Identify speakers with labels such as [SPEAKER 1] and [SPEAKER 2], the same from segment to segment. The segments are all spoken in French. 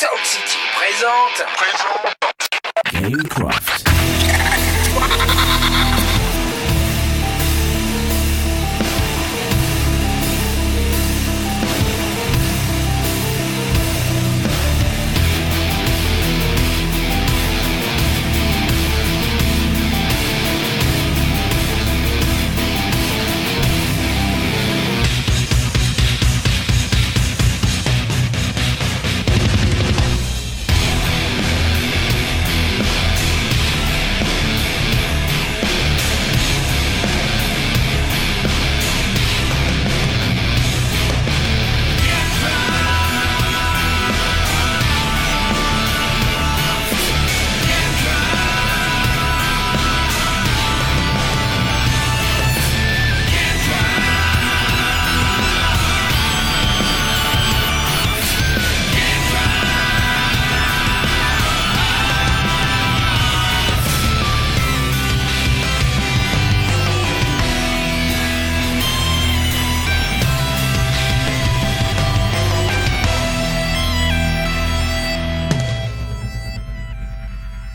[SPEAKER 1] Cloud City présente. Présente.
[SPEAKER 2] Gamecraft.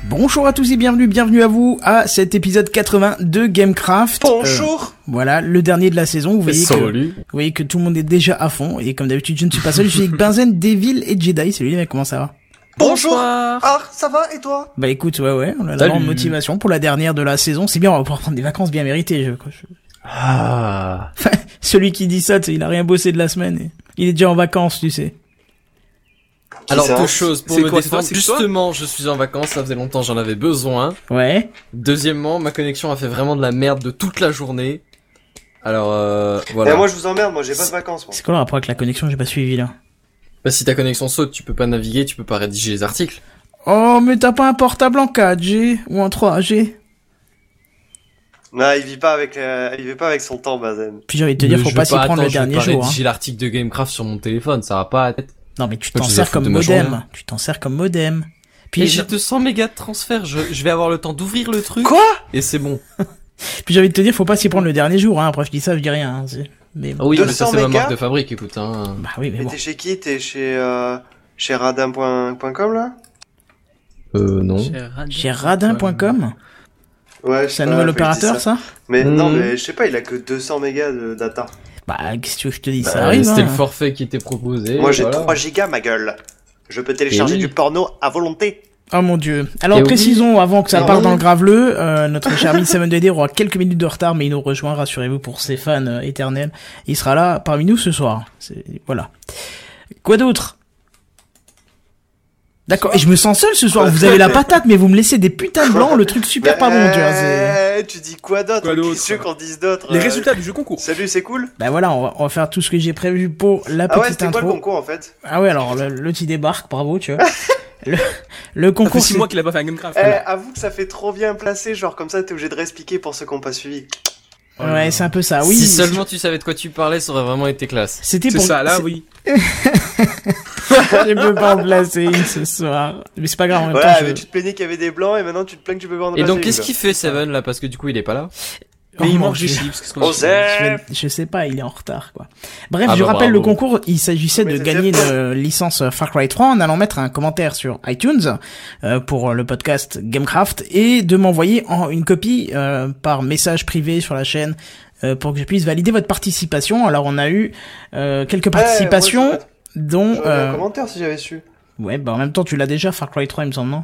[SPEAKER 2] Bonjour à tous et bienvenue, bienvenue à vous à cet épisode 80 de Gamecraft.
[SPEAKER 1] Bonjour.
[SPEAKER 2] Euh, voilà, le dernier de la saison. Vous voyez, que,
[SPEAKER 3] Salut.
[SPEAKER 2] vous voyez que tout le monde est déjà à fond. Et comme d'habitude, je ne suis pas seul, je suis avec Benzen, Devil et Jedi. Salut les mecs, comment ça va
[SPEAKER 1] Bonjour.
[SPEAKER 3] Bonsoir.
[SPEAKER 1] Ah, ça va et toi
[SPEAKER 2] Bah écoute, ouais, ouais, on a la
[SPEAKER 3] Salut.
[SPEAKER 2] grande motivation pour la dernière de la saison. C'est bien, on va pouvoir prendre des vacances bien méritées. Je, crois. Je-
[SPEAKER 3] Ah.
[SPEAKER 2] Celui qui dit ça, tu sais, il a rien bossé de la semaine. et il est déjà en vacances, tu sais.
[SPEAKER 3] Alors
[SPEAKER 4] ça
[SPEAKER 3] deux choses pour
[SPEAKER 5] C'est
[SPEAKER 3] me
[SPEAKER 5] quoi,
[SPEAKER 3] défendre.
[SPEAKER 5] c'est toi, c'est toi
[SPEAKER 3] Justement, je suis en vacances, ça faisait longtemps, j'en avais besoin.
[SPEAKER 2] Ouais.
[SPEAKER 3] Deuxièmement, ma connexion a fait vraiment de la merde de toute la journée. Alors euh, voilà.
[SPEAKER 4] Eh, moi je vous emmerde, moi j'ai pas de vacances moi.
[SPEAKER 2] C'est quoi le rapport avec la connexion J'ai pas suivi là.
[SPEAKER 3] Bah, si ta connexion saute, tu peux pas naviguer, tu peux pas rédiger les articles.
[SPEAKER 2] Oh, mais t'as pas un portable en 4G ou en 3G
[SPEAKER 4] Non, il vit pas avec, euh, il vit pas avec son temps, Bazen.
[SPEAKER 2] Puis j'ai envie de te dire,
[SPEAKER 3] Mais
[SPEAKER 2] faut
[SPEAKER 3] je
[SPEAKER 2] pas
[SPEAKER 3] vais
[SPEAKER 2] s'y prendre
[SPEAKER 3] attends,
[SPEAKER 2] le
[SPEAKER 3] je vais
[SPEAKER 2] dernier
[SPEAKER 3] pas
[SPEAKER 2] jour. hein.
[SPEAKER 3] rédiger l'article de Gamecraft sur mon téléphone, ça va pas être.
[SPEAKER 2] Non, mais tu
[SPEAKER 3] Moi,
[SPEAKER 2] t'en
[SPEAKER 3] je les
[SPEAKER 2] sers
[SPEAKER 3] fous
[SPEAKER 2] comme
[SPEAKER 3] de ma journée,
[SPEAKER 2] modem.
[SPEAKER 3] hein.
[SPEAKER 2] Tu t'en sers comme modem. Puis
[SPEAKER 3] Eh,
[SPEAKER 5] Et
[SPEAKER 2] j'ai
[SPEAKER 5] j'ai 200 mégas de transfert, je, je vais avoir le temps d'ouvrir le truc.
[SPEAKER 2] Quoi
[SPEAKER 5] Et c'est bon.
[SPEAKER 2] puis j'ai envie de te dire, faut pas s'y prendre le dernier jour. Hein. Après, je dis ça, je dis rien. hein. C'est- Mais bon.
[SPEAKER 3] Ah oui, mais
[SPEAKER 4] 200
[SPEAKER 3] ça c'est ma
[SPEAKER 4] mégas
[SPEAKER 3] marque de fabrique, écoute. Hein.
[SPEAKER 2] Bah oui, mais
[SPEAKER 4] Mais
[SPEAKER 2] bon.
[SPEAKER 4] t'es chez qui T'es chez, euh, chez radin.com là
[SPEAKER 3] Euh non.
[SPEAKER 2] Chez radin.com
[SPEAKER 4] Ouais, je
[SPEAKER 2] C'est
[SPEAKER 4] sais
[SPEAKER 2] un
[SPEAKER 4] pas,
[SPEAKER 2] nouvel
[SPEAKER 4] faut que je dise
[SPEAKER 2] opérateur, Mm-hmm.
[SPEAKER 4] ça.
[SPEAKER 2] ça
[SPEAKER 4] Mais
[SPEAKER 3] Mhm.
[SPEAKER 4] non, mais je sais pas, il a que 200 mégas de data.
[SPEAKER 2] Bah, qu'est-ce que tu veux que je te dise Ça
[SPEAKER 3] Bah,
[SPEAKER 2] arrive.
[SPEAKER 3] C'était
[SPEAKER 2] hein.
[SPEAKER 3] le forfait qui était proposé.
[SPEAKER 4] moi j'ai
[SPEAKER 3] voilà.
[SPEAKER 4] 3 gigas, ma gueule. Je peux télécharger
[SPEAKER 3] Et oui.
[SPEAKER 4] du porno à volonté.
[SPEAKER 2] Oh mon dieu. Alors
[SPEAKER 3] Et oui.
[SPEAKER 2] précisons, avant que ça
[SPEAKER 4] Ah
[SPEAKER 2] parte
[SPEAKER 4] oui.
[SPEAKER 2] dans le graveleux, euh, notre cher 7DD aura quelques minutes de retard, mais il nous rejoint, rassurez-vous, pour ses fans euh, éternels. Il sera là parmi nous ce soir. C'est- Voilà. Quoi d'autre D'accord, et je me sens seul ce soir, vous avez la patate, mais vous me laissez des putains de blancs, le truc super pas bon, tu vois. c'est-
[SPEAKER 4] Eh, tu dis quoi d'autre
[SPEAKER 5] Quoi d'autre
[SPEAKER 4] Qu'est-ce que tu veux qu'on dise d'autre
[SPEAKER 5] Les
[SPEAKER 4] euh,
[SPEAKER 5] résultats du jeu concours.
[SPEAKER 4] Salut, c'est cool
[SPEAKER 2] Bah voilà, on va, on va faire tout ce que j'ai prévu pour la
[SPEAKER 4] Ah
[SPEAKER 2] petite
[SPEAKER 4] ouais, c'était
[SPEAKER 2] intro.
[SPEAKER 4] quoi le concours en fait
[SPEAKER 2] ah ouais, alors le, le petit débarque, bravo, tu vois. le, le
[SPEAKER 5] Ça fait
[SPEAKER 2] concours,
[SPEAKER 5] 6 mois qu'il a pas fait un Gamecraft.
[SPEAKER 4] Eh, avoue que ça fait trop bien placé, genre comme ça t'es obligé de réexpliquer pour ceux qui ont pas suivi.
[SPEAKER 2] c'est- ouais, c'est un peu ça, Ah oui.
[SPEAKER 3] Si seulement tu savais de quoi tu parlais, ça aurait vraiment été classe.
[SPEAKER 2] C'était
[SPEAKER 5] C'est
[SPEAKER 2] pour
[SPEAKER 5] ça, là, oui.
[SPEAKER 2] je peux pas en placer une ce soir. Mais c'est pas grave, en même
[SPEAKER 4] Voilà,
[SPEAKER 2] temps,
[SPEAKER 4] mais
[SPEAKER 2] je...
[SPEAKER 4] tu te plaignais qu'il y avait des blancs et maintenant tu te plains que tu peux pas en
[SPEAKER 3] Et donc
[SPEAKER 4] passer
[SPEAKER 3] qu'est-ce
[SPEAKER 4] une.
[SPEAKER 3] qu'il fait Seven là Parce que du coup il est pas là.
[SPEAKER 2] Oh,
[SPEAKER 5] Mais il
[SPEAKER 2] mon
[SPEAKER 5] manque des
[SPEAKER 2] Dieu.
[SPEAKER 5] chips. qu'est-ce qu'on
[SPEAKER 4] Oh,
[SPEAKER 5] a fait
[SPEAKER 4] Zef
[SPEAKER 2] Je, je sais pas, il est en retard, quoi. Bref,
[SPEAKER 3] Ah
[SPEAKER 2] je
[SPEAKER 3] bah,
[SPEAKER 2] rappelle le
[SPEAKER 3] bravo.
[SPEAKER 2] concours, il s'agissait de
[SPEAKER 4] Mais c'est
[SPEAKER 2] gagner
[SPEAKER 4] bien.
[SPEAKER 2] une licence Far Cry 3 en allant mettre un commentaire sur iTunes euh, pour le podcast Gamecraft et de m'envoyer en une copie euh, par message privé sur la chaîne euh, pour que je puisse valider votre participation. Alors on a eu euh, quelques
[SPEAKER 4] Ouais,
[SPEAKER 2] participations
[SPEAKER 4] moi, j'aurais-
[SPEAKER 2] dont...
[SPEAKER 4] j'aurais mis un
[SPEAKER 2] euh,
[SPEAKER 4] commentaire si j'avais su.
[SPEAKER 2] ouais, bah en même temps tu l'as déjà, Far Cry 3 il me semble, non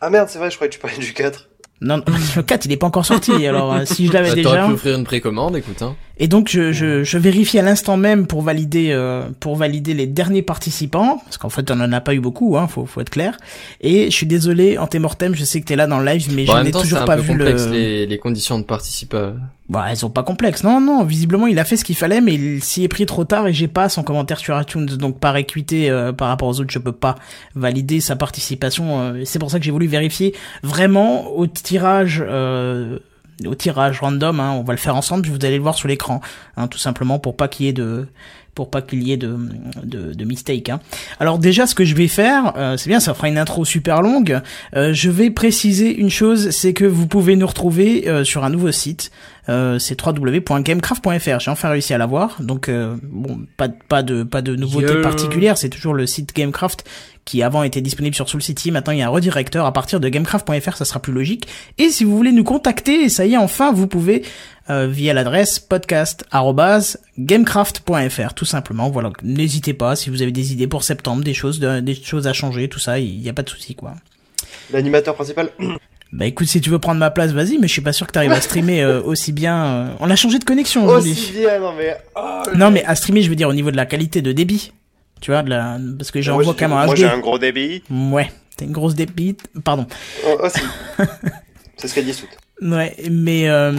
[SPEAKER 4] Ah merde, c'est vrai, je croyais que tu parlais du 4.
[SPEAKER 2] non, non, le 4 il est pas encore sorti, alors euh, si je l'avais
[SPEAKER 3] Bah,
[SPEAKER 2] déjà...
[SPEAKER 3] T'aurais pu offrir une précommande, écoute. Hein.
[SPEAKER 2] Et donc je, je, je vérifie à l'instant même pour valider euh, pour valider les derniers participants parce qu'en fait on en a pas eu beaucoup hein faut faut être clair et je suis désolé antémortem je sais que t'es là dans le live mais
[SPEAKER 3] Bon, en
[SPEAKER 2] je n'ai
[SPEAKER 3] même temps, c'est
[SPEAKER 2] toujours
[SPEAKER 3] un
[SPEAKER 2] pas
[SPEAKER 3] peu
[SPEAKER 2] vu
[SPEAKER 3] complexe
[SPEAKER 2] le
[SPEAKER 3] les, les conditions de participation.
[SPEAKER 2] bah elles sont pas complexes non non visiblement il a fait ce qu'il fallait mais il s'y est pris trop tard et j'ai pas son commentaire sur iTunes donc par équité euh, par rapport aux autres je peux pas valider sa participation euh, et c'est pour ça que j'ai voulu vérifier vraiment au tirage euh, au tirage random, hein, on va le faire ensemble, puis vous allez le voir sur l'écran, hein, tout simplement pour pas qu'il y ait de pour pas qu'il y ait de, de, de mistake. hein. Alors déjà, ce que je vais faire, euh, c'est bien, ça fera une intro super longue. Euh, je vais préciser une chose, c'est que vous pouvez nous retrouver euh, sur un nouveau site. Euh, c'est www.gamecraft.fr. J'ai enfin réussi à l'avoir, donc euh, bon, pas de- pas de pas de nouveauté
[SPEAKER 3] Yeah.
[SPEAKER 2] particulière. C'est toujours le site Gamecraft qui avant était disponible sur Soul City. Maintenant, il y a un redirecteur à partir de gamecraft.fr. Ça sera plus logique. Et si vous voulez nous contacter, ça y est, enfin, vous pouvez euh, via l'adresse podcast@gamecraft.fr tout simplement. Voilà, n'hésitez pas si vous avez des idées pour septembre, des choses, de- des choses à changer, tout ça, il n'y a pas de souci quoi.
[SPEAKER 4] L'animateur principal.
[SPEAKER 2] Bah écoute, si tu veux prendre ma place, vas-y, mais je suis pas sûr que t'arrives à streamer euh, aussi bien. euh, On a changé de connexion
[SPEAKER 4] Aussi
[SPEAKER 2] aujourd'hui.
[SPEAKER 4] bien, non mais. oh, le-
[SPEAKER 2] Non, mais à streamer, je veux dire au niveau de la qualité de débit. Tu vois, de la... parce que
[SPEAKER 4] Moi,
[SPEAKER 2] j'envoie
[SPEAKER 4] j'ai-
[SPEAKER 2] quand même en
[SPEAKER 4] Moi j'ai un
[SPEAKER 2] HD.
[SPEAKER 4] gros débit.
[SPEAKER 2] Ouais, t'as une grosse débit. Pardon.
[SPEAKER 4] Oh, Aussi. C'est ce qu'a dit Sout.
[SPEAKER 2] Ouais, mais euh,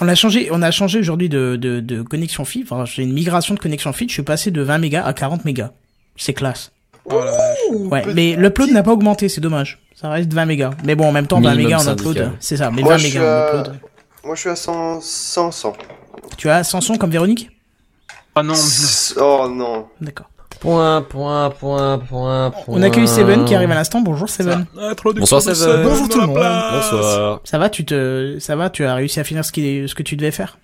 [SPEAKER 2] on a changé, on a changé aujourd'hui de, de, de connexion fibre. Enfin, j'ai une migration de connexion fibre. Je suis passé de 20 mégas à 40 mégas. C'est classe.
[SPEAKER 4] Oh
[SPEAKER 2] ouais, mais l'upload n'a pas augmenté, c'est dommage. Ça reste 20 mégas. Mais bon, en même temps, 20
[SPEAKER 3] Minimum
[SPEAKER 2] mégas en upload,
[SPEAKER 3] syndical.
[SPEAKER 2] c'est ça. Mais
[SPEAKER 4] Moi,
[SPEAKER 2] 20
[SPEAKER 4] je suis
[SPEAKER 2] mégas
[SPEAKER 4] à-
[SPEAKER 2] en upload.
[SPEAKER 4] Moi je suis à 100, 100, 100.
[SPEAKER 2] Tu as Samson comme Véronique
[SPEAKER 5] Ah non.
[SPEAKER 4] Oh non.
[SPEAKER 2] D'accord.
[SPEAKER 3] Point, point, point, point, point.
[SPEAKER 2] On accueille Seven qui arrive à l'instant. Bonjour Seven.
[SPEAKER 3] Bonsoir Seven.
[SPEAKER 6] Bonjour tout le monde.
[SPEAKER 3] Bonsoir.
[SPEAKER 2] Ça va, tu te, ça va, tu as réussi à finir ce, qui, ce que tu devais faire.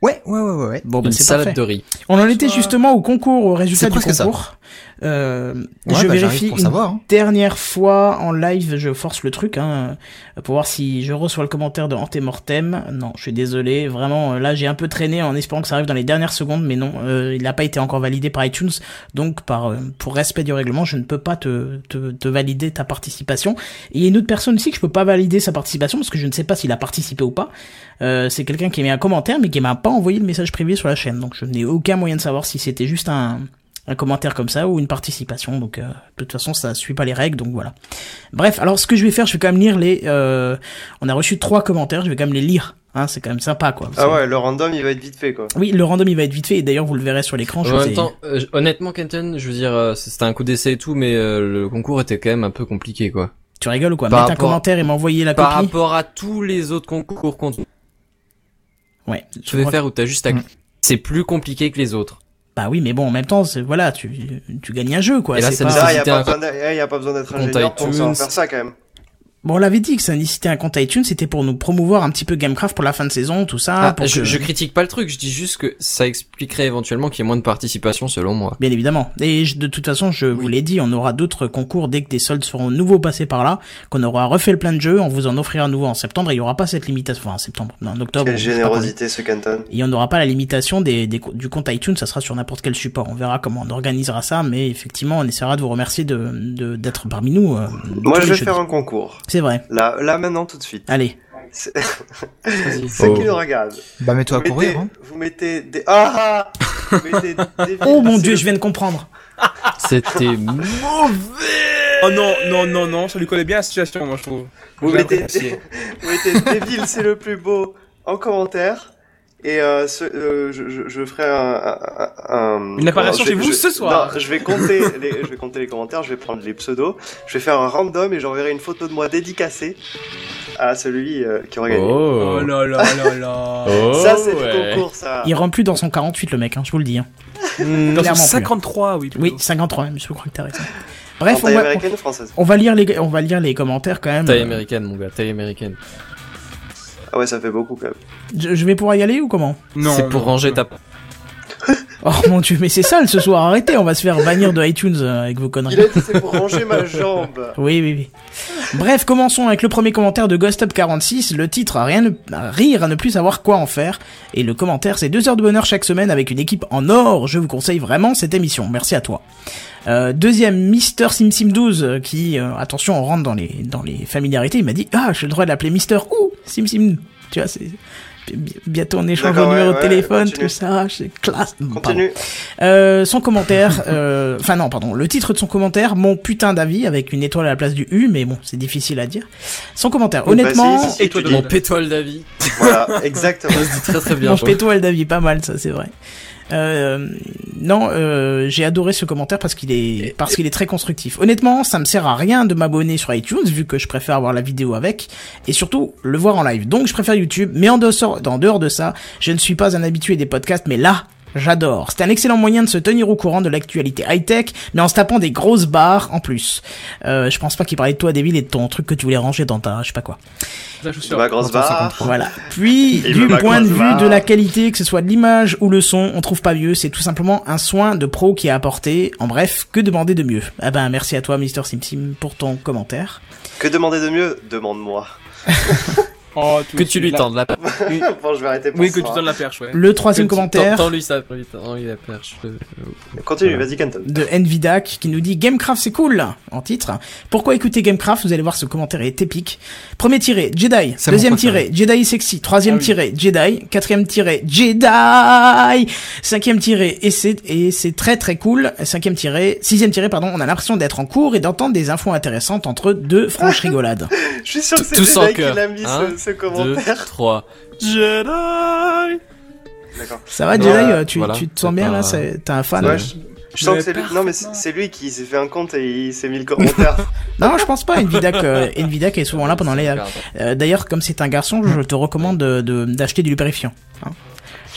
[SPEAKER 6] Ouais, ouais, ouais, ouais, ouais.
[SPEAKER 2] Bon, bah,
[SPEAKER 3] Une
[SPEAKER 2] c'est
[SPEAKER 3] salade
[SPEAKER 2] parfait.
[SPEAKER 3] de riz.
[SPEAKER 2] On en était justement au concours, au résultat
[SPEAKER 6] C'est
[SPEAKER 2] du
[SPEAKER 6] presque ça.
[SPEAKER 2] concours. Euh,
[SPEAKER 6] Ouais,
[SPEAKER 2] je
[SPEAKER 6] bah, j'arrive
[SPEAKER 2] vérifie
[SPEAKER 6] pour
[SPEAKER 2] une
[SPEAKER 6] savoir. hein.
[SPEAKER 2] dernière fois en live, je force le truc, hein, euh, pour voir si je reçois le commentaire de Antemortem. Non, je suis désolé, vraiment, euh, là j'ai un peu traîné en espérant que ça arrive dans les dernières secondes, mais non, euh, il n'a pas été encore validé par iTunes, donc par, euh, pour respect du règlement, je ne peux pas te, te, te valider ta participation. Et il y a une autre personne aussi que je peux pas valider sa participation, parce que je ne sais pas s'il a participé ou pas. Euh, c'est quelqu'un qui a mis un commentaire, mais qui m'a pas envoyé le message privé sur la chaîne, donc je n'ai aucun moyen de savoir si c'était juste un un commentaire comme ça ou une participation. Donc, euh, de toute façon, ça suit pas les règles. Donc voilà. Bref, alors ce que je vais faire, je vais quand même lire les. euh, on a reçu trois commentaires. Je vais quand même les lire. Hein, c'est quand même sympa, quoi.
[SPEAKER 4] Ah ouais, le random il va être vite fait quoi.
[SPEAKER 2] Oui, le random il va être vite fait. Et d'ailleurs, vous le verrez sur l'écran. je
[SPEAKER 3] En
[SPEAKER 2] vous ai-
[SPEAKER 3] même temps, euh, honnêtement, Kenton, je veux dire, euh, c'était un coup d'essai et tout, mais euh, le concours était quand même un peu compliqué, quoi.
[SPEAKER 2] Tu rigoles ou quoi
[SPEAKER 3] par
[SPEAKER 2] Mettre un
[SPEAKER 3] rapport-
[SPEAKER 2] commentaire et m'envoyer la
[SPEAKER 3] Par
[SPEAKER 2] copie.
[SPEAKER 3] rapport à tous les autres concours qu'on te
[SPEAKER 2] Ouais. je
[SPEAKER 3] devait
[SPEAKER 2] crois-
[SPEAKER 3] faire où t'as juste à...
[SPEAKER 6] Mm.
[SPEAKER 3] C'est plus compliqué que les autres.
[SPEAKER 2] Bah oui, mais bon, en même temps, c'est- voilà, tu, tu gagnes un jeu, quoi.
[SPEAKER 3] Et là,
[SPEAKER 2] c'est
[SPEAKER 3] ça
[SPEAKER 2] pas-
[SPEAKER 3] nous
[SPEAKER 4] Là, y a
[SPEAKER 3] c'était
[SPEAKER 4] pas
[SPEAKER 3] un-
[SPEAKER 4] besoin d'être- eh, y a pas besoin d'être
[SPEAKER 3] Compte
[SPEAKER 4] ingénieur pour
[SPEAKER 3] iTunes.
[SPEAKER 4] savoir faire ça quand même.
[SPEAKER 2] Bon, on l'avait dit que ça nécessitait un compte iTunes, c'était pour nous promouvoir un petit peu Gamecraft pour la fin de saison, tout ça.
[SPEAKER 3] Ah,
[SPEAKER 2] pour
[SPEAKER 3] je,
[SPEAKER 2] que-
[SPEAKER 3] je critique pas le truc, je dis juste que ça expliquerait éventuellement qu'il y ait moins de participation selon moi.
[SPEAKER 2] Bien évidemment. Et je- de toute façon, je vous l'ai dit, on aura d'autres concours dès que des soldes seront nouveaux passés par là, qu'on aura refait le plein de jeux, on vous en offrira un nouveau en septembre, et il n'y aura pas cette limitation, enfin en septembre, non, en octobre.
[SPEAKER 4] Quelle
[SPEAKER 2] je sais pas quand-
[SPEAKER 4] générosité ce Canton.
[SPEAKER 2] et on n'aura pas la limitation des, des- du compte iTunes, ça sera sur n'importe quel support. On verra comment on organisera ça, mais effectivement, on essaiera de vous remercier d'être de, d'être parmi nous. euh,
[SPEAKER 4] Moi
[SPEAKER 2] tous
[SPEAKER 4] je
[SPEAKER 2] les
[SPEAKER 4] vais
[SPEAKER 2] jeudis.
[SPEAKER 4] faire un concours.
[SPEAKER 2] C'est vrai.
[SPEAKER 4] Là, là maintenant tout de suite.
[SPEAKER 2] Allez.
[SPEAKER 4] C'est- Ceux qui nous regardent.
[SPEAKER 6] Bah, mets-toi à
[SPEAKER 4] Vous
[SPEAKER 6] courir.
[SPEAKER 4] mettez-
[SPEAKER 6] Hein.
[SPEAKER 4] Vous mettez des. Ah ah Vous mettez des-
[SPEAKER 2] Oh mon
[SPEAKER 4] Ah, c'est
[SPEAKER 2] dieu,
[SPEAKER 4] le-
[SPEAKER 2] je viens de comprendre.
[SPEAKER 3] C'était
[SPEAKER 7] Oh non, non, non, non, ça lui connaît bien la situation, moi je trouve.
[SPEAKER 4] Vous
[SPEAKER 7] J'ai
[SPEAKER 4] mettez,
[SPEAKER 7] apprécié.
[SPEAKER 4] vous mettez Devil, c'est le plus beau en commentaire. Et euh, ce- euh, je, je- je ferai un, un- un-
[SPEAKER 7] Une apparition
[SPEAKER 4] je vais-
[SPEAKER 7] chez vous
[SPEAKER 4] je-
[SPEAKER 7] ce soir.
[SPEAKER 4] Non, je vais compter les, je vais compter les commentaires, je vais prendre les pseudos, je vais faire un random et j'enverrai une photo de moi dédicacée à celui euh, qui aura gagné.
[SPEAKER 3] Oh,
[SPEAKER 7] Oh là là là là.
[SPEAKER 4] ça c'est
[SPEAKER 3] ouais.
[SPEAKER 4] du concours, ça.
[SPEAKER 2] Il rentre plus dans son 48, le mec, hein, je vous le dis. hein.
[SPEAKER 7] Dans
[SPEAKER 2] Clairement
[SPEAKER 7] son
[SPEAKER 2] plus.
[SPEAKER 7] 53, oui.
[SPEAKER 2] Oui,
[SPEAKER 7] plutôt.
[SPEAKER 2] 53, même, je crois que t'as raison. Bref,
[SPEAKER 4] En
[SPEAKER 2] on
[SPEAKER 4] taille
[SPEAKER 2] va,
[SPEAKER 4] américaine ou française
[SPEAKER 2] on va lire les, on va lire les commentaires quand même.
[SPEAKER 3] Taille américaine, mon gars, taille américaine.
[SPEAKER 4] Ah ouais, ça fait beaucoup quand même.
[SPEAKER 2] Je, je vais pouvoir y aller ou comment
[SPEAKER 7] Non.
[SPEAKER 3] C'est pour
[SPEAKER 7] non.
[SPEAKER 3] ranger ta...
[SPEAKER 2] Oh mon dieu, mais c'est sale ce soir, arrêtez, on va se faire bannir de iTunes euh, avec vos conneries.
[SPEAKER 4] Il a dit c'est pour ranger ma jambe.
[SPEAKER 2] Oui, oui, oui. Bref, commençons avec le premier commentaire de GhostUp46. Le titre a rien ne- à rire à ne plus savoir quoi en faire. Et le commentaire, c'est deux heures de bonheur chaque semaine avec une équipe en or. Je vous conseille vraiment cette émission. Merci à toi. Euh, deuxième, Mister SimSim12, euh, qui, euh, attention, on rentre dans les, dans les familiarités. Il m'a dit, ah, j'ai le droit de l'appeler Mister ou SimSim. Tu vois, c'est, bi- bientôt on échange
[SPEAKER 4] D'accord,
[SPEAKER 2] au
[SPEAKER 4] ouais,
[SPEAKER 2] numéro de
[SPEAKER 4] ouais,
[SPEAKER 2] téléphone,
[SPEAKER 4] continue.
[SPEAKER 2] tout ça, c'est classe. Pardon.
[SPEAKER 4] Continue.
[SPEAKER 2] Euh, son commentaire, euh, enfin non, pardon, le titre de son commentaire, mon putain d'avis, avec une étoile à la place du U, mais bon, c'est difficile à dire. Son commentaire,
[SPEAKER 4] Oui, bah,
[SPEAKER 2] honnêtement,
[SPEAKER 4] si, si, si,
[SPEAKER 7] Et toi,
[SPEAKER 4] tu dis-
[SPEAKER 3] Mon pétoile d'avis.
[SPEAKER 4] Voilà, exactement.
[SPEAKER 3] Ça se dit très très bien.
[SPEAKER 2] mon
[SPEAKER 3] je trouve.
[SPEAKER 2] pétoile d'avis, pas mal, ça, c'est vrai. Euh, non, euh, j'ai adoré ce commentaire parce qu'il est parce qu'il est très constructif. Honnêtement, ça me sert à rien de m'abonner sur iTunes vu que je préfère avoir la vidéo avec et surtout le voir en live. Donc je préfère YouTube. Mais en dehors, en dehors de ça, je ne suis pas un habitué des podcasts, mais là, J'adore. C'est un excellent moyen de se tenir au courant de l'actualité high-tech, mais en se tapant des grosses barres en plus. Euh, je pense pas qu'il parlait de toi, David, et de ton truc que tu voulais ranger dans ta, je sais pas quoi.
[SPEAKER 7] La chaussure.
[SPEAKER 5] Bah,
[SPEAKER 4] Ma grosse barre.
[SPEAKER 2] Voilà. Puis,
[SPEAKER 4] Il
[SPEAKER 2] du
[SPEAKER 4] veut ma
[SPEAKER 2] point de
[SPEAKER 4] grosse
[SPEAKER 2] vue
[SPEAKER 4] barre.
[SPEAKER 2] de la qualité, que ce soit de l'image ou le son, on trouve pas mieux. C'est tout simplement un soin de pro qui a apporté. En bref, que demander de mieux Ah ben, merci à toi, Mister Simsim, pour ton commentaire.
[SPEAKER 4] Que demander de mieux Demande-moi.
[SPEAKER 7] Oh, tout
[SPEAKER 3] Que tu lui
[SPEAKER 7] la-
[SPEAKER 3] tendes la perche.
[SPEAKER 4] bon, je vais arrêter pour
[SPEAKER 7] Oui,
[SPEAKER 4] ce
[SPEAKER 7] que tu
[SPEAKER 4] soir.
[SPEAKER 7] donnes la perche, ouais.
[SPEAKER 2] Le troisième commentaire.
[SPEAKER 3] Tends-lui ça, lui, tends-lui la perche. le-
[SPEAKER 4] Continue, vas-y, Kenton.
[SPEAKER 2] de Nvidac qui nous dit Gamecraft c'est cool en titre. Pourquoi écouter Gamecraft Vous allez voir ce commentaire est épique. Premier tiré Jedi,
[SPEAKER 6] C'est mon
[SPEAKER 2] deuxième tiré
[SPEAKER 6] préféré.
[SPEAKER 2] Jedi sexy, troisième
[SPEAKER 7] Ah oui.
[SPEAKER 2] tiré Jedi, quatrième tiré Jedi, cinquième tiré et c'est et c'est très très cool. Cinquième tiré, sixième tiré pardon, on a l'impression d'être en cours et d'entendre des infos intéressantes entre deux franches rigolades.
[SPEAKER 4] Je suis sûr que c'est
[SPEAKER 3] Tous en
[SPEAKER 4] Jedi qui
[SPEAKER 3] cœur.
[SPEAKER 4] l'a mis, ce-
[SPEAKER 3] Un,
[SPEAKER 4] ce,
[SPEAKER 3] Deux,
[SPEAKER 4] commentaire.
[SPEAKER 3] trois. Jedi
[SPEAKER 4] D'accord.
[SPEAKER 2] Ça va
[SPEAKER 3] Non,
[SPEAKER 2] Jedi,
[SPEAKER 3] voilà,
[SPEAKER 2] euh, tu,
[SPEAKER 3] voilà.
[SPEAKER 2] tu te sens
[SPEAKER 3] C'est
[SPEAKER 2] bien
[SPEAKER 3] pas-
[SPEAKER 2] là C'est- T'es un fan
[SPEAKER 4] Ouais, je, je sens
[SPEAKER 7] Mais
[SPEAKER 4] que c'est lui. Non, mais c'est c'est lui qui s'est fait un compte et il s'est mis le commentaire.
[SPEAKER 2] Non, je pense pas. Nvidac, euh, Nvidac est souvent là pendant les Euh, D'ailleurs, comme c'est un garçon, je te recommande de- de- d'acheter du lubrifiant. hein.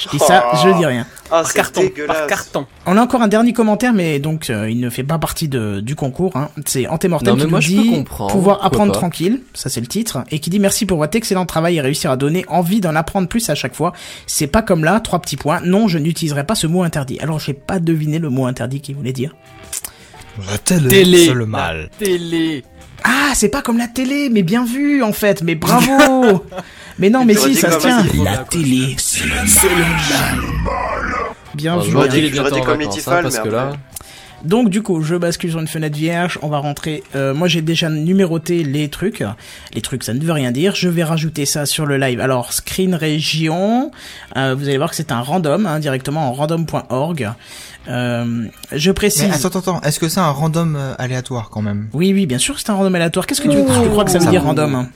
[SPEAKER 2] Je dis ça,
[SPEAKER 4] Oh.
[SPEAKER 2] je dis rien.
[SPEAKER 4] Ah,
[SPEAKER 7] Par
[SPEAKER 4] c'est
[SPEAKER 7] carton, par
[SPEAKER 4] dégueulasse.
[SPEAKER 7] carton.
[SPEAKER 2] On a encore un dernier commentaire, mais donc euh, il ne fait pas partie de, du concours. Hein. C'est Antémortem
[SPEAKER 3] Non,
[SPEAKER 2] qui
[SPEAKER 3] mais moi,
[SPEAKER 2] nous
[SPEAKER 3] je peux
[SPEAKER 2] dit
[SPEAKER 3] comprendre,
[SPEAKER 2] pouvoir
[SPEAKER 3] pourquoi
[SPEAKER 2] apprendre
[SPEAKER 3] pas.
[SPEAKER 2] tranquille, ça c'est le titre, et qui dit merci pour votre excellent travail et réussir à donner envie d'en apprendre plus à chaque fois. C'est pas comme là, trois petits points. Non, je n'utiliserai pas ce mot interdit. Alors j'ai pas deviné le mot interdit qu'il voulait dire.
[SPEAKER 6] La télé,
[SPEAKER 3] Télé.
[SPEAKER 6] c'est le mal.
[SPEAKER 3] Télé
[SPEAKER 2] Ah, c'est pas comme la télé, mais bien vu en fait, mais bravo. mais non, mais
[SPEAKER 4] J'aurais
[SPEAKER 2] si,
[SPEAKER 4] dit
[SPEAKER 2] ça se
[SPEAKER 4] comme
[SPEAKER 2] tient.
[SPEAKER 4] Vas-y,
[SPEAKER 3] La
[SPEAKER 2] télé, c'est le Bien
[SPEAKER 3] Bon,
[SPEAKER 2] vu.
[SPEAKER 3] J'aurais
[SPEAKER 2] bien
[SPEAKER 3] dit
[SPEAKER 2] vu.
[SPEAKER 3] qu'il est
[SPEAKER 4] J'aurais
[SPEAKER 3] bientôt
[SPEAKER 4] dit
[SPEAKER 3] en
[SPEAKER 4] comme
[SPEAKER 3] vacances,
[SPEAKER 4] Itifal,
[SPEAKER 3] hein, parce
[SPEAKER 4] mais
[SPEAKER 3] que là...
[SPEAKER 4] après-
[SPEAKER 2] Donc du coup, je bascule sur une fenêtre vierge. On va rentrer. euh, moi, j'ai déjà numéroté les trucs. Les trucs, ça ne veut rien dire. Je vais rajouter ça sur le live. Alors, Screen Région. euh, vous allez voir que c'est un random, hein, directement en random.org. Euh, je précise.
[SPEAKER 6] Mais attends, attends, attends, est-ce que c'est un random euh, aléatoire quand même
[SPEAKER 2] Oui, oui, bien sûr, c'est un random aléatoire. Qu'est-ce que tu, tu crois que ça veut
[SPEAKER 6] Ça
[SPEAKER 2] dire
[SPEAKER 6] va.
[SPEAKER 2] random hein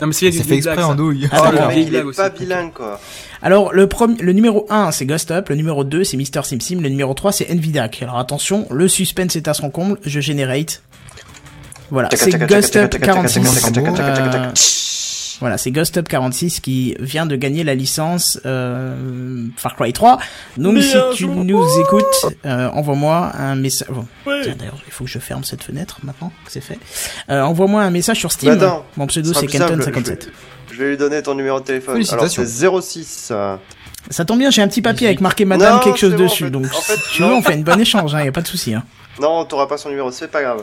[SPEAKER 7] Non, mais s'il y a
[SPEAKER 6] C'est
[SPEAKER 7] des
[SPEAKER 6] fait
[SPEAKER 7] vieilles blagues,
[SPEAKER 6] exprès en
[SPEAKER 7] ça.
[SPEAKER 6] douille.
[SPEAKER 2] Ah,
[SPEAKER 4] Le
[SPEAKER 2] d'accord.
[SPEAKER 4] mec,
[SPEAKER 7] Des
[SPEAKER 4] Oh, il
[SPEAKER 7] blagues
[SPEAKER 4] est
[SPEAKER 7] aussi,
[SPEAKER 4] pas
[SPEAKER 7] plutôt.
[SPEAKER 4] bilingue, quoi.
[SPEAKER 2] Alors, le, prom- le numéro 1, c'est Ghost Up. Le numéro 2, c'est Mister Simsim. Le numéro 3, c'est Nvidac. Alors, attention, le suspense est à son comble. Je générate. Voilà, c'est Ghost Up 46. Euh, Voilà, c'est Ghost Up 46 qui vient de gagner la licence euh, Far Cry 3. Donc, si tu nous écoutes, euh, envoie-moi un message. Bon, tiens, d'ailleurs, il faut que je ferme cette fenêtre maintenant que c'est fait. Euh, envoie-moi un message sur Steam.
[SPEAKER 4] Bah, attends,
[SPEAKER 2] Mon
[SPEAKER 4] Ce
[SPEAKER 2] pseudo,
[SPEAKER 4] sera
[SPEAKER 2] c'est
[SPEAKER 4] plus simple, je
[SPEAKER 2] Kenton57.
[SPEAKER 4] vais- Je vais lui donner ton numéro de téléphone. Alors,
[SPEAKER 6] Félicitations.
[SPEAKER 4] c'est 06. euh,
[SPEAKER 2] Ça tombe bien, j'ai un petit papier avec marqué madame
[SPEAKER 4] Non,
[SPEAKER 2] quelque chose
[SPEAKER 4] c'est bon, en
[SPEAKER 2] dessus.
[SPEAKER 4] fait-
[SPEAKER 2] donc,
[SPEAKER 4] en fait,
[SPEAKER 2] si tu veux,
[SPEAKER 4] non.
[SPEAKER 2] on fait une bonne échange, hein, y a pas de souci. Hein.
[SPEAKER 4] Non, t'auras pas son numéro, c'est pas grave.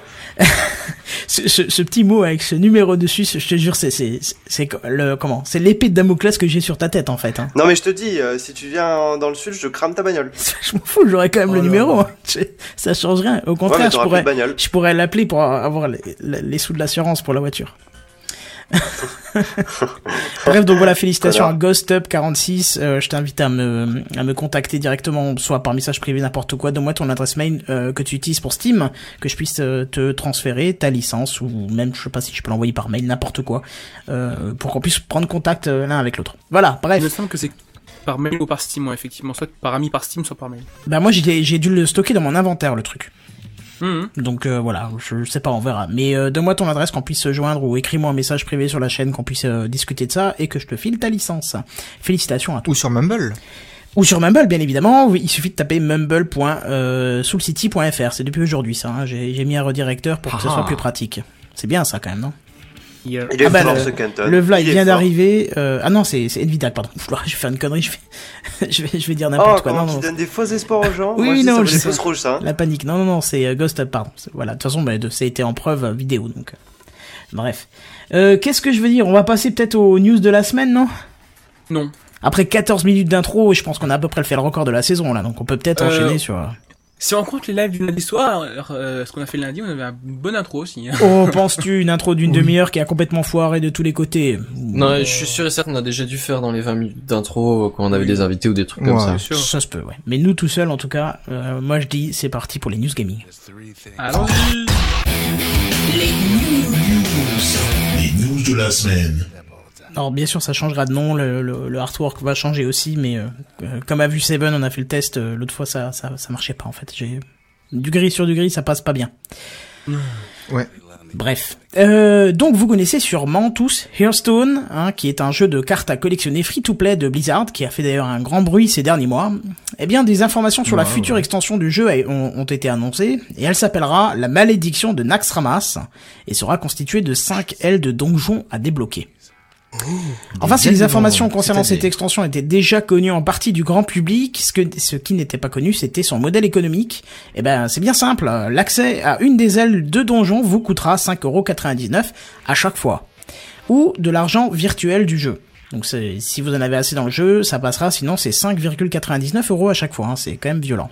[SPEAKER 2] Ce, ce, ce petit mot avec ce numéro dessus, je te jure, c'est, c'est, c'est- c'est co- le, comment? C'est l'épée de Damoclès que j'ai sur ta tête, en fait, hein.
[SPEAKER 4] Non, mais je te dis, euh, si tu viens en- dans le sud, je crame ta bagnole.
[SPEAKER 2] Je m'en fous, j'aurais quand même
[SPEAKER 7] Oh
[SPEAKER 2] le
[SPEAKER 7] là
[SPEAKER 2] numéro. hein. Je- Ça change rien. Au
[SPEAKER 4] Ouais,
[SPEAKER 2] contraire,
[SPEAKER 4] mais
[SPEAKER 2] je
[SPEAKER 4] t'auras plus de
[SPEAKER 2] pourrais,
[SPEAKER 4] bagnole.
[SPEAKER 2] je pourrais l'appeler pour avoir les, les- les sous de l'assurance pour la voiture. Bref, donc voilà, félicitations à
[SPEAKER 4] Connard.
[SPEAKER 2] GhostUp46. Euh, je t'invite à me, à me contacter directement, soit par message privé, n'importe quoi. Donne-moi ton adresse mail euh, que tu utilises pour Steam, que je puisse euh, te transférer ta licence, ou même, je sais pas si je peux l'envoyer par mail, n'importe quoi, euh, pour qu'on puisse prendre contact euh, l'un avec l'autre. Voilà, bref.
[SPEAKER 7] Il me semble que c'est par mail ou par Steam, ouais, effectivement. Soit par ami par Steam, soit par mail.
[SPEAKER 2] Bah moi, j'ai j'ai dû le stocker dans mon inventaire, le truc.
[SPEAKER 7] Hum,
[SPEAKER 2] Donc euh, voilà, je sais pas, on verra. Mais euh, donne-moi ton adresse qu'on puisse se joindre ou écris-moi un message privé sur la chaîne qu'on puisse euh, discuter de ça et que je te file ta licence. Félicitations à toi.
[SPEAKER 6] Ou sur Mumble
[SPEAKER 2] Ou sur Mumble, bien évidemment. Oui, il suffit de taper euh, mumble.soulcity.fr. C'est depuis aujourd'hui ça. hein. J'ai j'ai mis un redirecteur pour que ce
[SPEAKER 6] Ah.
[SPEAKER 2] soit plus pratique. C'est bien ça quand même, non
[SPEAKER 7] hum. Yeah.
[SPEAKER 4] Il est
[SPEAKER 2] Ah bah,
[SPEAKER 4] fort,
[SPEAKER 2] le-
[SPEAKER 4] ce Kenton.
[SPEAKER 2] Le vla, il
[SPEAKER 4] Euh, est
[SPEAKER 2] vient
[SPEAKER 4] fort.
[SPEAKER 2] d'arriver. euh, Ah non, c'est c'est Nvidac, pardon. Oula, je vais faire une connerie. Je vais, je vais, je vais dire
[SPEAKER 4] Oh,
[SPEAKER 2] n'importe quoi.
[SPEAKER 4] comment
[SPEAKER 2] Non, non,
[SPEAKER 4] tu donnes des faux espoirs aux gens
[SPEAKER 2] Oui,
[SPEAKER 4] Moi, je dis,
[SPEAKER 2] non,
[SPEAKER 4] ça me
[SPEAKER 2] je
[SPEAKER 4] les
[SPEAKER 2] sais.
[SPEAKER 4] fausses rouges, ça. hein.
[SPEAKER 2] La panique. Non, non, non, c'est euh, Ghost Up, pardon. C'est- Voilà, de toute façon, bah, de- ça a été en preuve euh, vidéo, donc. euh, Bref. Euh, Qu'est-ce que je veux dire On va passer peut-être aux news de la semaine, non
[SPEAKER 7] Non.
[SPEAKER 2] Après 14 minutes d'intro, je pense qu'on a à peu près fait le record de la saison, là, donc on peut peut-être
[SPEAKER 7] Euh,
[SPEAKER 2] enchaîner sur...
[SPEAKER 7] Si on compte les lives du lundi soir, euh, ce qu'on a fait le lundi, on avait une bonne intro aussi. hein.
[SPEAKER 2] Oh, penses-tu une intro d'une demi-heure qui a complètement foiré de tous les côtés
[SPEAKER 3] Non, je suis sûr et certain, on a déjà dû faire dans les 20 minutes d'intro euh, quand on avait des invités ou des trucs comme
[SPEAKER 6] Ouais.
[SPEAKER 3] ça.
[SPEAKER 7] Bien sûr.
[SPEAKER 2] Ça se peut, ouais. Mais nous tout seuls, en tout cas, euh, moi je dis, c'est parti pour les news gaming.
[SPEAKER 7] Ah, Allons-y.
[SPEAKER 8] Les news de la semaine.
[SPEAKER 2] Alors bien sûr ça changera de nom, le, le, le artwork va changer aussi, mais euh, euh, comme à Vue 7 on a fait le test, euh, l'autre fois ça, ça ça marchait pas en fait. J'ai du gris sur du gris ça passe pas bien.
[SPEAKER 6] Ouais.
[SPEAKER 2] Bref. Euh, donc vous connaissez sûrement tous Hearthstone, hein, qui est un jeu de cartes à collectionner free-to-play de Blizzard, qui a fait d'ailleurs un grand bruit ces derniers mois. Eh bien, des informations sur la
[SPEAKER 6] Ouais,
[SPEAKER 2] future extension du jeu a- ont, ont été annoncées, et elle s'appellera La Malédiction de Naxxramas, et sera constituée de 5 ailes de donjons à débloquer. Enfin, si les
[SPEAKER 6] Mmh. ailes de
[SPEAKER 2] informations
[SPEAKER 6] donjons,
[SPEAKER 2] concernant
[SPEAKER 6] c'est-à-dire
[SPEAKER 2] cette extension étaient déjà connues en partie du grand public, ce, que, ce qui n'était pas connu, c'était son modèle économique. Eh ben, c'est bien simple. euh, L'accès à une des ailes de donjon vous coûtera 5,99€ à chaque fois. Ou de l'argent virtuel du jeu. Donc c'est- si vous en avez assez dans le jeu, ça passera, sinon c'est 5,99 euros à chaque fois, hein, c'est quand même violent.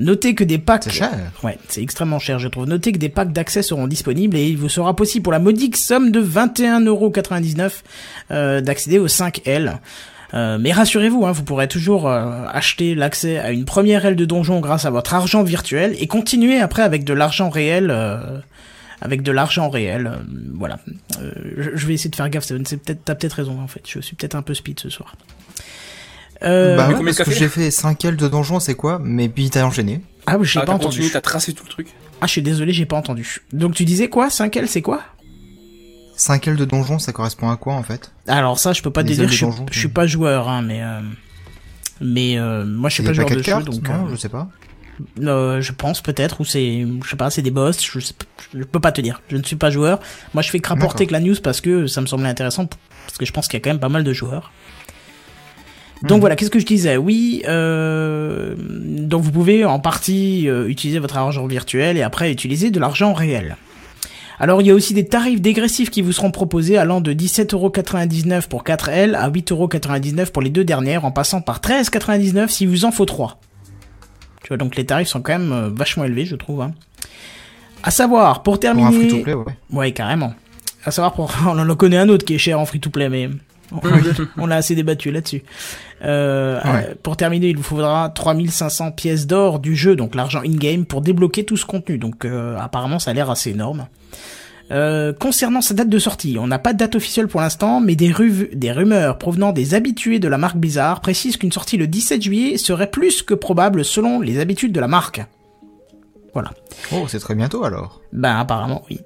[SPEAKER 2] Notez que des packs...
[SPEAKER 6] C'est cher.
[SPEAKER 2] Ouais, c'est extrêmement cher, je trouve. Notez que des packs d'accès seront disponibles et il vous sera possible pour la modique somme de 21,99€ euh, d'accéder aux 5 L. Euh, mais rassurez-vous, hein, vous pourrez toujours euh, acheter l'accès à une première aile de donjon grâce à votre argent virtuel et continuer après avec de l'argent réel. euh, avec de l'argent réel, euh, voilà. Euh, je, je vais essayer de faire gaffe, Steven, c'est peut-être, t'as peut-être raison en fait. Je suis peut-être un peu speed ce soir. Euh,
[SPEAKER 6] bah
[SPEAKER 7] mais
[SPEAKER 6] ouais,
[SPEAKER 7] combien
[SPEAKER 6] parce
[SPEAKER 7] de
[SPEAKER 6] que
[SPEAKER 7] café
[SPEAKER 6] j'ai fait 5 ailes de donjon, c'est quoi Mais puis t'as enchaîné.
[SPEAKER 2] ah, j'ai
[SPEAKER 7] Ah,
[SPEAKER 2] pas
[SPEAKER 7] t'as continué,
[SPEAKER 2] entendu.
[SPEAKER 7] T'as tracé tout le truc.
[SPEAKER 2] Ah, je suis désolé, j'ai pas entendu. Donc tu disais quoi 5 L, c'est quoi
[SPEAKER 6] 5 ailes de donjon, ça correspond à quoi en fait
[SPEAKER 2] Alors ça, je peux pas te
[SPEAKER 6] Les
[SPEAKER 2] dire,
[SPEAKER 6] ailes de
[SPEAKER 2] je, suis-
[SPEAKER 6] donjon,
[SPEAKER 2] je suis
[SPEAKER 6] quoi.
[SPEAKER 2] pas joueur, hein, mais euh, mais euh, moi je suis
[SPEAKER 6] Il y
[SPEAKER 2] pas
[SPEAKER 6] a
[SPEAKER 2] joueur
[SPEAKER 6] paquets
[SPEAKER 2] de
[SPEAKER 6] de
[SPEAKER 2] jeu,
[SPEAKER 6] cartes
[SPEAKER 2] donc
[SPEAKER 6] Non,
[SPEAKER 2] euh,
[SPEAKER 6] je sais pas.
[SPEAKER 2] euh, je pense peut-être ou c'est je sais pas, c'est des boss, je, sais p- je peux pas te dire, je ne suis pas joueur. Moi je fais que rapporter que la news parce que ça me semblait intéressant p- parce que je pense qu'il y a quand même pas mal de joueurs. Donc
[SPEAKER 6] Mhm.
[SPEAKER 2] voilà, qu'est-ce que je disais Oui, euh, donc vous pouvez en partie euh, utiliser votre argent virtuel et après utiliser de l'argent réel. Alors il y a aussi des tarifs dégressifs qui vous seront proposés allant de 17,99€ pour 4L à 8,99€ pour les deux dernières en passant par 13,99€ si vous en faut 3. Tu vois donc les tarifs sont quand même euh, vachement élevés je trouve. Hein. À savoir pour
[SPEAKER 6] Pour
[SPEAKER 2] terminer...
[SPEAKER 6] un free to play, ouais.
[SPEAKER 2] Ouais, carrément. À savoir, pour... on en connaît un autre qui est cher en free-to-play, mais on- on a assez débattu là-dessus. Euh,
[SPEAKER 6] Ouais.
[SPEAKER 2] euh, Pour terminer, il vous faudra 3500 pièces d'or du jeu, donc l'argent in-game, pour débloquer tout ce contenu. Donc euh, apparemment, ça a l'air assez énorme. Euh, concernant sa date de sortie, on n'a pas de date officielle pour l'instant, mais des, ruv- des rumeurs provenant des habitués de la marque Blizzard précisent qu'une sortie le 17 juillet serait plus que probable selon les habitudes de la marque.
[SPEAKER 6] Oh, c'est très bientôt alors.
[SPEAKER 2] Ben apparemment oui.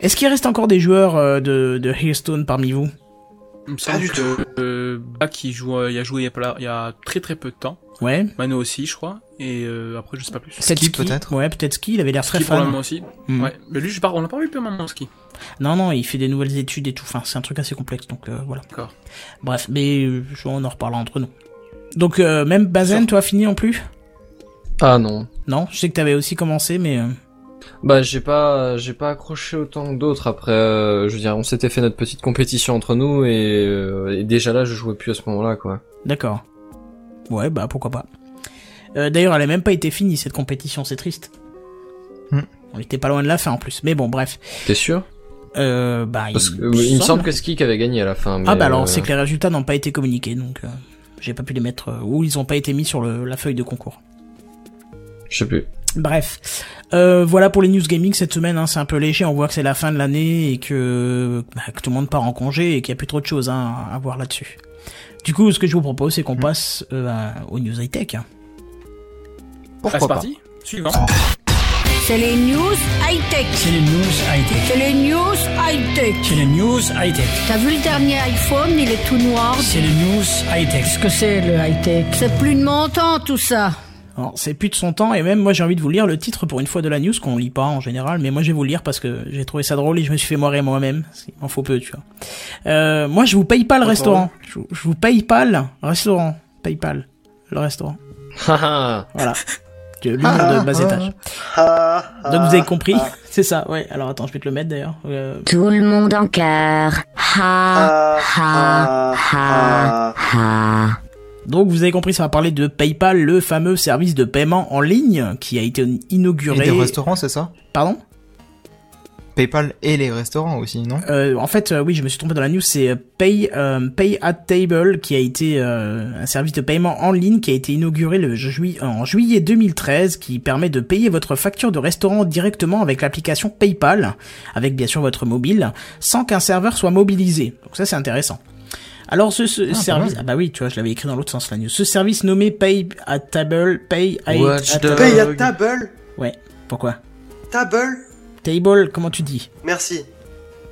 [SPEAKER 2] Est-ce qu'il reste encore des joueurs euh, de, de Hearthstone parmi vous
[SPEAKER 7] Il me semble
[SPEAKER 4] du
[SPEAKER 7] que euh, Bach, il, joue, euh, il a joué il y a, pas là- il y a très très peu de temps.
[SPEAKER 2] Ouais.
[SPEAKER 7] Mano aussi, je crois. Et euh, après, je sais pas plus.
[SPEAKER 2] Ski,
[SPEAKER 6] peut-être
[SPEAKER 2] Ouais, peut-être Ski, il avait l'air très
[SPEAKER 7] Ski pour
[SPEAKER 2] fan.
[SPEAKER 7] moi aussi.
[SPEAKER 2] Hmm.
[SPEAKER 7] Ouais. Mais lui, je parle, on en parle un peu maintenant, Ski. Ah,
[SPEAKER 2] Non, non, il fait des nouvelles études et tout. Enfin, c'est un truc assez complexe, donc euh, voilà.
[SPEAKER 7] D'accord.
[SPEAKER 2] Bref, mais euh, on en reparlera entre nous. Donc, euh, même Bazen, toi, fini en plus
[SPEAKER 3] Ah non.
[SPEAKER 2] Non, je sais que t'avais aussi commencé, mais... euh,
[SPEAKER 3] Bah j'ai pas j'ai pas accroché autant que d'autres après euh, je veux dire on s'était fait notre petite compétition entre nous et, euh, et déjà là je jouais plus à ce moment-là quoi.
[SPEAKER 2] D'accord. Ouais, bah pourquoi pas. Euh, D'ailleurs, elle a même pas été finie, cette compétition, c'est triste.
[SPEAKER 6] Hmm.
[SPEAKER 2] On était pas loin de la fin en plus, mais bon, bref.
[SPEAKER 3] T'es sûr
[SPEAKER 2] Euh, bah,
[SPEAKER 3] Parce que il me semble que Skik avait gagné à la fin mais
[SPEAKER 2] Ah bah alors,
[SPEAKER 3] euh,
[SPEAKER 2] c'est que les résultats n'ont pas été communiqués, donc euh, j'ai pas pu les mettre, euh, ou ils ont pas été mis sur le- la feuille de concours.
[SPEAKER 3] je sais plus.
[SPEAKER 2] Bref, Euh, voilà pour les news gaming cette semaine, hein, c'est un peu léger, on voit que c'est la fin de l'année et que, bah, que tout le monde part en congé et qu'il y a plus trop de choses hein, à voir là-dessus. Du coup, ce que je vous propose, c'est
[SPEAKER 3] Mm.
[SPEAKER 2] qu'on passe euh, à- aux news high-tech. hein.
[SPEAKER 7] Ah, c'est
[SPEAKER 6] Pourquoi pas
[SPEAKER 7] parti. Suivant.
[SPEAKER 9] C'est les news high-tech.
[SPEAKER 10] C'est les news high-tech.
[SPEAKER 9] C'est les news high-tech.
[SPEAKER 10] C'est les news high-tech.
[SPEAKER 9] T'as vu le dernier iPhone, il est tout noir.
[SPEAKER 10] C'est les news high-tech.
[SPEAKER 11] Qu'est-ce que c'est le high-tech
[SPEAKER 9] C'est plus de mon temps tout ça.
[SPEAKER 2] Alors, c'est plus de son temps et même moi j'ai envie de vous lire le titre pour une fois de la news qu'on lit pas en général, mais moi je vais vous le lire parce que j'ai trouvé ça drôle et je me suis fait marrer moi-même. Il m'en faut peu, tu vois. Euh, moi je vous paye pas le restaurant. Je, vous- je vous paye pas le restaurant. Paypal. Le restaurant.
[SPEAKER 3] Haha.
[SPEAKER 2] Voilà. Que L'humour de bas étage.
[SPEAKER 4] Ah, ah.
[SPEAKER 2] Donc vous avez compris, c'est ça, ouais. Alors attends, je vais te le mettre d'ailleurs. Euh,
[SPEAKER 9] Tout le monde en cœur. Ha,
[SPEAKER 4] Ah,
[SPEAKER 9] ha,
[SPEAKER 4] ah,
[SPEAKER 9] ha.
[SPEAKER 2] Donc vous avez compris, ça va parler de PayPal, le fameux service de paiement en ligne qui a été
[SPEAKER 6] Et
[SPEAKER 2] inauguré.
[SPEAKER 6] des restaurants, c'est ça
[SPEAKER 2] Pardon
[SPEAKER 6] PayPal et les restaurants aussi, non
[SPEAKER 2] Euh, en fait, euh, oui, je me suis trompé dans la news. C'est euh, Pay euh, Pay at Table qui a été euh, un service de paiement en ligne qui a été inauguré le jui- en juillet 2013, qui permet de payer votre facture de restaurant directement avec l'application PayPal, avec bien sûr votre mobile, sans qu'un serveur soit mobilisé. Donc ça, c'est intéressant. Alors ce, ce service, ah bah oui, tu vois, je l'avais écrit dans l'autre sens la news. Ce service nommé Pay at Table, Pay at,
[SPEAKER 3] Watch
[SPEAKER 2] at
[SPEAKER 3] the-
[SPEAKER 4] Paye
[SPEAKER 2] Table.
[SPEAKER 4] à table,
[SPEAKER 2] Ouais, pourquoi
[SPEAKER 4] table.
[SPEAKER 2] Table, comment tu dis
[SPEAKER 4] Merci.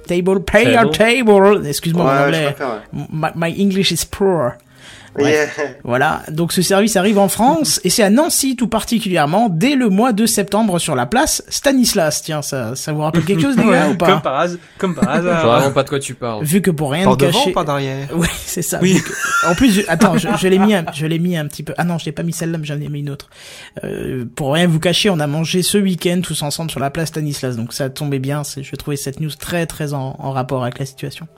[SPEAKER 2] Table, pay your table. Excuse-moi
[SPEAKER 4] Ouais,
[SPEAKER 2] mon
[SPEAKER 4] je
[SPEAKER 2] anglais.
[SPEAKER 4] préfère, ouais.
[SPEAKER 2] My, my English is poor. Bref.
[SPEAKER 4] Yeah.
[SPEAKER 2] Voilà, donc ce service arrive en France et c'est à Nancy tout particulièrement dès le mois de septembre sur la place Stanislas. Tiens, ça, ça vous rappelle quelque chose les gars ou pas
[SPEAKER 7] Comme par hasard. Comme par
[SPEAKER 3] Je
[SPEAKER 7] hasard.
[SPEAKER 3] vois vraiment pas de quoi tu parles.
[SPEAKER 2] Vu que pour rien
[SPEAKER 6] Par
[SPEAKER 2] ne
[SPEAKER 6] devant
[SPEAKER 2] cacher.
[SPEAKER 6] ou par derrière
[SPEAKER 2] Oui, c'est ça. vu que- En plus, je- attends, je, je l'ai mis, un- je l'ai mis un petit peu. Ah non, je l'ai pas mis celle-là, mais j'en ai mis une autre. Euh, pour rien vous cacher, on a mangé ce week-end tous ensemble sur la place Stanislas, donc ça tombait bien. c'est- Je trouvais cette news très très en- en rapport avec la situation.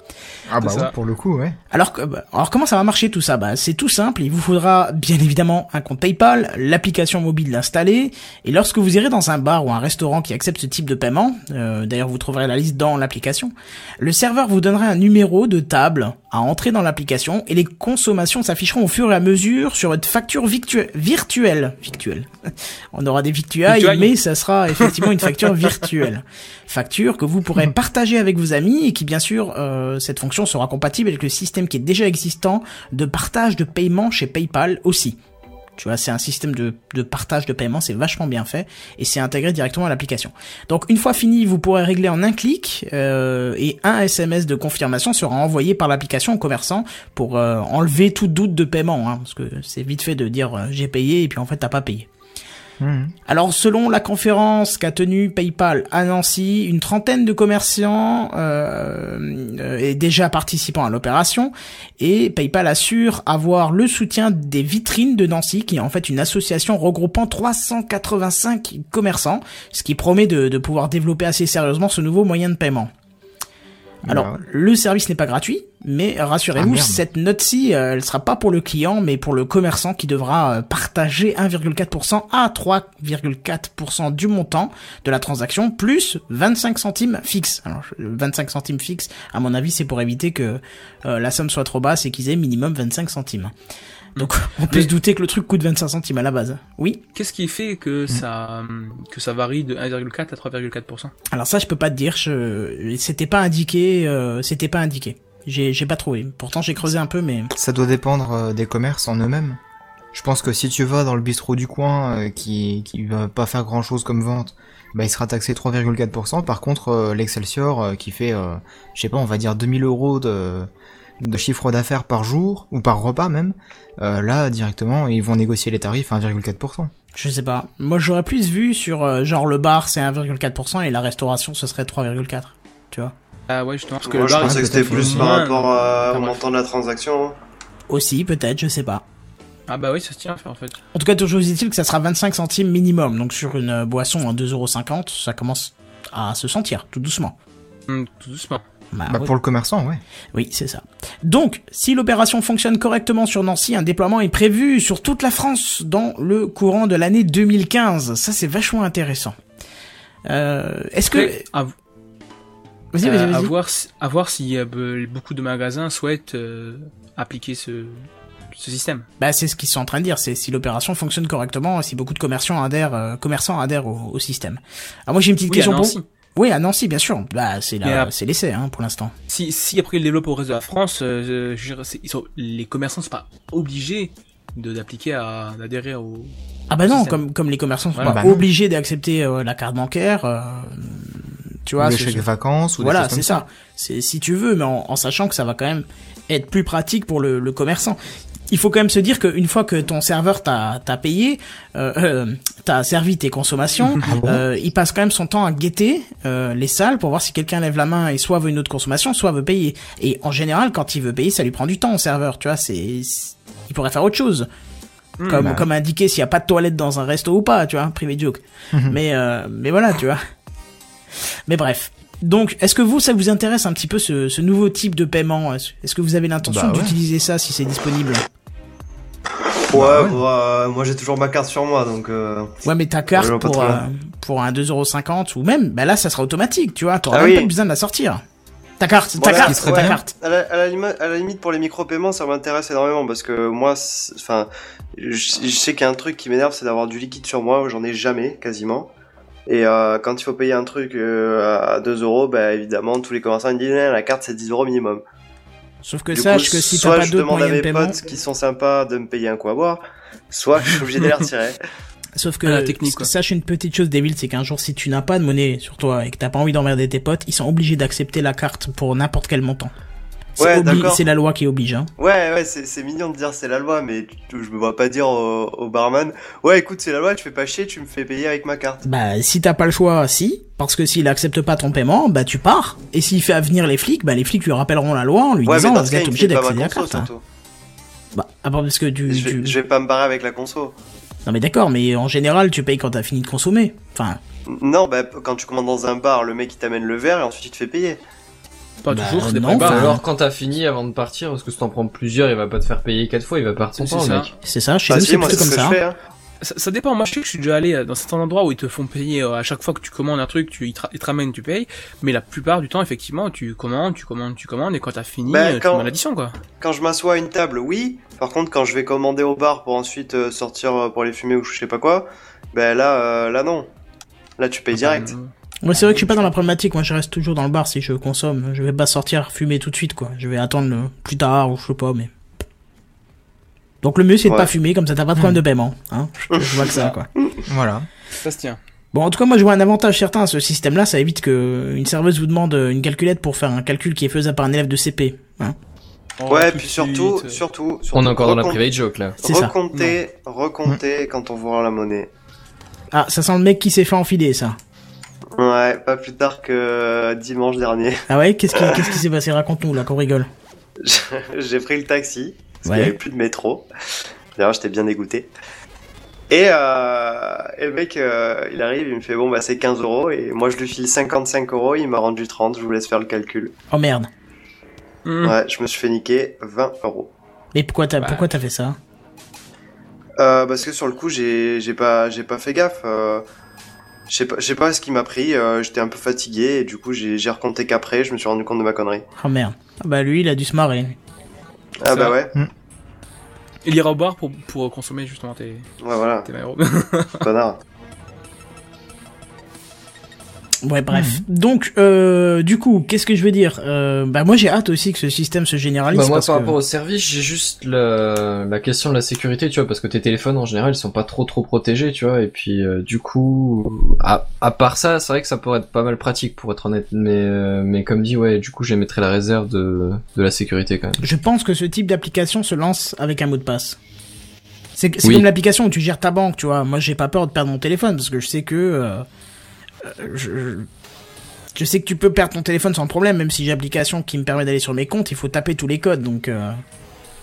[SPEAKER 6] Ah bah
[SPEAKER 7] C'est ça.
[SPEAKER 6] ouais, pour le coup, ouais.
[SPEAKER 2] Alors, que- bah, alors comment ça va marcher tout ça bah, C'est tout simple, il vous faudra bien évidemment un compte PayPal, l'application mobile l'installer, et lorsque vous irez dans un bar ou un restaurant qui accepte ce type de paiement, euh, d'ailleurs vous trouverez la liste dans l'application, le serveur vous donnera un numéro de table à entrer dans l'application et les consommations s'afficheront au fur et à mesure sur votre facture victu- virtuelle. Victuelle. On aura des victuailles,
[SPEAKER 7] Victuailles.
[SPEAKER 2] mais ça sera effectivement une facture virtuelle. Facture que vous pourrez partager avec vos amis et qui, bien sûr, euh, cette fonction sera compatible avec le système qui est déjà existant de partage de paiement chez PayPal aussi. Tu vois, c'est un système de, de partage de paiement, c'est vachement bien fait et c'est intégré directement à l'application. Donc une fois fini, vous pourrez régler en un clic euh, et un SMS de confirmation sera envoyé par l'application au commerçant pour euh, enlever tout doute de paiement, hein, parce que c'est vite fait de dire euh, j'ai payé et puis en fait t'as pas payé.
[SPEAKER 6] Mhm.
[SPEAKER 2] Alors, selon la conférence qu'a tenue PayPal à Nancy, une trentaine de commerçants euh, euh, est déjà participant à l'opération et PayPal assure avoir le soutien des vitrines de Nancy, qui est en fait une association regroupant 385 commerçants, ce qui promet de, de pouvoir développer assez sérieusement ce nouveau moyen de paiement. Alors,
[SPEAKER 6] Bah,
[SPEAKER 2] le service n'est pas gratuit, mais
[SPEAKER 6] Ah,
[SPEAKER 2] rassurez-vous,
[SPEAKER 6] merde.
[SPEAKER 2] cette note-ci, euh, elle sera pas pour le client, mais pour le commerçant qui devra euh, partager 1,4% à 3,4% du montant de la transaction, plus 25 centimes fixes. Alors, je- 25 centimes fixes, à mon avis, c'est pour éviter que euh, la somme soit trop basse et qu'ils aient minimum 25 centimes. Donc, on peut
[SPEAKER 7] Mais-
[SPEAKER 2] se douter que le truc coûte 25 centimes à la base. Oui
[SPEAKER 7] Qu'est-ce qui fait
[SPEAKER 2] Mm.
[SPEAKER 7] que ça, que ça varie de 1,4 à 3,4%
[SPEAKER 2] Alors ça, je peux pas te dire. Je... C'était pas indiqué. euh, C'était pas indiqué. J'ai j'ai pas trouvé. Pourtant, j'ai creusé un peu, mais
[SPEAKER 6] Ça doit dépendre euh, des commerces en eux-mêmes. Je pense que si tu vas dans le bistrot du coin euh, qui, qui va pas faire grand chose comme vente, bah il sera taxé 3,4%. Par contre, euh, l'Excelsior euh, qui fait, euh, je sais pas, on va dire 2000 euros de, de chiffre d'affaires par jour, ou par repas même, euh, là directement ils vont négocier les tarifs à 1,4%.
[SPEAKER 2] je sais pas. Moi, j'aurais plus vu sur euh, genre le bar, c'est 1,4% et la restauration, ce serait 3,4. Tu vois.
[SPEAKER 7] Ah ouais, justement. Parce que
[SPEAKER 4] Moi,
[SPEAKER 7] le
[SPEAKER 4] je
[SPEAKER 7] bar,
[SPEAKER 6] pense
[SPEAKER 4] pensais que
[SPEAKER 6] peut-être
[SPEAKER 4] c'était
[SPEAKER 6] fait
[SPEAKER 4] plus
[SPEAKER 7] moins,
[SPEAKER 4] par rapport euh,
[SPEAKER 9] Ah,
[SPEAKER 7] enfin,
[SPEAKER 4] au
[SPEAKER 7] bref.
[SPEAKER 4] montant de la transaction. hein.
[SPEAKER 2] Aussi, peut-être, je sais pas.
[SPEAKER 7] Ah bah oui, ça se tient à faire en fait.
[SPEAKER 2] En tout cas, toujours est-il que ça sera 25 centimes minimum. Donc sur une euh, boisson à 2,50€, ça commence à se sentir, tout doucement.
[SPEAKER 7] Hmm, tout doucement.
[SPEAKER 2] Bah,
[SPEAKER 6] bah
[SPEAKER 2] oui.
[SPEAKER 6] pour le commerçant, ouais.
[SPEAKER 2] Oui, c'est ça. Donc, si l'opération fonctionne correctement sur Nancy, un déploiement est prévu sur toute la France dans le courant de l'année 2015. Ça, c'est vachement intéressant. Euh, Est-ce que...
[SPEAKER 7] Après, à,
[SPEAKER 2] Vas-y,
[SPEAKER 7] euh,
[SPEAKER 2] vas-y,
[SPEAKER 7] à
[SPEAKER 2] vas-y.
[SPEAKER 7] voir, si- à voir si euh, be- beaucoup de magasins souhaitent euh, appliquer ce, ce système.
[SPEAKER 2] Bah, c'est ce qu'ils sont en train de dire, c'est si l'opération fonctionne correctement et si beaucoup de commerçants adhèrent, euh, commerçants adhèrent au, au système. Alors moi, j'ai une petite
[SPEAKER 7] Oui, à
[SPEAKER 2] question pour
[SPEAKER 7] Nancy.
[SPEAKER 2] vous. Oui, à Nancy, bien sûr. Bah, c'est
[SPEAKER 7] Mais
[SPEAKER 2] la-
[SPEAKER 7] à-
[SPEAKER 2] c'est l'essai hein, pour l'instant.
[SPEAKER 7] Si, si après ils le développent au reste de la France, euh, je veux dire, c'est- ils sont- les commerçants ne sont pas obligés de- d'appliquer à d'adhérer au.
[SPEAKER 2] Ah bah non,
[SPEAKER 7] système.
[SPEAKER 2] comme, comme les commerçants sont
[SPEAKER 7] Voilà.
[SPEAKER 2] pas
[SPEAKER 6] Bah non.
[SPEAKER 2] obligés d'accepter euh, la carte bancaire, euh, tu vois,
[SPEAKER 6] ou des
[SPEAKER 2] ce-
[SPEAKER 6] chèques de vacances, ou des
[SPEAKER 2] voilà,
[SPEAKER 6] choses comme
[SPEAKER 2] c'est ça. C'est si tu veux, mais en, en sachant que ça va quand même être plus pratique pour le, le commerçant. Il faut quand même se dire qu'une fois que ton serveur t'a t'a payé, euh, euh, t'a servi tes consommations,
[SPEAKER 6] Ah bon
[SPEAKER 2] euh, il passe quand même son temps à guetter euh, les salles pour voir si quelqu'un lève la main et soit veut une autre consommation, soit veut payer. Et en général, quand il veut payer, ça lui prend du temps au serveur, tu vois. C'est c'est- il pourrait faire autre chose, comme
[SPEAKER 6] bah.
[SPEAKER 2] comme indiquer s'il y a pas de toilette dans un resto ou pas, tu vois, privé joke.
[SPEAKER 6] Mhm.
[SPEAKER 2] mais euh, mais voilà, tu vois. Mais bref. Donc, est-ce que vous, ça vous intéresse un petit peu ce, ce nouveau type de paiement Est-ce est-ce que vous avez l'intention
[SPEAKER 6] Bah ouais.
[SPEAKER 2] d'utiliser ça si c'est disponible
[SPEAKER 4] Ouais,
[SPEAKER 6] Bah ouais.
[SPEAKER 4] bah, euh, moi j'ai toujours ma carte sur moi donc. euh,
[SPEAKER 2] Ouais, mais ta carte
[SPEAKER 4] je vois pas
[SPEAKER 2] pour,
[SPEAKER 4] très
[SPEAKER 2] euh, pour un 2,50€ ou même, bah là, ça sera automatique, tu vois. T'auras
[SPEAKER 4] Ah
[SPEAKER 2] même
[SPEAKER 4] oui.
[SPEAKER 2] pas besoin de la sortir. Ta carte, ta
[SPEAKER 4] Voilà,
[SPEAKER 2] carte,
[SPEAKER 6] ce serait
[SPEAKER 2] ta
[SPEAKER 6] bien.
[SPEAKER 2] carte.
[SPEAKER 4] À la, à la limi- à la limite, pour les micro-paiements, ça m'intéresse énormément parce que moi, c'est- enfin, je, je sais qu'il y a un truc qui m'énerve, c'est d'avoir du liquide sur moi, j'en ai jamais quasiment. Et euh, quand il faut payer un truc euh, à 2 euros, bah évidemment, tous les commerçants ils disent "Non, la carte c'est 10 euros minimum.
[SPEAKER 2] Sauf que
[SPEAKER 4] Du
[SPEAKER 2] sache
[SPEAKER 4] coup,
[SPEAKER 2] que si t'as
[SPEAKER 4] soit
[SPEAKER 2] pas
[SPEAKER 4] je
[SPEAKER 2] d'autres
[SPEAKER 4] demande à
[SPEAKER 2] moyens de
[SPEAKER 4] mes
[SPEAKER 2] paiement,
[SPEAKER 4] potes qui sont sympas de me payer un coup à boire, soit je suis obligé de les retirer.
[SPEAKER 2] Sauf que
[SPEAKER 7] Ah, la technique, quoi.
[SPEAKER 2] sache une petite chose, Devil, c'est qu'un jour, si tu n'as pas de monnaie sur toi et que t'as pas envie d'emmerder tes potes, ils sont obligés d'accepter la carte pour n'importe quel montant. C'est
[SPEAKER 4] Ouais,
[SPEAKER 2] obli-
[SPEAKER 4] d'accord.
[SPEAKER 2] c'est la loi qui oblige. Hein.
[SPEAKER 4] Ouais, ouais, c'est c'est mignon de dire c'est la loi, mais tu- je me vois pas dire au, au barman, ouais, écoute, c'est la loi, tu fais pas chier, tu me fais payer avec ma carte.
[SPEAKER 2] Bah, si t'as pas le choix, si. Parce que s'il accepte pas ton paiement, bah tu pars. Et s'il fait venir les flics, bah les flics lui rappelleront la loi en lui
[SPEAKER 4] ouais,
[SPEAKER 2] disant,
[SPEAKER 4] dans
[SPEAKER 2] vous
[SPEAKER 4] ce cas,
[SPEAKER 2] êtes
[SPEAKER 4] il me
[SPEAKER 2] obligé
[SPEAKER 4] fait pas ma
[SPEAKER 2] d'accéder à la
[SPEAKER 4] conso,
[SPEAKER 2] carte. hein.
[SPEAKER 4] surtout.
[SPEAKER 2] Bah, à part parce que du,
[SPEAKER 4] Je, vais-
[SPEAKER 2] du-
[SPEAKER 4] je vais pas me barrer avec la conso.
[SPEAKER 2] Non mais d'accord, mais en général, tu payes quand t'as fini de consommer. Enfin,
[SPEAKER 4] Non, bah, quand tu commandes dans un bar, le mec il t'amène le verre et ensuite il te fait payer.
[SPEAKER 7] Pas
[SPEAKER 3] Bah,
[SPEAKER 7] toujours, c'est des
[SPEAKER 3] non,
[SPEAKER 7] prébats.
[SPEAKER 3] enfin, alors quand t'as fini avant de partir, parce que si t'en prends plusieurs, il va pas te faire payer quatre fois, il va perdre son
[SPEAKER 7] C'est
[SPEAKER 3] temps, le
[SPEAKER 7] ça.
[SPEAKER 3] mec.
[SPEAKER 2] c'est ça, chez
[SPEAKER 4] Bah,
[SPEAKER 2] nous,
[SPEAKER 4] si,
[SPEAKER 2] c'est
[SPEAKER 4] moi,
[SPEAKER 2] plutôt comme
[SPEAKER 4] c'est ce que
[SPEAKER 2] ça.
[SPEAKER 4] je fais, hein.
[SPEAKER 7] Ça, ça dépend. Moi, je sais que je suis déjà allé euh, dans certains endroits où ils te font payer euh, à chaque fois que tu commandes un truc, tu, ils, te, ra- ils te ramènent, tu payes. Mais la plupart du temps, effectivement, tu commandes, tu commandes, tu commandes, et quand t'as fini,
[SPEAKER 4] Bah,
[SPEAKER 7] euh,
[SPEAKER 4] quand-
[SPEAKER 7] tu mets l'addition, quoi.
[SPEAKER 4] Quand je m'assois à une table, oui. Par contre, quand je vais commander au bar pour ensuite euh, sortir euh, pour les fumer ou je sais pas quoi, bah là, euh, là non. Là, tu payes direct.
[SPEAKER 2] Ah,
[SPEAKER 7] euh,
[SPEAKER 2] Moi, c'est vrai que je suis pas dans la problématique. Moi, je reste toujours dans le bar si je consomme. Je vais pas sortir fumer tout de suite, quoi. Je vais attendre le- plus tard ou je sais pas, mais. Donc le mieux, c'est de
[SPEAKER 4] Ouais.
[SPEAKER 2] pas fumer, comme ça t'as pas de problème de paiement. Hein. Je, je vois que ça, quoi.
[SPEAKER 6] Voilà.
[SPEAKER 7] Ça se tient.
[SPEAKER 2] Bon, en tout cas, moi, je vois un avantage certain à ce système-là. Ça évite que une serveuse vous demande une calculette pour faire un calcul qui est faisable par un élève de CP. Hein.
[SPEAKER 4] ouais,
[SPEAKER 7] tout
[SPEAKER 4] puis
[SPEAKER 7] de
[SPEAKER 4] surtout,
[SPEAKER 7] suite, euh,
[SPEAKER 4] surtout, surtout.
[SPEAKER 3] On est encore dans la
[SPEAKER 4] recompte-
[SPEAKER 3] private joke là.
[SPEAKER 2] C'est ça.
[SPEAKER 4] Recomptez, recomptez quand on voit la monnaie.
[SPEAKER 2] Ah, ça sent le mec qui s'est fait enfiler, ça.
[SPEAKER 4] Ouais, pas plus tard que euh, dimanche dernier.
[SPEAKER 2] Ah ouais, qu'est-ce qui qu'est-ce qui s'est passé Raconte-nous là, qu'on rigole.
[SPEAKER 4] J'ai pris le taxi, parce
[SPEAKER 2] Ouais.
[SPEAKER 4] qu'il n'y avait plus de métro. D'ailleurs, j'étais bien dégoûté. Et, euh, et le mec, euh, il arrive, il me fait Bon, bah, c'est 15 euros. Et moi, je lui file 55 euros, il m'a rendu 30, je vous laisse faire le calcul.
[SPEAKER 2] Oh merde.
[SPEAKER 7] Hmm.
[SPEAKER 4] Ouais, je me suis fait niquer 20 euros.
[SPEAKER 2] Mais pourquoi t'as pourquoi t'as fait ça
[SPEAKER 4] Euh, parce que sur le coup, j'ai j'ai pas, j'ai pas fait gaffe. euh, je sais pas, je sais pas ce qui m'a pris, euh, j'étais un peu fatigué et du coup, j'ai j'ai recompté qu'après, je me suis rendu compte de ma connerie.
[SPEAKER 2] Oh merde. Ah bah lui, il a dû se marrer.
[SPEAKER 4] Ah,
[SPEAKER 7] Ça
[SPEAKER 4] bah
[SPEAKER 7] va.
[SPEAKER 4] ouais,
[SPEAKER 7] Il ira au bar pour, pour consommer justement tes,
[SPEAKER 4] ouais, voilà,
[SPEAKER 7] tes maillots.
[SPEAKER 4] connard.
[SPEAKER 2] Ouais, bref. Donc, euh, du coup, qu'est-ce que je veux dire Euh, Bah moi, j'ai hâte aussi que ce système se généralise.
[SPEAKER 3] Bah,
[SPEAKER 2] Ah
[SPEAKER 3] moi,
[SPEAKER 2] parce
[SPEAKER 3] par
[SPEAKER 2] que-
[SPEAKER 3] rapport au service, j'ai juste la, la question de la sécurité, tu vois, parce que tes téléphones en général, ils sont pas trop trop protégés, tu vois, et puis euh, du coup, à, à part ça, c'est vrai que ça pourrait être pas mal pratique pour être honnête, mais euh, mais comme dit, ouais, du coup, j'émettrais la réserve de de la sécurité quand même.
[SPEAKER 2] Je pense que ce type d'application se lance avec un mot de passe. C'est c'est
[SPEAKER 3] Oui.
[SPEAKER 2] comme l'application où tu gères ta banque, tu vois. Moi, j'ai pas peur de perdre mon téléphone parce que je sais que euh, euh, je, je- je sais que tu peux perdre ton téléphone sans problème, même si j'ai l'application qui me permet d'aller sur mes comptes, il faut taper tous les codes, donc euh,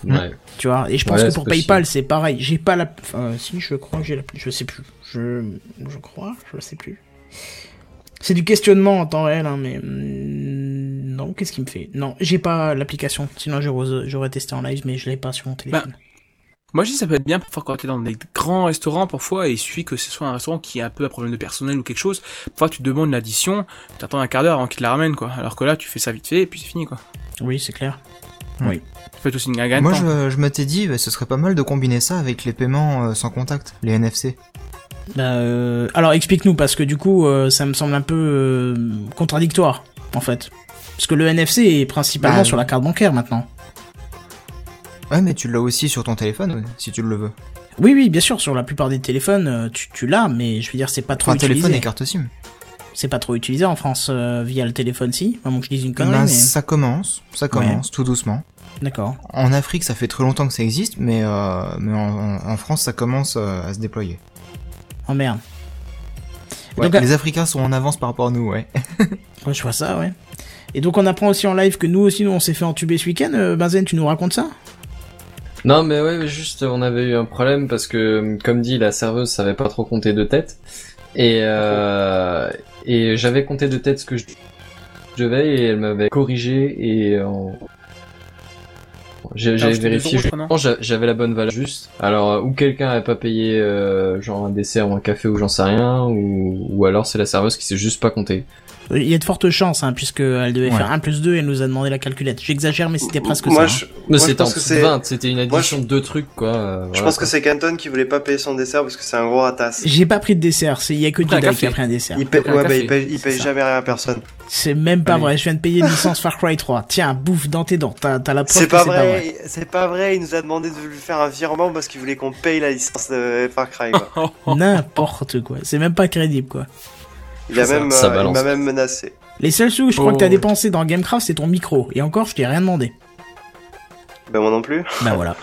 [SPEAKER 3] Ouais.
[SPEAKER 2] tu vois. Et je pense
[SPEAKER 3] Ouais,
[SPEAKER 2] que pour
[SPEAKER 3] c'est possible.
[SPEAKER 2] PayPal, c'est pareil. J'ai pas la, enfin, si je crois que j'ai la, je sais plus. Je, je crois, je sais plus. C'est du questionnement en temps réel, hein, mais mm, non. Qu'est-ce qui me fait Non, j'ai pas l'application. Sinon, j'aurais j'aurais testé en live, mais je l'ai pas sur mon téléphone.
[SPEAKER 7] Moi, je dis ça peut être bien parfois quand t'es dans des grands restaurants, parfois, et il suffit que ce soit un restaurant qui a un peu un problème de personnel ou quelque chose. Parfois, tu demandes l'addition, t'attends un quart d'heure avant qu'il te la ramène, quoi. Alors que là, tu fais ça vite fait, et puis c'est fini, quoi.
[SPEAKER 2] Oui, c'est clair.
[SPEAKER 7] Tu fais aussi une gagne
[SPEAKER 6] Moi,
[SPEAKER 7] de temps.
[SPEAKER 6] je, je m'étais dit, bah, ce serait pas mal de combiner ça avec les paiements euh, sans contact, les NFC.
[SPEAKER 2] Bah, euh, alors explique-nous parce que du coup, euh, ça me semble un peu euh, contradictoire en fait. Parce que le NFC est principalement
[SPEAKER 6] Bah,
[SPEAKER 2] sur la carte bancaire maintenant.
[SPEAKER 6] Ouais, mais tu l'as aussi sur ton téléphone, ouais, si tu le veux.
[SPEAKER 2] Oui, oui, bien sûr, sur la plupart des téléphones, euh, tu, tu l'as, mais je veux dire, c'est pas trop
[SPEAKER 6] Enfin, téléphone
[SPEAKER 2] utilisé.
[SPEAKER 6] et carte SIM.
[SPEAKER 2] C'est pas trop utilisé en France euh, via le téléphone, si. À moins que je dise une
[SPEAKER 6] Ben,
[SPEAKER 2] connerie, mais...
[SPEAKER 6] Ça commence, ça commence, tout doucement.
[SPEAKER 2] D'accord.
[SPEAKER 6] En Afrique, ça fait très longtemps que ça existe, mais, euh, mais en, en France, ça commence euh, à se déployer.
[SPEAKER 2] Oh merde.
[SPEAKER 6] Ouais,
[SPEAKER 2] Donc,
[SPEAKER 6] les Africains sont en avance par rapport à nous, ouais.
[SPEAKER 2] Ouais, je vois ça, ouais. Et donc on apprend aussi en live que nous aussi, nous, on s'est fait entuber ce week-end. Euh, Benzen, tu nous racontes ça
[SPEAKER 3] Non, mais ouais, mais juste, on avait eu un problème parce que, comme dit, la serveuse savait pas trop compter de tête. Et, euh, et j'avais compté de tête ce que je devais et elle m'avait corrigé et en- J'ai- J'avais
[SPEAKER 7] acheté deux
[SPEAKER 3] vérifié,
[SPEAKER 7] euros, je
[SPEAKER 3] je
[SPEAKER 7] crois, non
[SPEAKER 3] pense, j'a- j'avais la bonne valeur juste. Alors, euh, ou quelqu'un avait pas payé euh, genre un dessert ou un café ou j'en sais rien, ou, ou alors c'est la serveuse qui sait juste pas compter.
[SPEAKER 2] Il y a de fortes chances, hein, puisque elle devait
[SPEAKER 3] Ouais.
[SPEAKER 2] faire 1 plus 2 et elle nous a demandé la calculette. J'exagère, mais c'était presque ça.
[SPEAKER 4] Moi, je-
[SPEAKER 2] hein.
[SPEAKER 4] moi,
[SPEAKER 3] Mais
[SPEAKER 4] je
[SPEAKER 3] c'était en
[SPEAKER 4] pense que
[SPEAKER 3] dessous
[SPEAKER 4] c'est-
[SPEAKER 3] de 20, c'était une
[SPEAKER 4] Moi,
[SPEAKER 3] addition de deux trucs, quoi. euh,
[SPEAKER 4] Je
[SPEAKER 3] voilà,
[SPEAKER 4] pense
[SPEAKER 3] quoi.
[SPEAKER 4] que c'est Canton qui voulait pas payer son dessert parce que c'est un gros ratasse.
[SPEAKER 2] J'ai pas pris de dessert, c'est- il y a que
[SPEAKER 4] Après un
[SPEAKER 2] Dudley
[SPEAKER 4] café.
[SPEAKER 2] qui a pris un dessert.
[SPEAKER 4] Il paye- ouais, bah, il paye, il paye jamais rien à personne.
[SPEAKER 2] C'est même pas
[SPEAKER 4] Allez.
[SPEAKER 2] vrai, je viens de payer une licence Far Cry 3. Tiens, bouffe dans tes dents, t'as t'as la preuve
[SPEAKER 4] C'est
[SPEAKER 2] que
[SPEAKER 4] pas, vrai, c'est pas vrai, il nous a demandé de lui faire un virement parce qu'il voulait qu'on paye la licence de Far Cry. quoi.
[SPEAKER 2] N'importe quoi, c'est même pas crédible quoi.
[SPEAKER 4] Il a
[SPEAKER 2] Ça-
[SPEAKER 4] même,
[SPEAKER 2] ça
[SPEAKER 4] euh, il
[SPEAKER 2] balance.
[SPEAKER 4] m'a même menacé.
[SPEAKER 2] Les seuls sous que je crois
[SPEAKER 4] Oh.
[SPEAKER 2] que t'as dépensé dans Gamecraft, c'est ton micro. Et encore, je t'ai rien demandé.
[SPEAKER 4] Ben moi non plus.
[SPEAKER 2] Ben voilà.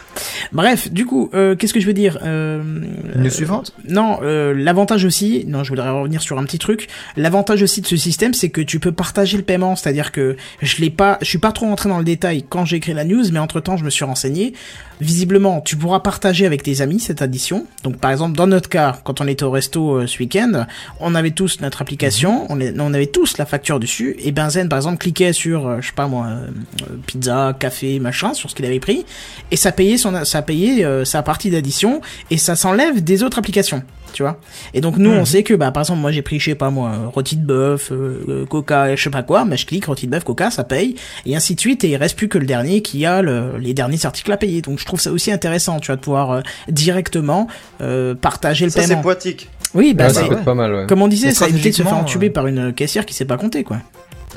[SPEAKER 2] Bref, du coup, euh, qu'est-ce que je veux dire euh,
[SPEAKER 6] Une
[SPEAKER 2] euh,
[SPEAKER 6] suivante
[SPEAKER 2] Non, euh, l'avantage aussi, non, je voudrais revenir sur un petit truc. L'avantage aussi de ce système, c'est que tu peux partager le paiement, c'est-à-dire que je l'ai pas, je suis pas trop rentré dans le détail quand j'ai écrit la news, mais entre temps, je me suis renseigné. Visiblement, tu pourras partager avec tes amis cette addition. Donc, par exemple, dans notre cas, quand on était au resto euh, ce week-end, on avait tous notre application, on, est- on avait tous la facture dessus, et Benzen, par exemple, cliquait sur, euh, je sais pas moi, euh, euh, pizza, café, machin, sur ce qu'il avait pris, et ça payait son, ça payait euh, sa partie d'addition, et ça s'enlève des autres applications, tu vois. Et donc nous,
[SPEAKER 12] Mhm.
[SPEAKER 2] on sait que, bah, par exemple, moi j'ai pris, je sais pas moi, euh, rôti de bœuf, euh, euh, coca, je sais pas quoi, mais je clique rôti de bœuf, coca, ça paye, et ainsi de suite, et il reste plus que le dernier qui a le- les derniers articles à payer. Donc je trouve ça aussi intéressant, tu vois, de pouvoir euh, directement euh, partager le
[SPEAKER 4] Ça,
[SPEAKER 2] paiement.
[SPEAKER 4] c'est poitique.
[SPEAKER 2] Oui, bah,
[SPEAKER 6] Ouais,
[SPEAKER 2] c'est
[SPEAKER 6] ça coûte pas mal,
[SPEAKER 3] Euh,
[SPEAKER 6] ouais.
[SPEAKER 2] Comme on disait,
[SPEAKER 6] Mais
[SPEAKER 2] ça évite de se faire
[SPEAKER 6] stratégiquement,
[SPEAKER 2] entuber par une caissière qui sait pas compter, quoi.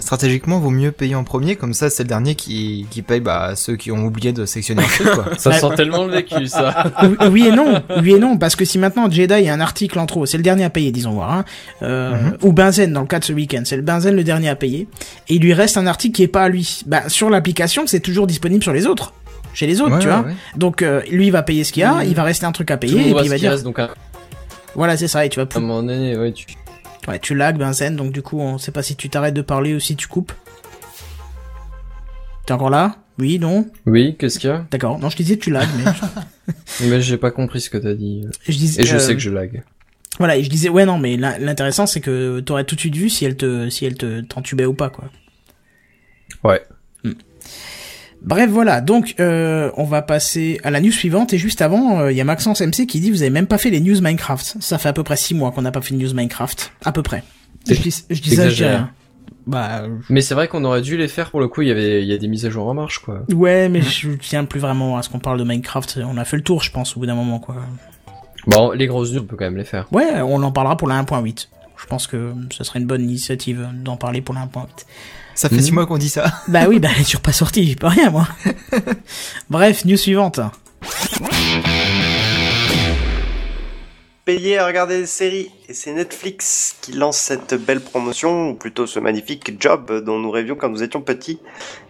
[SPEAKER 6] Stratégiquement, vaut mieux payer en premier, comme ça, c'est le dernier qui, qui paye bah, ceux qui ont oublié de sectionner un truc, quoi.
[SPEAKER 3] Ça sent tellement le vécu, ça.
[SPEAKER 2] Ah Oui- euh, oui et non, oui et non, parce que si maintenant Jedi a un article en trop, c'est le dernier à payer, disons voir, hein, euh,
[SPEAKER 3] Mhm.
[SPEAKER 2] ou Benzen dans le cas de ce week-end, c'est le Benzen le dernier à payer, et il lui reste un article qui est pas à lui. Bah sur l'application, c'est toujours disponible sur les autres, chez les autres,
[SPEAKER 3] Ouais,
[SPEAKER 2] tu
[SPEAKER 3] ouais,
[SPEAKER 2] vois.
[SPEAKER 3] ouais.
[SPEAKER 2] Donc euh, lui il va payer ce qu'il a,
[SPEAKER 3] Mhm.
[SPEAKER 2] il va rester un truc à
[SPEAKER 3] Tout le
[SPEAKER 2] payer,
[SPEAKER 3] monde
[SPEAKER 2] et
[SPEAKER 3] voit
[SPEAKER 2] puis il
[SPEAKER 3] ce
[SPEAKER 2] va
[SPEAKER 3] qu'il
[SPEAKER 2] dire.
[SPEAKER 3] reste, donc, à-
[SPEAKER 2] Voilà, c'est ça, et tu vas.
[SPEAKER 3] À un moment donné, ouais, tu.
[SPEAKER 2] Ouais, tu lag Benzen, donc du coup on sait pas si tu t'arrêtes de parler ou si tu coupes. T'es encore là Oui, non
[SPEAKER 3] Oui, qu'est-ce qu'il y a
[SPEAKER 2] D'accord. Non, je disais tu lag, mais.
[SPEAKER 3] Mais j'ai pas compris ce que t'as dit.
[SPEAKER 2] Je dis-
[SPEAKER 3] Et je
[SPEAKER 2] euh,
[SPEAKER 3] sais que je lag.
[SPEAKER 2] Voilà, et je disais, ouais, non, mais l'in- l'intéressant, c'est que t'aurais tout de suite vu si elle te, si elle te, t'entubait ou pas, quoi.
[SPEAKER 3] Ouais.
[SPEAKER 2] Bref, voilà. Donc, euh, on va passer à la news suivante. Et juste avant, euh, il y a Maxence MC qui dit, vous avez même pas fait les news Minecraft. Ça fait à peu près six mois qu'on n'a pas fait de news Minecraft. À peu près. Je dis, je dis ça, je dis
[SPEAKER 3] T'exagères.
[SPEAKER 2] rien. Bah,
[SPEAKER 3] Mais c'est vrai qu'on aurait dû les faire pour le coup, il y avait il y a des mises à jour en marche quoi.
[SPEAKER 2] Ouais,
[SPEAKER 3] Mmh.
[SPEAKER 2] mais je tiens plus vraiment à ce qu'on parle de Minecraft. On a fait le tour, je pense, au bout d'un moment, quoi.
[SPEAKER 3] Bon, les grosses news on peut quand même les faire.
[SPEAKER 2] Ouais, on en parlera pour la 1.8. Je pense que ce serait une bonne initiative d'en parler pour la 1.8.
[SPEAKER 6] Ça fait six mois qu'on dit ça.
[SPEAKER 2] Bah oui, bah elle est toujours pas sortie, j'ai pas rien moi. Bref, news suivante.
[SPEAKER 4] Payé à regarder des séries, et c'est Netflix qui lance cette belle promotion, ou plutôt ce magnifique job dont nous rêvions quand nous étions petits.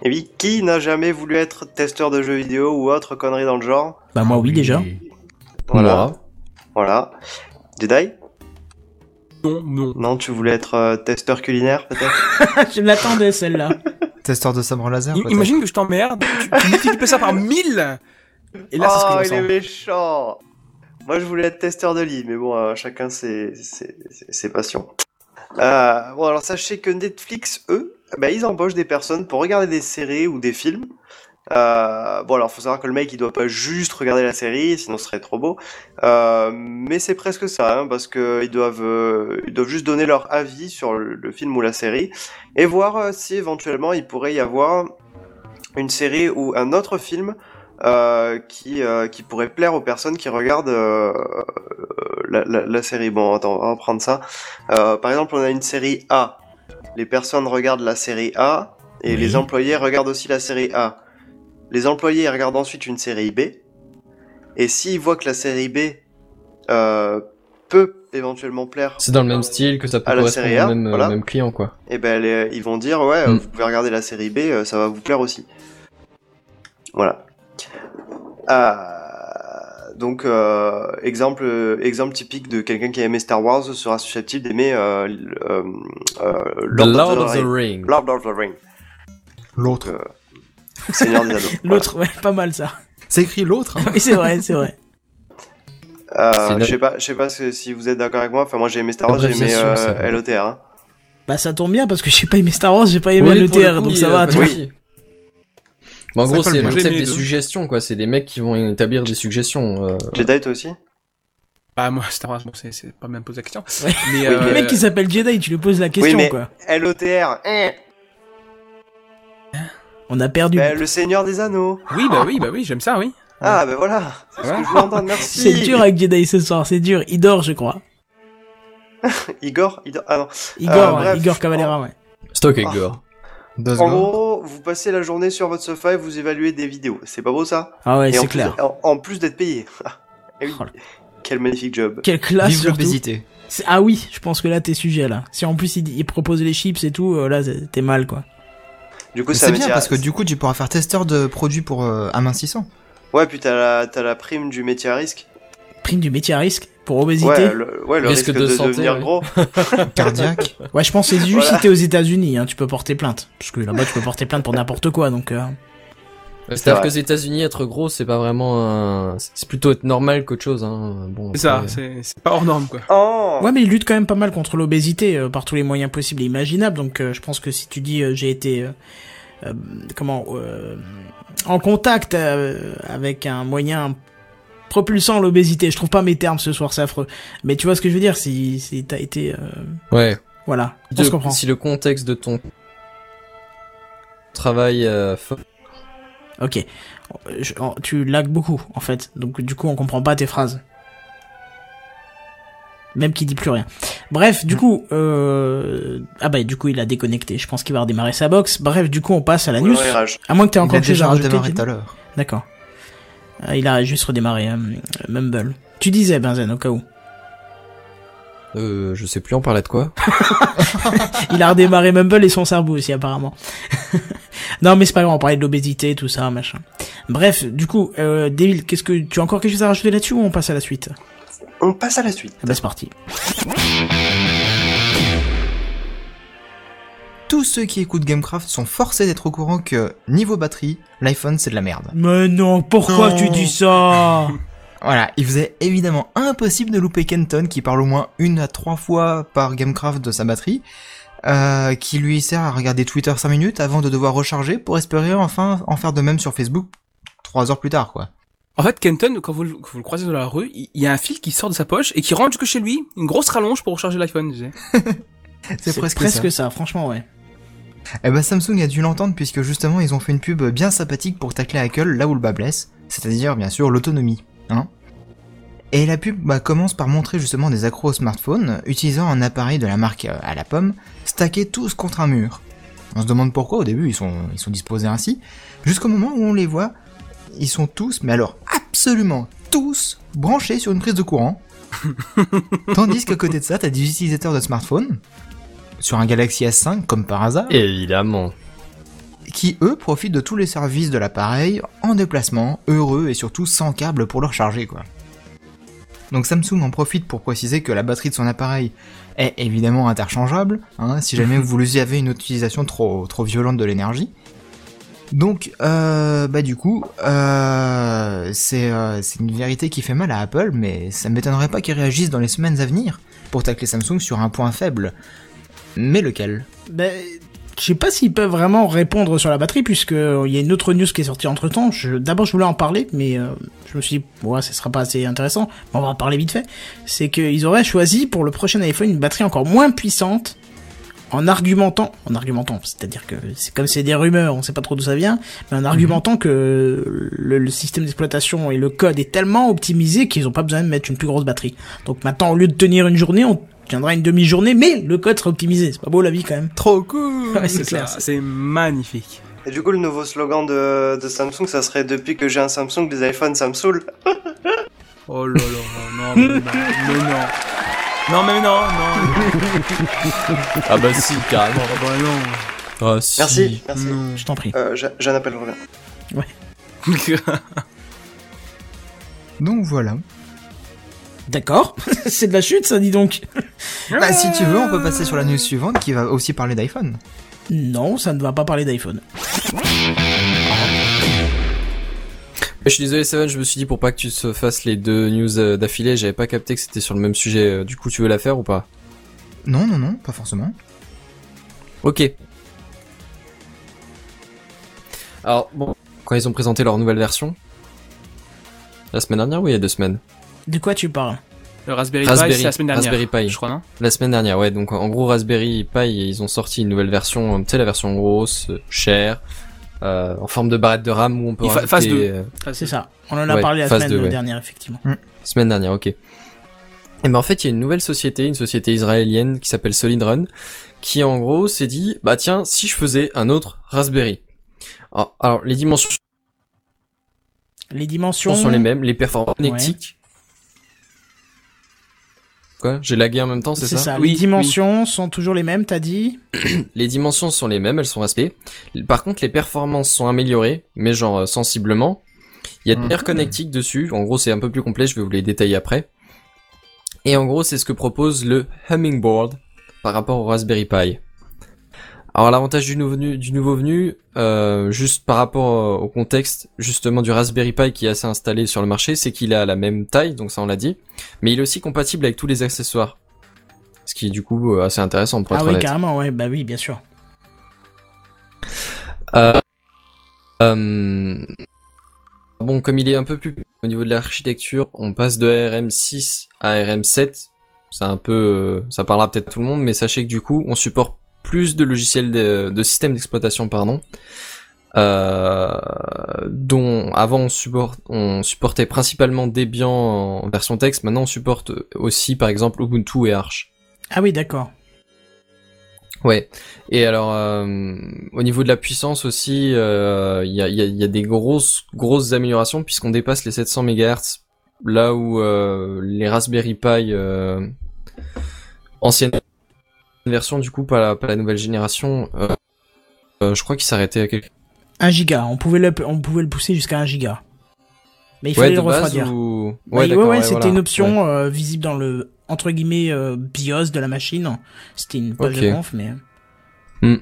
[SPEAKER 4] Et oui, qui n'a jamais voulu être testeur de jeux vidéo ou autre connerie dans le genre
[SPEAKER 2] Bah moi oui déjà.
[SPEAKER 4] Voilà. Voilà. Jedi Non, non. Non, tu voulais être euh, testeur culinaire peut-être
[SPEAKER 2] je l'attendais celle-là.
[SPEAKER 6] Testeur de sabre laser,
[SPEAKER 4] Im-
[SPEAKER 6] peut-être.
[SPEAKER 7] Imagine que je t'emmerde, tu, tu multiplies ça par 1000 Et là, c'est ce que je
[SPEAKER 4] Oh, il
[SPEAKER 7] ressens.
[SPEAKER 4] est méchant Moi, je voulais être testeur de lit, mais bon, euh, chacun ses, ses, ses- ses passions. Euh, bon, alors sachez que Netflix, eux, bah, ils embauchent des personnes pour regarder des séries ou des films. Euh, bon, alors faut savoir que le mec il doit pas juste regarder la série, sinon ce serait trop beau. Euh, mais c'est presque ça, hein, parce que ils doivent, euh, ils doivent juste donner leur avis sur le, le film ou la série et voir euh, si éventuellement il pourrait y avoir une série ou un autre film euh, qui, euh, qui pourrait plaire aux personnes qui regardent euh, euh, la, la- la série. Bon, attends, on va reprendre ça. Euh, par exemple, on a une série A. Les personnes regardent la série A et les employés regardent aussi la série A. Les employés regardent ensuite une série B. Et s'ils voient que la série B euh, peut éventuellement plaire
[SPEAKER 3] C'est dans le même style que ça peut
[SPEAKER 4] À la
[SPEAKER 3] correspondre
[SPEAKER 4] série A,
[SPEAKER 3] au même, euh,
[SPEAKER 4] voilà.
[SPEAKER 3] même client quoi.
[SPEAKER 4] et ben les- ils vont dire ouais, euh,
[SPEAKER 3] Mm.
[SPEAKER 4] vous pouvez regarder la série B, euh, ça va vous plaire aussi. Voilà. Ah, donc euh, exemple euh, exemple typique de quelqu'un qui a aimé Star Wars sera susceptible d'aimer euh, l- euh, euh,
[SPEAKER 3] Lord of the Ring.
[SPEAKER 4] Lord of the Ring.
[SPEAKER 6] L'autre.
[SPEAKER 4] Seigneur des Anneaux.
[SPEAKER 2] L'autre, ouais, pas mal ça.
[SPEAKER 6] C'est écrit l'autre. hein.
[SPEAKER 2] Oui, c'est vrai, c'est vrai.
[SPEAKER 4] Euh,
[SPEAKER 2] C'est
[SPEAKER 4] je sais pas, je sais pas si- si vous êtes d'accord avec moi. Enfin, moi j'ai aimé Star Wars, j'ai aimé
[SPEAKER 2] Abréviation, ça.
[SPEAKER 4] euh, LOTR. hein.
[SPEAKER 2] Bah ça tombe bien parce que j'ai pas aimé Star Wars, j'ai pas aimé
[SPEAKER 3] Oui,
[SPEAKER 2] Eh
[SPEAKER 3] euh,
[SPEAKER 2] le
[SPEAKER 3] pour le
[SPEAKER 2] TR,
[SPEAKER 3] coup,
[SPEAKER 2] donc
[SPEAKER 3] il
[SPEAKER 2] ça
[SPEAKER 3] a
[SPEAKER 2] va.
[SPEAKER 3] pas
[SPEAKER 2] tu
[SPEAKER 3] de
[SPEAKER 2] vois.
[SPEAKER 3] souci. Bon, en
[SPEAKER 2] Ça
[SPEAKER 3] gros,
[SPEAKER 2] colle
[SPEAKER 3] c'est le
[SPEAKER 2] bien.
[SPEAKER 3] concept
[SPEAKER 2] J'ai aimé
[SPEAKER 3] des
[SPEAKER 2] les deux.
[SPEAKER 3] suggestions quoi, c'est des mecs qui vont établir des suggestions. euh.
[SPEAKER 4] Jedi toi aussi
[SPEAKER 7] Bah, moi, c'est bon, c'est- c'est pas même poser la question.
[SPEAKER 2] Oui,
[SPEAKER 7] Mais,
[SPEAKER 2] Le
[SPEAKER 7] euh,
[SPEAKER 2] mec qui s'appelle Jedi, tu lui poses la question,
[SPEAKER 7] mais-
[SPEAKER 2] quoi.
[SPEAKER 4] LOTR.
[SPEAKER 2] On a perdu.
[SPEAKER 4] Bah, le Seigneur des Anneaux.
[SPEAKER 7] Oui, bah oui, bah oui, j'aime ça, oui.
[SPEAKER 4] Ah, bah voilà. C'est ce que je voulais entendre, merci.
[SPEAKER 2] C'est dur avec Jedi ce soir, c'est dur. Il dort, je crois.
[SPEAKER 4] Igor, Igor, ah non.
[SPEAKER 2] Igor,
[SPEAKER 4] Euh,
[SPEAKER 2] ouais,
[SPEAKER 4] bref.
[SPEAKER 2] Igor Cavalera, ouais.
[SPEAKER 3] Stock
[SPEAKER 4] avec
[SPEAKER 3] Igor.
[SPEAKER 4] En gros, vous passez la journée sur votre sofa et vous évaluez des vidéos. C'est pas beau ça
[SPEAKER 2] Ah ouais,
[SPEAKER 4] Et en
[SPEAKER 2] c'est
[SPEAKER 4] plus-
[SPEAKER 2] clair.
[SPEAKER 4] en, en plus d'être payé. Eh oui. Quel magnifique job.
[SPEAKER 2] Quelle classe surtout. C'est- Ah oui, je pense que là t'es sujet là. Si en plus il, il propose les chips et tout, euh, là c'est- t'es mal quoi.
[SPEAKER 4] Du coup,
[SPEAKER 6] Mais
[SPEAKER 4] ça
[SPEAKER 6] c'est
[SPEAKER 4] veut
[SPEAKER 6] bien
[SPEAKER 4] dire-
[SPEAKER 6] parce que du coup, tu pourras faire testeur de produits pour euh, amincissant.
[SPEAKER 4] Ouais, puis t'as la, t'as la prime du métier à risque.
[SPEAKER 2] Prime du métier à risque pour obésité.
[SPEAKER 4] Ouais, le, ouais, le risque, de, devenir gros.
[SPEAKER 6] Cardiaque.
[SPEAKER 2] Ouais, je pense que c'est juste
[SPEAKER 4] Voilà.
[SPEAKER 2] si t'es aux États-Unis, hein, tu peux porter plainte. Parce que là-bas tu peux porter plainte pour n'importe quoi donc. euh,
[SPEAKER 3] C'est-à-dire
[SPEAKER 2] vrai.
[SPEAKER 3] qu'aux États-Unis, être gros, c'est pas vraiment un. C'est plutôt être normal qu'autre chose. Hein. Bon,
[SPEAKER 7] C'est ça,
[SPEAKER 3] après-
[SPEAKER 7] c'est c'est pas hors norme, quoi.
[SPEAKER 4] Oh.
[SPEAKER 2] Ouais, mais il lutte quand même pas mal contre l'obésité euh, par tous les moyens possibles et imaginables. Donc, euh, je pense que si tu dis euh, j'ai été euh, euh, comment euh, en contact euh, avec un moyen propulsant l'obésité, je trouve pas mes termes ce soir, c'est affreux. Mais tu vois ce que je veux dire Si, si t'as été euh,
[SPEAKER 3] Ouais.
[SPEAKER 2] voilà, on
[SPEAKER 3] De-
[SPEAKER 2] se comprend.
[SPEAKER 3] Si le contexte de ton travail. euh, fo-
[SPEAKER 2] Ok, Je- en- tu lags beaucoup en fait, donc du coup on comprend pas tes phrases. Même qui dit plus rien. Bref,
[SPEAKER 4] Mm.
[SPEAKER 2] du coup, euh... ah bah du coup il a déconnecté. Je pense qu'il va redémarrer sa box. Bref, du coup on passe à la
[SPEAKER 4] Oui,
[SPEAKER 2] news.
[SPEAKER 4] non, il rage.
[SPEAKER 2] À moins que t'aies
[SPEAKER 4] Il
[SPEAKER 2] encore
[SPEAKER 4] a
[SPEAKER 2] quelque chose
[SPEAKER 4] déjà
[SPEAKER 2] à rajouter.
[SPEAKER 4] redémarré
[SPEAKER 2] Jimmy
[SPEAKER 4] tout à l'heure.
[SPEAKER 2] D'accord. Ah, il a juste redémarré euh, Mumble. Tu disais Benzen au cas où.
[SPEAKER 3] Euh, je sais plus, on parlait de quoi
[SPEAKER 2] il a redémarré Mumble et son cerveau aussi apparemment. non mais c'est pas grave, on parlait de l'obésité, tout ça, machin. Bref, du coup, euh, Devil, qu'est-ce que tu as encore quelque chose à rajouter là-dessus ou on passe à la suite
[SPEAKER 4] On passe à la suite.
[SPEAKER 2] Ah bah c'est parti.
[SPEAKER 6] Tous ceux qui écoutent Gamecraft sont forcés d'être au courant que, niveau batterie, l'iPhone c'est de la merde.
[SPEAKER 2] Mais non, pourquoi
[SPEAKER 6] Non.
[SPEAKER 2] tu dis ça
[SPEAKER 6] Voilà, il faisait évidemment impossible de louper Kenton qui parle au moins une à trois fois par Gamecraft de sa batterie, euh, qui lui sert à regarder Twitter 5 minutes avant de devoir recharger pour espérer enfin en faire de même sur Facebook trois heures plus tard quoi.
[SPEAKER 7] En fait, Kenton, quand vous, le- quand vous le croisez dans la rue, il il y a un fil qui sort de sa poche et qui rentre jusque chez lui, une grosse rallonge pour recharger l'iPhone, tu sais.
[SPEAKER 6] C'est presque,
[SPEAKER 2] ça. franchement ouais.
[SPEAKER 6] Eh ben Samsung a dû l'entendre puisque justement ils ont fait une pub bien sympathique pour tacler Apple là où le bas blesse, c'est-à-dire bien sûr l'autonomie, hein. Et la pub bah, commence par montrer justement des accros au smartphone utilisant un appareil de la marque euh, à la pomme, stackés tous contre un mur. On se demande pourquoi au début ils sont, ils sont disposés ainsi, jusqu'au moment où on les voit, ils sont tous, mais alors absolument tous, branchés sur une prise de courant. Tandis qu'à côté de ça, t'as des utilisateurs de smartphone, sur un Galaxy S5 comme par hasard,
[SPEAKER 3] Évidemment.
[SPEAKER 6] qui eux profitent de tous les services de l'appareil en déplacement, heureux et surtout sans câble pour le recharger quoi. Donc Samsung en profite pour préciser que la batterie de son appareil est évidemment interchangeable, hein, si jamais vous avez une utilisation trop, trop violente de l'énergie. Donc, euh, bah du coup, euh, c'est euh, c'est une vérité qui fait mal à Apple, mais ça m'étonnerait pas qu'ils réagissent dans les semaines à venir pour tacler Samsung sur un point faible. Mais lequel
[SPEAKER 2] Ben, je sais pas s'ils peuvent vraiment répondre sur la batterie puisque euh, il y a une autre news qui est sortie entre temps. Je, d'abord, je voulais en parler, mais euh, je me suis dit, ouais, ce sera pas assez intéressant. Mais on va en parler vite fait. C'est qu'ils auraient choisi pour le prochain iPhone une batterie encore moins puissante en argumentant, en argumentant, c'est-à-dire que c'est comme c'est des rumeurs, on sait pas trop d'où ça vient, mais en argumentant que le, le système d'exploitation et le code est tellement optimisé qu'ils ont pas besoin de mettre une plus grosse batterie. Donc maintenant, au lieu de tenir une journée, on tiendra une demi-journée, mais le code sera optimisé. C'est pas beau la vie quand même.
[SPEAKER 7] Trop cool.
[SPEAKER 2] Ouais, c'est
[SPEAKER 7] Ça,
[SPEAKER 2] clair.
[SPEAKER 7] C'est magnifique.
[SPEAKER 4] Et du coup, le nouveau slogan de, de Samsung, ça serait depuis que j'ai un Samsung, les iPhones, ça me saoule.
[SPEAKER 7] Oh là là, non, mais, non, mais non. Non, mais non, non.
[SPEAKER 3] Ah bah si, carrément.
[SPEAKER 7] Ah bah non.
[SPEAKER 3] Ah, si.
[SPEAKER 4] Merci, merci.
[SPEAKER 2] Je t'en prie.
[SPEAKER 4] Euh, j'ai- j'ai un appel, je reviens.
[SPEAKER 6] Donc voilà.
[SPEAKER 2] D'accord, c'est de la chute ça, dis donc.
[SPEAKER 6] Bah si tu veux, on peut passer sur la news suivante qui va aussi parler d'iPhone.
[SPEAKER 2] Non, ça ne va pas parler d'iPhone.
[SPEAKER 3] Je suis désolé Seven, je me suis dit pour pas que tu se fasses les deux news euh, d'affilée, j'avais pas capté que c'était sur le même sujet. Euh, Du coup, tu veux la faire ou pas
[SPEAKER 6] Non, non, non, pas forcément.
[SPEAKER 3] Ok. Alors, bon, quand ils ont présenté leur nouvelle version, la semaine dernière ou il y a deux semaines
[SPEAKER 2] De quoi tu parles
[SPEAKER 7] Le Raspberry, Pi, c'est la semaine dernière.
[SPEAKER 3] Raspberry Pi.
[SPEAKER 7] Je crois, non
[SPEAKER 3] La semaine dernière, ouais. Donc en gros, Raspberry Pi, ils ont sorti une nouvelle version, euh, tu sais, la version grosse, euh, chère, euh, en forme de barrette de RAM où on peut
[SPEAKER 7] Il fa-
[SPEAKER 3] rajouter...
[SPEAKER 7] phase deux.
[SPEAKER 3] euh,
[SPEAKER 2] C'est ça. On en a
[SPEAKER 3] Ouais,
[SPEAKER 2] parlé la
[SPEAKER 3] phase
[SPEAKER 2] semaine
[SPEAKER 3] deux, ouais.
[SPEAKER 2] dernière, effectivement.
[SPEAKER 3] Semaine dernière, ok. Et ben en fait, il y a une nouvelle société, une société israélienne qui s'appelle Solid Run, qui en gros s'est dit, bah tiens, si je faisais un autre Raspberry. Alors, alors, les dimensions
[SPEAKER 2] Les dimensions.
[SPEAKER 3] sont les mêmes, les performances
[SPEAKER 2] Mmh. Ouais.
[SPEAKER 3] magnétiques. Quoi J'ai lagué en même temps, c'est
[SPEAKER 2] C'est
[SPEAKER 3] ça,
[SPEAKER 2] ça. les dimensions sont toujours les mêmes, t'as dit
[SPEAKER 3] Les dimensions sont les mêmes, elles sont respectées. Par contre, les performances sont améliorées, mais genre euh, sensiblement. Il
[SPEAKER 2] Mhm.
[SPEAKER 3] y a de l'air connectique dessus. En gros, c'est un peu plus complet, je vais vous les détailler après. Et en gros, c'est ce que propose le Hummingboard par rapport au Raspberry Pi. Alors l'avantage du nouveau venu, du nouveau venu euh, juste par rapport euh, au contexte justement du Raspberry Pi qui est assez installé sur le marché, c'est qu'il a la même taille, donc ça on l'a dit, mais il est aussi compatible avec tous les accessoires. Ce qui est du coup euh, assez intéressant pour être
[SPEAKER 2] Ah oui,
[SPEAKER 3] honnête.
[SPEAKER 2] carrément, ouais, bah oui, bien sûr.
[SPEAKER 3] Euh, euh, bon, comme il est un peu plus au niveau de l'architecture, on passe de ARM6 à ARM7. C'est un peu, euh, ça parlera peut-être à tout le monde, mais sachez que du coup, on supporte plus de logiciels de, de systèmes d'exploitation, pardon, euh, dont avant on, supporte, on supportait principalement Debian en version texte. Maintenant, on supporte aussi, par exemple, Ubuntu et Arch.
[SPEAKER 2] Ah oui, d'accord.
[SPEAKER 3] Ouais. Et alors, euh, au niveau de la puissance aussi, euh, il y, a, il y a- il y a des grosses grosses améliorations puisqu'on dépasse les 700 MHz, là où euh, les Raspberry Pi euh, ancienne version du coup pas la, pas la nouvelle génération, euh, euh, je crois qu'ils s'arrêtaient à quelque
[SPEAKER 2] 1 giga, on pouvait le, on pouvait le pousser jusqu'à 1 giga. Mais il
[SPEAKER 3] Ouais,
[SPEAKER 2] fallait
[SPEAKER 3] de
[SPEAKER 2] le
[SPEAKER 3] base
[SPEAKER 2] refroidir.
[SPEAKER 3] ou-
[SPEAKER 2] Bah,
[SPEAKER 3] Ouais,
[SPEAKER 2] il-
[SPEAKER 3] d'accord, ouais,
[SPEAKER 2] c'était
[SPEAKER 3] voilà,
[SPEAKER 2] une option euh, visible dans le entre guillemets euh, BIOS de la machine. C'était une page de
[SPEAKER 3] Ok.
[SPEAKER 2] conf, mais
[SPEAKER 3] Hmm.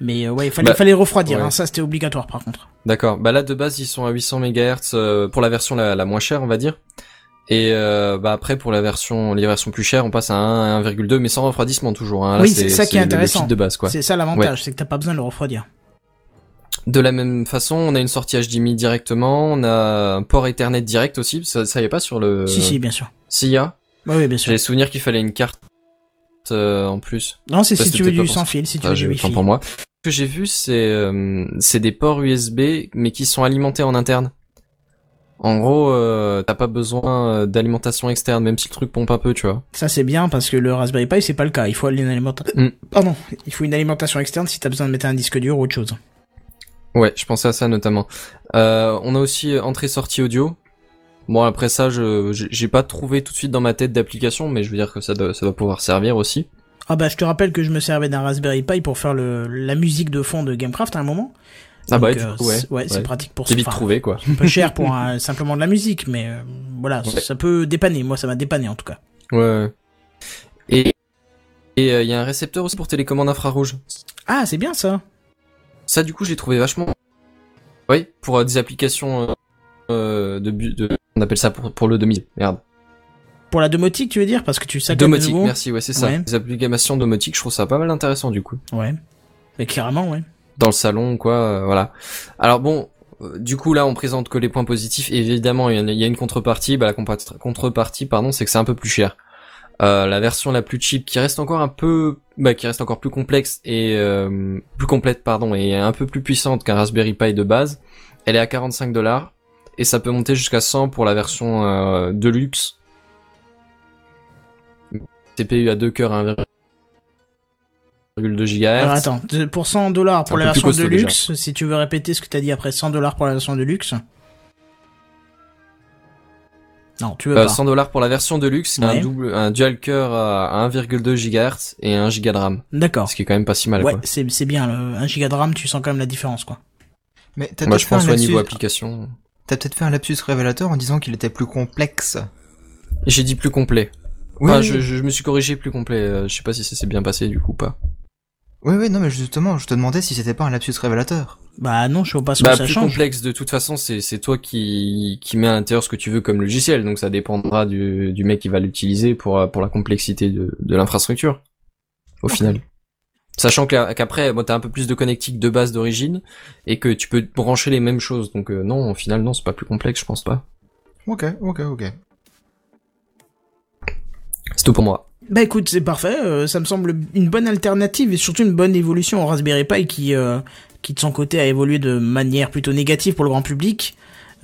[SPEAKER 2] mais euh, ouais, il fallait,
[SPEAKER 3] Bah,
[SPEAKER 2] fallait le refroidir.
[SPEAKER 3] ouais.
[SPEAKER 2] hein, ça, c'était obligatoire par contre.
[SPEAKER 3] D'accord. Bah là de base ils sont à 800 MHz euh, pour la version la, la moins chère on va dire. Et euh, bah après pour la version les versions plus chères on passe à 1 à 1,2 mais sans refroidissement toujours. Hein. Là,
[SPEAKER 2] oui, c'est ça qui est
[SPEAKER 3] le- le
[SPEAKER 2] intéressant.
[SPEAKER 3] feed de base quoi.
[SPEAKER 2] C'est ça
[SPEAKER 3] Ouais.
[SPEAKER 2] l'avantage, c'est que t'as pas besoin de le refroidir.
[SPEAKER 3] De la même façon on a une sortie HDMI directement, on a un port Ethernet direct aussi. Ça, ça y est pas sur le.
[SPEAKER 2] Si, si, bien sûr.
[SPEAKER 3] S'il y a.
[SPEAKER 2] Ouais, ouais, bien sûr.
[SPEAKER 3] J'ai le souvenir qu'il fallait une carte euh, en plus.
[SPEAKER 2] Non, c'est
[SPEAKER 3] Ça,
[SPEAKER 2] si
[SPEAKER 3] c'était
[SPEAKER 2] tu veux
[SPEAKER 3] peut-être
[SPEAKER 2] du
[SPEAKER 3] pas
[SPEAKER 2] sans
[SPEAKER 3] pensé.
[SPEAKER 2] fil, si tu
[SPEAKER 3] Ah,
[SPEAKER 2] veux
[SPEAKER 3] j'ai
[SPEAKER 2] du
[SPEAKER 3] eu le temps
[SPEAKER 2] wifi.
[SPEAKER 3] pour moi. Ce que j'ai vu, c'est euh, c'est des ports USB, mais qui sont alimentés en interne. En gros, euh, t'as pas besoin euh, d'alimentation externe, même si le truc pompe un peu, tu vois.
[SPEAKER 2] Ça c'est bien parce que le Raspberry Pi c'est pas le cas. Il faut une alimentation.
[SPEAKER 3] Mm.
[SPEAKER 2] Pardon, il faut une alimentation externe si t'as besoin de mettre un disque dur ou autre chose.
[SPEAKER 3] Ouais, je pensais à ça notamment. Euh, on a aussi euh, entrée-sortie audio. Bon, après ça, je j'ai- j'ai pas trouvé tout de suite dans ma tête d'application, mais je veux dire que ça doit, ça doit pouvoir servir aussi.
[SPEAKER 2] Ah bah je te rappelle que je me servais d'un Raspberry Pi pour faire le, la musique de fond de Gamecraft à un moment.
[SPEAKER 3] Ah bah,
[SPEAKER 2] Donc,
[SPEAKER 3] du
[SPEAKER 2] euh,
[SPEAKER 3] coup, ouais.
[SPEAKER 2] c'est- c'est pratique pour
[SPEAKER 3] C'est
[SPEAKER 2] ça.
[SPEAKER 3] vite
[SPEAKER 2] Enfin,
[SPEAKER 3] trouvé, quoi.
[SPEAKER 2] Un peu cher pour un- simplement de la musique, mais euh, voilà, ça-
[SPEAKER 3] Ouais.
[SPEAKER 2] ça peut dépanner. Moi, ça m'a dépanné en tout cas.
[SPEAKER 3] Ouais, Ouais. Et et euh, il y a un récepteur aussi pour télécommande infrarouge.
[SPEAKER 2] Ah, c'est bien ça.
[SPEAKER 3] Ça, du coup, j'ai trouvé vachement. Oui, pour euh, des applications euh, euh, de, bu- de. On appelle ça pour, pour le demi. Merde.
[SPEAKER 2] Pour la domotique, tu veux dire Parce que tu sais que
[SPEAKER 3] Domotique,
[SPEAKER 2] nouveau-
[SPEAKER 3] merci, ouais, c'est ça.
[SPEAKER 2] Ouais.
[SPEAKER 3] Des applications domotiques, je trouve ça pas mal intéressant, du coup.
[SPEAKER 2] Ouais. Mais clairement, ouais.
[SPEAKER 3] Dans le salon, quoi, euh, voilà. Alors bon. euh, Du coup là on présente que les points positifs. Évidemment il y en a- il y a une contrepartie. Bah, la compa- contrepartie pardon c'est que c'est un peu plus cher. Euh, la version la plus cheap qui reste encore un peu bah, qui reste encore plus complexe et euh, plus complète pardon et un peu plus puissante qu'un Raspberry Pi de base elle est à 45 dollars et ça peut monter jusqu'à 100 pour la version euh, de luxe CPU à 2 cœurs à 1,2 GHz
[SPEAKER 2] Alors attends, de- pour 100 dollars pour
[SPEAKER 3] un
[SPEAKER 2] la
[SPEAKER 3] peu plus
[SPEAKER 2] version de
[SPEAKER 3] costaud, déjà.
[SPEAKER 2] luxe, si tu veux répéter ce que t'as dit après 100 dollars pour la version de luxe. Non, tu veux
[SPEAKER 3] Euh,
[SPEAKER 2] pas.
[SPEAKER 3] 100 dollars pour la version de luxe un,
[SPEAKER 2] Bah. Ouais.
[SPEAKER 3] double, un dual cœur à 1,2 GHz et 1 Go de RAM
[SPEAKER 2] D'accord.
[SPEAKER 3] ce qui est quand même pas si mal
[SPEAKER 2] Ah. ouais,
[SPEAKER 3] quoi.
[SPEAKER 2] c'est c'est bien. Le, 1 giga de RAM, tu sens quand même la différence, quoi.
[SPEAKER 6] Mais t'as
[SPEAKER 3] moi
[SPEAKER 6] peut-être
[SPEAKER 3] je
[SPEAKER 6] fait, un
[SPEAKER 3] pense au niveau
[SPEAKER 6] lapsus-
[SPEAKER 3] application
[SPEAKER 6] t'as peut-être fait un lapsus révélateur en disant qu'il était plus complexe.
[SPEAKER 3] j'ai dit plus complet
[SPEAKER 6] Oui,
[SPEAKER 3] Enfin,
[SPEAKER 6] oui.
[SPEAKER 3] Ah, je, je- je me suis corrigé plus complet euh, je sais pas si ça s'est bien passé du coup ou pas
[SPEAKER 6] Oui, oui, non, mais justement, je te demandais si c'était pas un lapsus révélateur.
[SPEAKER 2] Bah non, je vois pas ce
[SPEAKER 3] bah,
[SPEAKER 2] que ça
[SPEAKER 3] plus
[SPEAKER 2] change.
[SPEAKER 3] complexe de toute façon c'est c'est toi qui qui mets à l'intérieur ce que tu veux comme logiciel donc ça dépendra du du mec qui va l'utiliser pour euh, pour la complexité de de l'infrastructure au final sachant que la- qu'après bon, t'as un peu plus de connectique de base d'origine et que tu peux brancher les mêmes choses donc euh, non au final non c'est pas plus complexe je pense pas
[SPEAKER 6] Ok, ok, ok.
[SPEAKER 3] C'est tout pour moi.
[SPEAKER 2] Bah écoute, c'est parfait, euh, ça me semble une bonne alternative et surtout une bonne évolution au Raspberry Pi qui, euh, qui de son côté a évolué de manière plutôt négative pour le grand public.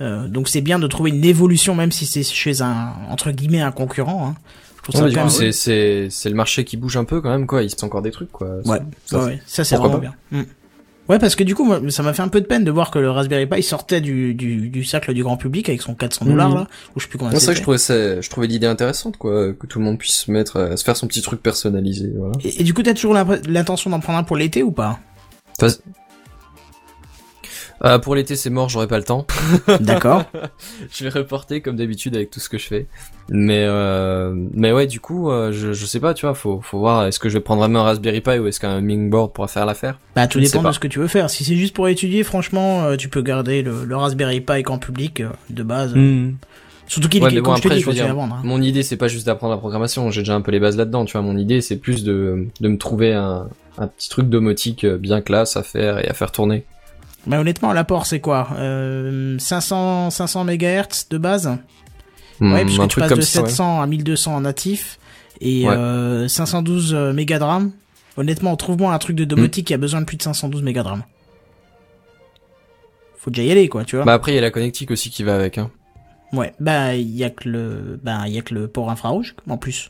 [SPEAKER 2] Euh, donc c'est bien de trouver une évolution même si c'est chez un entre guillemets un concurrent. hein. Je trouve ça
[SPEAKER 3] Ouais, du
[SPEAKER 2] quand
[SPEAKER 3] coup,
[SPEAKER 2] même-
[SPEAKER 3] c'est, c'est, c'est le marché qui bouge un peu quand même, quoi. Il se encore des trucs, quoi.
[SPEAKER 2] Ouais,
[SPEAKER 3] ça,
[SPEAKER 2] ouais, ouais. ça c'est
[SPEAKER 3] pourquoi
[SPEAKER 2] vraiment
[SPEAKER 3] pas.
[SPEAKER 2] bien. Mm. Ouais, parce que du coup, moi, ça m'a fait un peu de peine de voir que le Raspberry Pi sortait du, du, du cercle du grand public avec son 400 dollars
[SPEAKER 3] Mhm.
[SPEAKER 2] là, ou je sais plus
[SPEAKER 3] Non,
[SPEAKER 2] combien
[SPEAKER 3] c'est vrai que je
[SPEAKER 2] c'était.
[SPEAKER 3] trouvais, ça, je trouvais l'idée intéressante, quoi. Que tout le monde puisse se mettre, à se faire son petit truc personnalisé, voilà.
[SPEAKER 2] Et, et du coup, t'as toujours l'impr- l'intention d'en prendre un pour l'été ou pas
[SPEAKER 3] Parce- Euh, pour l'été, c'est mort, j'aurai pas le temps.
[SPEAKER 2] D'accord.
[SPEAKER 3] je vais reporter comme d'habitude avec tout ce que je fais. Mais euh, mais ouais, du coup, euh, je, je sais pas, tu vois, faut faut voir est-ce que je vais prendre vraiment un Raspberry Pi ou est-ce qu'un Ming Board pourra faire l'affaire.
[SPEAKER 2] Bah, tout
[SPEAKER 3] Je ne sais
[SPEAKER 2] dépend
[SPEAKER 3] pas.
[SPEAKER 2] de ce que tu veux faire. Si c'est juste pour étudier, franchement, euh, tu peux garder le, le Raspberry Pi grand public euh, de base.
[SPEAKER 3] Mhm.
[SPEAKER 2] Surtout qu'il
[SPEAKER 3] Ouais,
[SPEAKER 2] est,
[SPEAKER 3] mais
[SPEAKER 2] comme
[SPEAKER 3] bon,
[SPEAKER 2] je te
[SPEAKER 3] après,
[SPEAKER 2] dis,
[SPEAKER 3] je veux
[SPEAKER 2] continué
[SPEAKER 3] dire,
[SPEAKER 2] à vendre. hein.
[SPEAKER 3] Mon idée, c'est pas juste d'apprendre la programmation. J'ai déjà un peu les bases là-dedans, tu vois. Mon idée, c'est plus de de me trouver un un petit truc domotique euh, bien classe à faire et à faire tourner.
[SPEAKER 2] Bah, honnêtement, l'apport, c'est quoi euh, 500, 500 MHz de base Ouais,
[SPEAKER 3] Hmm,
[SPEAKER 2] puisque
[SPEAKER 3] un
[SPEAKER 2] tu
[SPEAKER 3] truc
[SPEAKER 2] passes
[SPEAKER 3] comme
[SPEAKER 2] de
[SPEAKER 3] ça, ouais.
[SPEAKER 2] 700 à 1200 en natif et
[SPEAKER 3] Ouais.
[SPEAKER 2] euh, 512 mégas de RAM. Honnêtement, trouve-moi un truc de
[SPEAKER 3] Mm.
[SPEAKER 2] domotique qui a besoin de plus de 512 mégas de RAM. Faut déjà y aller, quoi, tu vois.
[SPEAKER 3] Bah après, il y a la connectique aussi qui va avec. Hein.
[SPEAKER 2] Ouais, bah, il y a que le, bah, y a que le port infrarouge, en plus.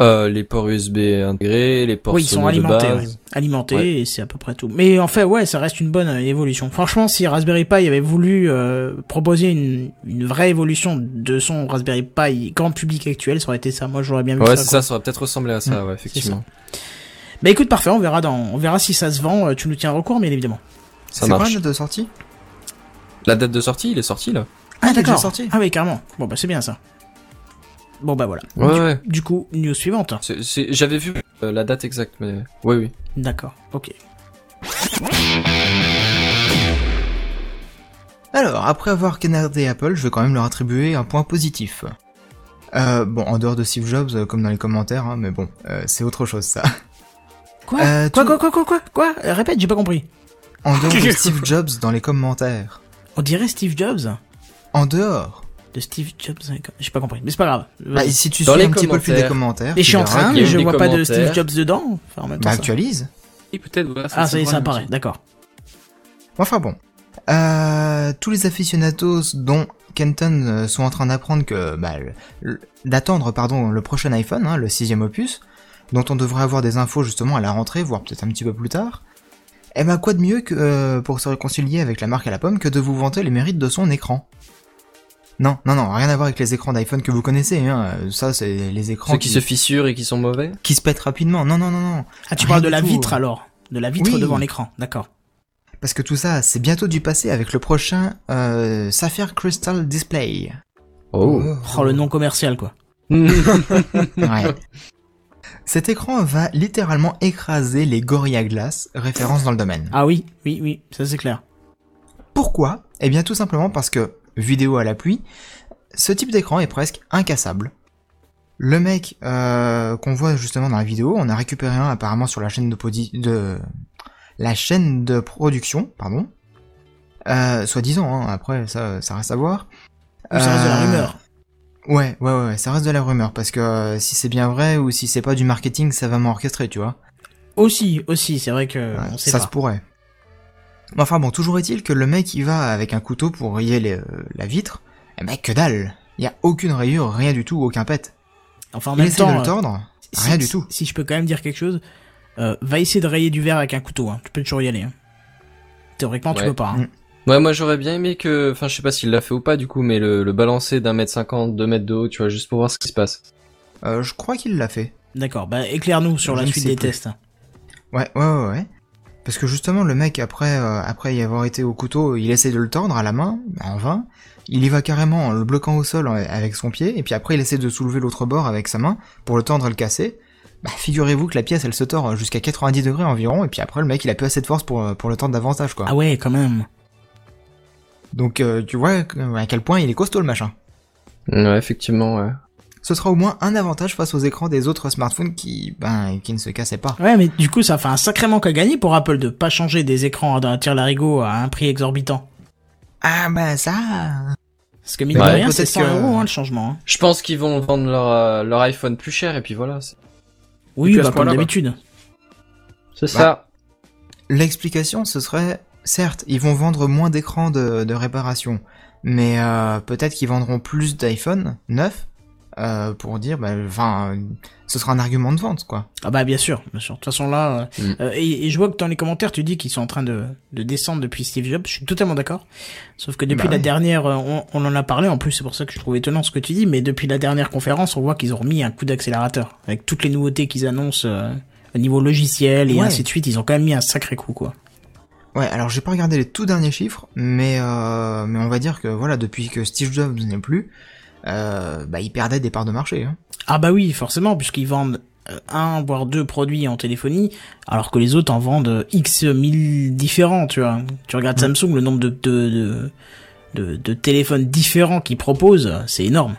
[SPEAKER 3] Euh, les ports USB intégrés, les ports
[SPEAKER 2] oui, ils sont
[SPEAKER 3] sono de
[SPEAKER 2] alimentés,
[SPEAKER 3] base.
[SPEAKER 2] ouais. alimentés
[SPEAKER 3] Ouais.
[SPEAKER 2] et c'est à peu près tout. Mais en fait, ouais, ça reste une bonne euh, évolution. Franchement, si Raspberry Pi avait voulu euh, proposer une, une vraie évolution de son Raspberry Pi grand public actuel, ça aurait été ça. Moi, j'aurais bien vu ça.
[SPEAKER 3] Ouais, c'est
[SPEAKER 2] quoi. Hmm.
[SPEAKER 3] ça, ça aurait peut-être ressemblé à ça, ouais, effectivement.
[SPEAKER 2] Bah écoute, parfait, on verra dans, on verra si ça se vend. euh, Tu nous tiens au courant, bien évidemment.
[SPEAKER 6] Ah,
[SPEAKER 3] Ça marche.
[SPEAKER 6] de sortie
[SPEAKER 3] La date de sortie, il est sorti là
[SPEAKER 2] Ah,
[SPEAKER 6] il est déjà
[SPEAKER 2] d'accord.
[SPEAKER 6] sorti.
[SPEAKER 2] Ah oui, carrément. Bon bah c'est bien ça. Bon bah voilà.
[SPEAKER 3] Ouais,
[SPEAKER 2] du,
[SPEAKER 3] ouais.
[SPEAKER 2] du coup, news suivante.
[SPEAKER 3] C'est- c'est- J'avais vu euh, la date exacte, mais oui, oui.
[SPEAKER 2] D'accord. Ok.
[SPEAKER 6] Alors, après avoir canardé Apple, je vais quand même leur attribuer un point positif. Euh, bon, en dehors de Steve Jobs, euh, comme dans les commentaires, hein, mais bon, euh, c'est autre chose ça.
[SPEAKER 2] Quoi
[SPEAKER 6] Euh,
[SPEAKER 2] quoi,
[SPEAKER 6] tout-
[SPEAKER 2] quoi quoi quoi quoi quoi Euh, Répète, j'ai pas compris.
[SPEAKER 6] En dehors de Steve Jobs dans les commentaires.
[SPEAKER 2] On dirait Steve Jobs.
[SPEAKER 6] En dehors.
[SPEAKER 2] De Steve Jobs. d'accord. J'ai pas compris, mais c'est pas grave.
[SPEAKER 6] Bah, si tu
[SPEAKER 3] Dans
[SPEAKER 6] suis
[SPEAKER 3] les
[SPEAKER 6] un petit peu le fil des commentaires.
[SPEAKER 2] Mais je
[SPEAKER 6] tu
[SPEAKER 2] suis en
[SPEAKER 6] verras
[SPEAKER 2] train,
[SPEAKER 6] qu'il
[SPEAKER 2] mais
[SPEAKER 6] y a eu
[SPEAKER 2] je
[SPEAKER 6] des
[SPEAKER 2] vois pas de Steve
[SPEAKER 3] commentaires.
[SPEAKER 2] Jobs dedans. Enfin, en même temps,
[SPEAKER 6] Bah,
[SPEAKER 2] ça-
[SPEAKER 6] actualise.
[SPEAKER 7] Et peut-être, voilà.
[SPEAKER 2] Ah ça y est, ça
[SPEAKER 7] me
[SPEAKER 2] apparaît. D'accord.
[SPEAKER 6] Enfin bon. Euh, tous les aficionados dont Kenton euh, sont en train d'apprendre que bah, le- le- d'attendre pardon le prochain iPhone, hein, le sixième opus, dont on devrait avoir des infos justement à la rentrée, voire peut-être un petit peu plus tard. Eh ben quoi de mieux que euh, pour se réconcilier avec la marque à la pomme que de vous vanter les mérites de son écran. Non, non, non, rien à voir avec les écrans d'iPhone que vous connaissez. Hein. Ça, c'est les écrans
[SPEAKER 3] Ceux qui se fissurent et qui sont mauvais
[SPEAKER 6] qui se pètent rapidement. Non, non, non, non.
[SPEAKER 2] Ah tu
[SPEAKER 6] Rien
[SPEAKER 2] parles de
[SPEAKER 6] du
[SPEAKER 2] la
[SPEAKER 6] tout,
[SPEAKER 2] vitre
[SPEAKER 6] euh.
[SPEAKER 2] alors, de la vitre
[SPEAKER 6] Oui.
[SPEAKER 2] devant l'écran. D'accord.
[SPEAKER 6] Parce que tout ça, c'est bientôt du passé avec le prochain euh, Sapphire Crystal Display.
[SPEAKER 3] Oh.
[SPEAKER 2] Oh le non commercial quoi.
[SPEAKER 6] Ouais. Cet écran va littéralement écraser les Gorilla Glass, référence dans le domaine.
[SPEAKER 2] Ah oui, oui, oui, ça c'est clair.
[SPEAKER 6] Pourquoi Eh bien tout simplement parce que, vidéo à l'appui, ce type d'écran est presque incassable. Le mec euh, qu'on voit justement dans la vidéo, on a récupéré un apparemment sur la chaîne de, podi- de... La chaîne de production, pardon. Euh, Soi-disant, hein, après ça, ça reste à voir.
[SPEAKER 2] Ou ça reste de la
[SPEAKER 6] Euh,
[SPEAKER 2] rumeur.
[SPEAKER 6] Ouais, ouais, ouais, ouais, ça reste de la rumeur, parce que euh, si c'est bien vrai ou si c'est pas du marketing, ça va m'orchestrer, tu vois.
[SPEAKER 2] Aussi, aussi, c'est vrai que
[SPEAKER 6] Ouais,
[SPEAKER 2] Euh, on sait
[SPEAKER 6] ça
[SPEAKER 2] pas.
[SPEAKER 6] se pourrait. Mais Enfin bon, toujours est-il que le mec il va avec un couteau pour rayer les- euh, la vitre, et bah que dalle Il y a aucune rayure, rien du tout, aucun pet.
[SPEAKER 2] Enfin, en
[SPEAKER 6] il
[SPEAKER 2] même
[SPEAKER 6] essaie
[SPEAKER 2] temps,
[SPEAKER 6] de le
[SPEAKER 2] euh,
[SPEAKER 6] tordre,
[SPEAKER 2] si-
[SPEAKER 6] rien du
[SPEAKER 2] si-
[SPEAKER 6] tout.
[SPEAKER 2] Si je peux quand même dire quelque chose, euh, va essayer de rayer du verre avec un couteau. hein. Tu peux toujours y aller. hein. Théoriquement, tu
[SPEAKER 3] Ouais.
[SPEAKER 2] peux pas. hein.
[SPEAKER 6] Mm.
[SPEAKER 3] Ouais, moi j'aurais bien aimé que, enfin je sais pas s'il l'a fait ou pas du coup, mais le, le balancer d'un mètre cinquante, deux mètres de haut, tu vois, juste pour voir ce qui se passe.
[SPEAKER 6] Euh, je crois qu'il l'a fait.
[SPEAKER 2] D'accord. Bah, éclaire-nous sur
[SPEAKER 6] Mm. Je
[SPEAKER 2] la
[SPEAKER 6] ne
[SPEAKER 2] suite
[SPEAKER 6] sais
[SPEAKER 2] des
[SPEAKER 6] plus.
[SPEAKER 2] tests.
[SPEAKER 6] Ouais, ouais, ouais, ouais. Parce que justement, le mec, après, euh, après y avoir été au couteau, il essaie de le tordre à la main, en vain. Il y va carrément en le bloquant au sol en- avec son pied, et puis après, il essaie de soulever l'autre bord avec sa main pour le tordre et le casser. Bah, figurez-vous que la pièce, elle se tord jusqu'à 90 degrés environ, et puis après, le mec, il a plus assez de force pour, euh, pour le tordre davantage, quoi.
[SPEAKER 2] Ah ouais, quand même.
[SPEAKER 6] Donc, euh, tu vois à quel point il est costaud, le machin.
[SPEAKER 3] Ouais, effectivement, ouais.
[SPEAKER 6] Ce sera au moins un avantage face aux écrans des autres smartphones qui, ben, qui ne se cassaient pas.
[SPEAKER 2] Ouais, mais du coup, ça fait un sacré manque à gagner pour Apple de pas changer des écrans d'un tir larigot à un prix exorbitant.
[SPEAKER 6] Ah, bah, ça,
[SPEAKER 2] Parce que mine de
[SPEAKER 3] Ouais.
[SPEAKER 2] rien, c'est
[SPEAKER 3] Peut-être
[SPEAKER 2] 100
[SPEAKER 3] que-
[SPEAKER 2] euros hein, le changement. hein.
[SPEAKER 3] Je pense qu'ils vont vendre leur, euh, leur iPhone plus cher et puis voilà. c'est-
[SPEAKER 2] Oui,
[SPEAKER 3] Et puis à
[SPEAKER 2] bah,
[SPEAKER 3] ce
[SPEAKER 2] comme
[SPEAKER 3] point-là, quoi.
[SPEAKER 2] d'habitude.
[SPEAKER 3] C'est ça.
[SPEAKER 6] L'explication, ce serait, certes, ils vont vendre moins d'écrans de, de réparation, mais euh, peut-être qu'ils vendront plus d'iPhone 9 euh, pour dire, bah, enfin, euh, ce sera un argument de vente, quoi.
[SPEAKER 2] Ah bah bien sûr, bien sûr. De toute façon là, euh,
[SPEAKER 6] Mm.
[SPEAKER 2] euh, et, et je vois que dans les commentaires tu dis qu'ils sont en train de, de descendre depuis Steve Jobs. Je suis totalement d'accord. Sauf que depuis
[SPEAKER 6] Bah
[SPEAKER 2] la
[SPEAKER 6] ouais.
[SPEAKER 2] dernière, euh, on, on en a parlé en plus, c'est pour ça que je trouvais étonnant ce que tu dis. Mais depuis la dernière conférence, on voit qu'ils ont remis un coup d'accélérateur avec toutes les nouveautés qu'ils annoncent euh, au niveau logiciel et
[SPEAKER 6] Ouais.
[SPEAKER 2] ainsi de suite. Ils ont quand même mis un sacré coup quoi.
[SPEAKER 6] Ouais, alors j'ai pas regardé les tout derniers chiffres, mais, euh, mais on va dire que voilà, depuis que Steve Jobs n'est plus, euh, bah, il perdait des parts de marché. hein.
[SPEAKER 2] Ah bah oui, forcément, puisqu'ils vendent euh, un voire deux produits en téléphonie, alors que les autres en vendent euh, X mille différents, tu vois. Tu regardes Samsung, le nombre de, de, de, de- de téléphones différents qu'ils proposent, euh, c'est énorme.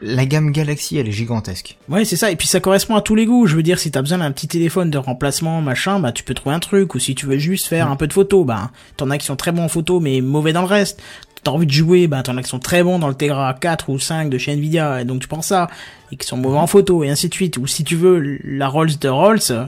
[SPEAKER 6] La gamme Galaxy, elle est gigantesque.
[SPEAKER 2] Ouais, c'est ça, et puis ça correspond à tous les goûts. Je veux dire, si t'as besoin d'un petit téléphone de remplacement, machin, bah tu peux trouver un truc, ou si tu veux juste
[SPEAKER 6] Mm.
[SPEAKER 2] faire un peu de photo, bah t'en as qui sont très bons en photo, mais mauvais dans le reste. T'as envie de jouer, bah t'en as qui sont très bons dans le Tegra 4 ou 5 de chez Nvidia, et donc tu prends ça, et qui sont mauvais en photo, et ainsi de suite. Ou si tu veux la Rolls de Rolls, euh,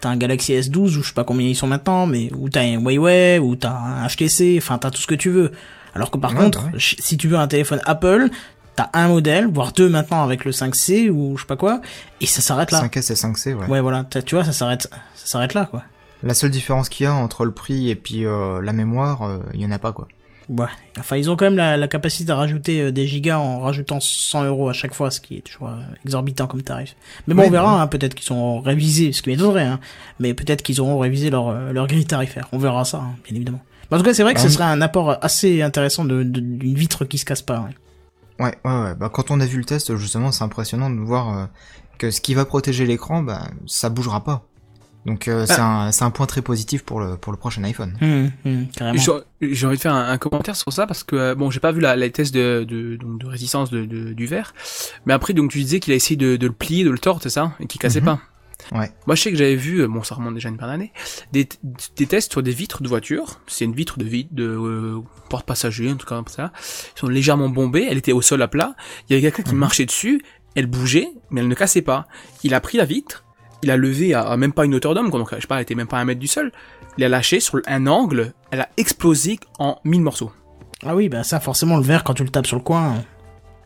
[SPEAKER 2] t'as un Galaxy S12, ou je sais pas combien ils sont maintenant, mais ou t'as un Huawei, ou t'as un HTC, enfin t'as tout ce que tu veux. Alors que par
[SPEAKER 6] Ouais,
[SPEAKER 2] contre,
[SPEAKER 6] bah ouais.
[SPEAKER 2] ch- si tu veux un téléphone Apple, t'as un modèle, voire deux maintenant avec le 5C ou je sais pas quoi, et ça s'arrête là.
[SPEAKER 6] 5S et 5C, ouais.
[SPEAKER 2] Ouais, voilà, t'as- tu vois, ça s'arrête, ça s'arrête là, quoi.
[SPEAKER 6] La seule différence qu'il y a entre le prix et puis euh, la mémoire, euh, il y en a pas, quoi.
[SPEAKER 2] Ouais. Enfin, ils ont quand même la, la capacité de rajouter euh, des gigas en rajoutant 100 euros à chaque fois, ce qui est toujours euh, exorbitant comme tarif. Mais bon,
[SPEAKER 6] Ouais,
[SPEAKER 2] on verra,
[SPEAKER 6] bah
[SPEAKER 2] hein, peut-être qu'ils auront révisé, ce qui m'étonnerait, hein, mais peut-être qu'ils auront révisé leur, euh, leur grille tarifaire. On verra ça, hein, bien évidemment. Mais en tout cas, c'est vrai que
[SPEAKER 6] Bah,
[SPEAKER 2] ce
[SPEAKER 6] on-
[SPEAKER 2] serait un apport assez intéressant de- de- d'une vitre qui se casse pas. ouais.
[SPEAKER 6] Ouais, ouais, ouais. Bah, quand on a vu le test, justement, c'est impressionnant de voir euh, que ce qui va protéger l'écran, bah, ça bougera pas. Donc euh, c'est un, c'est un point très positif pour le, pour le prochain iPhone.
[SPEAKER 2] carrément.
[SPEAKER 7] J'aurais- J'ai envie de faire un, un commentaire sur ça parce que euh, bon, j'ai pas vu la, la test de, de, donc de résistance de, de- du verre, mais après donc tu disais qu'il a essayé de, de le plier, de le tordre, c'est ça, et qu'il cassait
[SPEAKER 6] Mhm.
[SPEAKER 7] pas.
[SPEAKER 6] Ouais.
[SPEAKER 7] Moi, je sais que j'avais vu, euh, bon, ça remonte déjà une paire d'années, des, des tests sur des vitres de voiture. C'est une vitre de vide, de euh, porte-passager, en tout cas, comme ça. Ils sont légèrement bombées, elle était au sol à plat. Il y avait
[SPEAKER 6] Mhm.
[SPEAKER 7] quelqu'un qui marchait dessus, elle bougeait, mais elle ne cassait pas. Il a pris la vitre, il a levé à, à même pas une hauteur d'homme, quoi, donc je sais pas, elle était même pas à un mètre du sol. Il a lâché sur un angle, elle a explosé en mille morceaux.
[SPEAKER 2] Ah oui, bah ça, forcément, le verre, quand tu le tapes sur le coin, hein,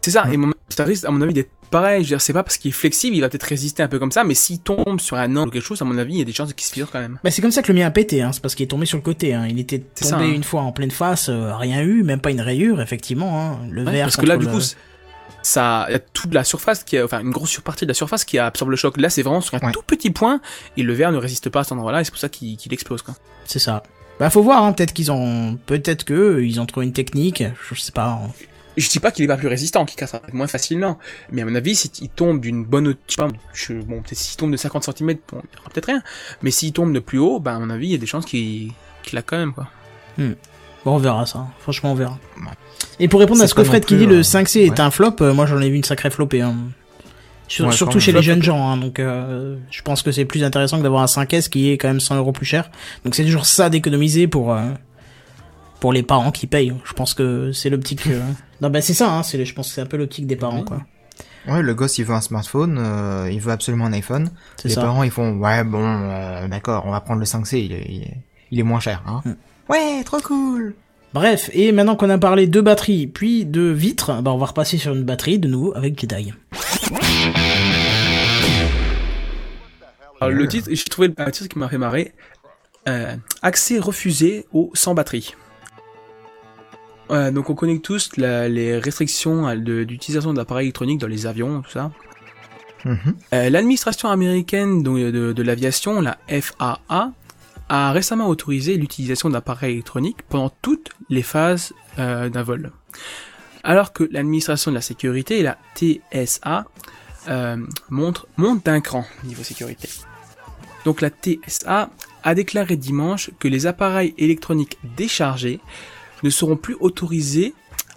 [SPEAKER 7] C'est ça, et mon ça risque, à mon avis, d'être pareil. Je veux dire, c'est pas parce qu'il est flexible, il va peut-être résister un peu comme ça, mais s'il tombe sur un angle ou quelque chose, à mon avis, il y a des chances qu'il se fissure quand même.
[SPEAKER 2] Bah c'est comme ça que le mien a pété, hein. c'est parce qu'il est tombé sur le côté. Hein. Il était tombé
[SPEAKER 7] C'est ça, hein.
[SPEAKER 2] une fois en pleine face, euh, rien eu, même pas une rayure, effectivement. Hein. Le
[SPEAKER 7] Ouais,
[SPEAKER 2] verre
[SPEAKER 7] parce que là,
[SPEAKER 2] contre
[SPEAKER 7] du
[SPEAKER 2] le-
[SPEAKER 7] coup, c- ça, il y a toute la surface qui, a- enfin, une grosse partie de la surface qui absorbe le choc. Là, c'est vraiment sur un tout petit point, et le verre ne résiste pas à cet endroit-là, et c'est pour ça qu'il qu'il explose, quoi.
[SPEAKER 2] c'est ça. Bah faut voir, hein. peut-être qu'ils ont, peut-être que euh, ils ont trouvé une technique, je sais pas. hein.
[SPEAKER 7] Je dis pas qu'il est pas plus résistant, qu'il casse moins facilement, mais à mon avis, s'il tombe d'une bonne haute- je sais pas, je- bon, peut-être s'il tombe de 50 cm, bon, il y aura peut-être rien, mais s'il tombe de plus haut, bah, à mon avis, il y a des chances qu'il qu'il a quand même, quoi.
[SPEAKER 2] Hmm. Bon, on verra ça. Franchement, on verra. Et pour répondre à
[SPEAKER 6] C'est
[SPEAKER 2] ce
[SPEAKER 6] pas
[SPEAKER 2] que Fred
[SPEAKER 6] non
[SPEAKER 2] qui
[SPEAKER 6] plus,
[SPEAKER 2] dit
[SPEAKER 6] euh,
[SPEAKER 2] le 5C est
[SPEAKER 6] ouais.
[SPEAKER 2] un flop, euh, moi j'en ai vu une sacrée flopée. Hein. Sur-
[SPEAKER 6] Ouais,
[SPEAKER 2] surtout
[SPEAKER 6] quand
[SPEAKER 2] chez
[SPEAKER 6] même.
[SPEAKER 2] les jeunes gens, hein, donc euh, je pense que c'est plus intéressant que d'avoir un 5S qui est quand même 100 euros plus cher. Donc c'est toujours ça d'économiser pour euh, pour les parents qui payent. Je pense que c'est l'optique. euh, Non bah c'est ça, hein, c'est le- je pense que c'est un peu l'optique des parents quoi.
[SPEAKER 6] Ouais, le gosse il veut un smartphone, euh, il veut absolument un iPhone.
[SPEAKER 2] C'est
[SPEAKER 6] Les
[SPEAKER 2] ça.
[SPEAKER 6] parents ils font ouais bon euh, d'accord, on va prendre le 5C, il est, il est, il est moins cher. Hein.
[SPEAKER 2] Ouais, trop cool. Bref, et maintenant qu'on a parlé de batterie puis de vitres, bah on va repasser sur une batterie de nouveau avec Jedi.
[SPEAKER 7] Alors, Euh, le titre, j'ai trouvé un titre qui m'a fait marrer. Euh, accès refusé aux sans batterie. Euh, donc on connaît tous la- les restrictions à- de- d'utilisation d'appareils électroniques dans les avions, tout ça. Euh, L'administration américaine donc, euh, de, de l'aviation, la FAA, a récemment autorisé l'utilisation d'appareils électroniques pendant toutes les phases euh, d'un vol. Alors que l'administration de la sécurité, la TSA, euh, montre, monte d'un cran niveau sécurité. Donc la TSA a déclaré dimanche que les appareils électroniques déchargés ne seront plus autorisés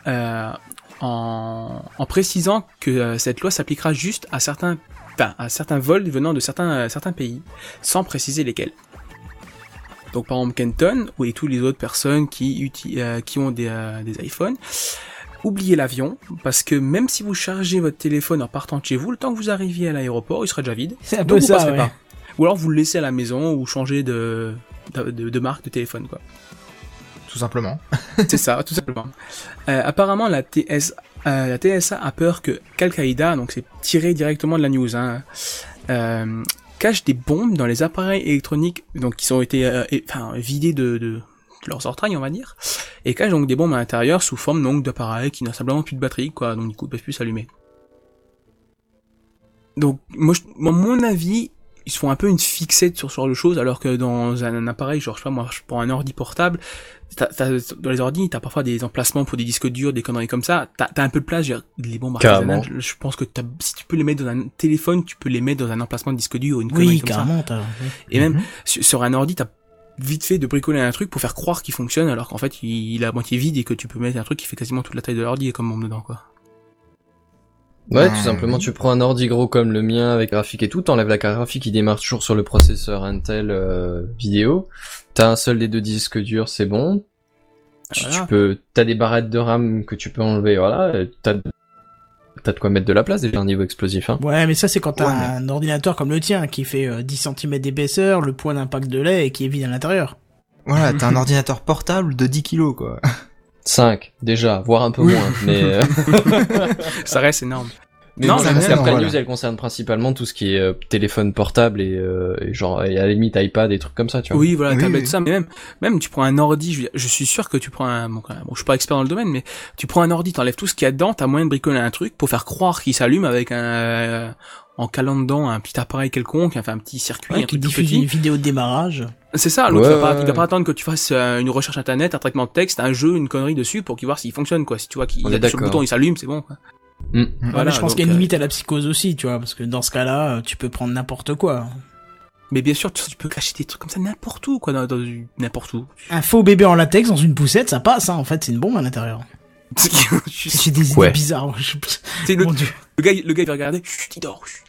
[SPEAKER 7] euh, en, en précisant que euh, cette loi s'appliquera juste à certains, enfin, à certains vols venant de certains, euh, certains pays, sans préciser lesquels. Donc par exemple Kenton ou et toutes les autres personnes qui, uti- euh, qui ont des, euh, des iPhones oubliez l'avion, parce que même si vous chargez votre téléphone en partant de chez vous, le temps que vous arriviez à l'aéroport, il sera déjà vide.
[SPEAKER 2] C'est un
[SPEAKER 7] Donc
[SPEAKER 2] peu
[SPEAKER 7] vous
[SPEAKER 2] ça,
[SPEAKER 7] passerez
[SPEAKER 2] ouais.
[SPEAKER 7] pas. Ou alors vous le laissez à la maison ou changez de, de, de- de marque de téléphone, quoi.
[SPEAKER 6] Tout simplement.
[SPEAKER 7] C'est ça, tout simplement. Euh, apparemment, la, TS, euh, la TSA a peur que Al-Qaïda, donc c'est tiré directement de la news, hein, euh, cache des bombes dans les appareils électroniques donc qui ont été euh, é- enfin, vidés de, de- de leurs entrailles, on va dire, et cache donc des bombes à l'intérieur sous forme donc d'appareils qui n'ont simplement plus de batterie, quoi, donc du coup ils peuvent plus s'allumer. Donc, moi, je- moi, mon avis, ils se font un peu une fixette sur ce genre de choses, alors que dans un, un appareil, genre, je sais pas, moi, je prends un ordi portable, t'as- t'as- dans les ordis, t'as parfois des emplacements pour des disques durs, des conneries comme ça, t'as t'as un peu de place, je veux dire, les bombes
[SPEAKER 3] Carrément.
[SPEAKER 7] artisanales, je pense que t'as- si tu peux les mettre dans un téléphone, tu peux les mettre dans un emplacement de disque dur ou une connerie
[SPEAKER 2] Oui,
[SPEAKER 7] comme ça.
[SPEAKER 2] carrément, t'as-
[SPEAKER 7] Et même,
[SPEAKER 6] Mm-hmm.
[SPEAKER 7] sur, sur un ordi, t'as vite fait de bricoler un truc pour faire croire qu'il fonctionne, alors qu'en fait, il, il est à moitié vide et que tu peux mettre un truc qui fait quasiment toute la taille de l'ordi et comme bombe dedans, quoi.
[SPEAKER 3] Ouais, tout
[SPEAKER 7] Ah
[SPEAKER 3] simplement, tu prends un ordi gros comme le mien avec graphique et tout, t'enlèves la carte graphique, il démarre toujours sur le processeur Intel euh, vidéo. T'as un seul des deux disques durs, c'est bon. Tu, tu peux, t'as des barrettes de RAM que tu peux enlever, voilà. et T'as, t'as de quoi mettre de la place déjà un niveau explosif. Hein.
[SPEAKER 2] Ouais, mais ça, c'est quand t'as
[SPEAKER 3] Ouais,
[SPEAKER 2] un ordinateur comme le tien qui fait euh, 10 cm d'épaisseur, le poids d'impact de lait et qui est vide à l'intérieur.
[SPEAKER 6] Voilà, t'as un ordinateur portable de 10 kilos, quoi.
[SPEAKER 3] 5 déjà, voire un peu
[SPEAKER 6] Oui.
[SPEAKER 3] moins, mais. euh,
[SPEAKER 2] Ah.
[SPEAKER 7] Ça reste énorme.
[SPEAKER 3] Mais
[SPEAKER 7] non,
[SPEAKER 3] bon,
[SPEAKER 7] ça
[SPEAKER 3] parce
[SPEAKER 7] reste
[SPEAKER 3] que après
[SPEAKER 7] énorme,
[SPEAKER 3] la news,
[SPEAKER 7] voilà.
[SPEAKER 3] elle concerne principalement tout ce qui est euh, téléphone portable et, euh, et genre et à la limite iPad et trucs comme
[SPEAKER 2] Ah.
[SPEAKER 3] ça, tu vois.
[SPEAKER 7] Oui, voilà, tablette,
[SPEAKER 3] oui.
[SPEAKER 7] ça, mais même, même tu prends un ordi, je, veux dire, je suis sûr que tu prends un, bon, quand même, bon, je suis pas expert dans le domaine, mais tu prends un ordi, t'enlèves tout ce qu'il y a dedans, t'as moyen de bricoler un truc pour faire croire qu'il s'allume avec un, euh, en calant dedans un petit appareil quelconque, enfin un petit circuit,
[SPEAKER 2] Ouais,
[SPEAKER 7] un
[SPEAKER 2] qui
[SPEAKER 7] truc tout
[SPEAKER 2] diffuse une
[SPEAKER 7] petit.
[SPEAKER 2] vidéo de démarrage.
[SPEAKER 7] C'est ça, l'autre,
[SPEAKER 2] Ouais,
[SPEAKER 7] tu vas pas,
[SPEAKER 2] ouais,
[SPEAKER 7] tu
[SPEAKER 2] ouais.
[SPEAKER 7] vas pas attendre que tu fasses euh, une recherche internet, un traitement de texte, un jeu, une connerie dessus pour qu'il voir s'il fonctionne, quoi. Si tu vois qu'il
[SPEAKER 3] On est
[SPEAKER 7] appuie sur
[SPEAKER 3] d'accord.
[SPEAKER 7] le
[SPEAKER 3] Mm.
[SPEAKER 7] bouton, il s'allume, c'est bon, quoi.
[SPEAKER 2] Ouais,
[SPEAKER 7] Voilà,
[SPEAKER 2] mais je pense
[SPEAKER 7] donc,
[SPEAKER 2] qu'il y a
[SPEAKER 7] euh,
[SPEAKER 2] une limite à la psychose aussi, tu vois, parce que dans ce cas-là, euh, tu peux prendre n'importe quoi.
[SPEAKER 7] Mais bien sûr, tu, tu peux cacher des trucs comme ça n'importe où, quoi, dans- dans- n'importe où.
[SPEAKER 2] Un faux bébé en latex dans une poussette, ça passe, hein, en fait, c'est une bombe à l'intérieur. J'ai des idées
[SPEAKER 7] Ouais.
[SPEAKER 2] bizarres. moi, je-
[SPEAKER 7] C'est le, le gars, le gars, il va regarder, chut, il dort, chut.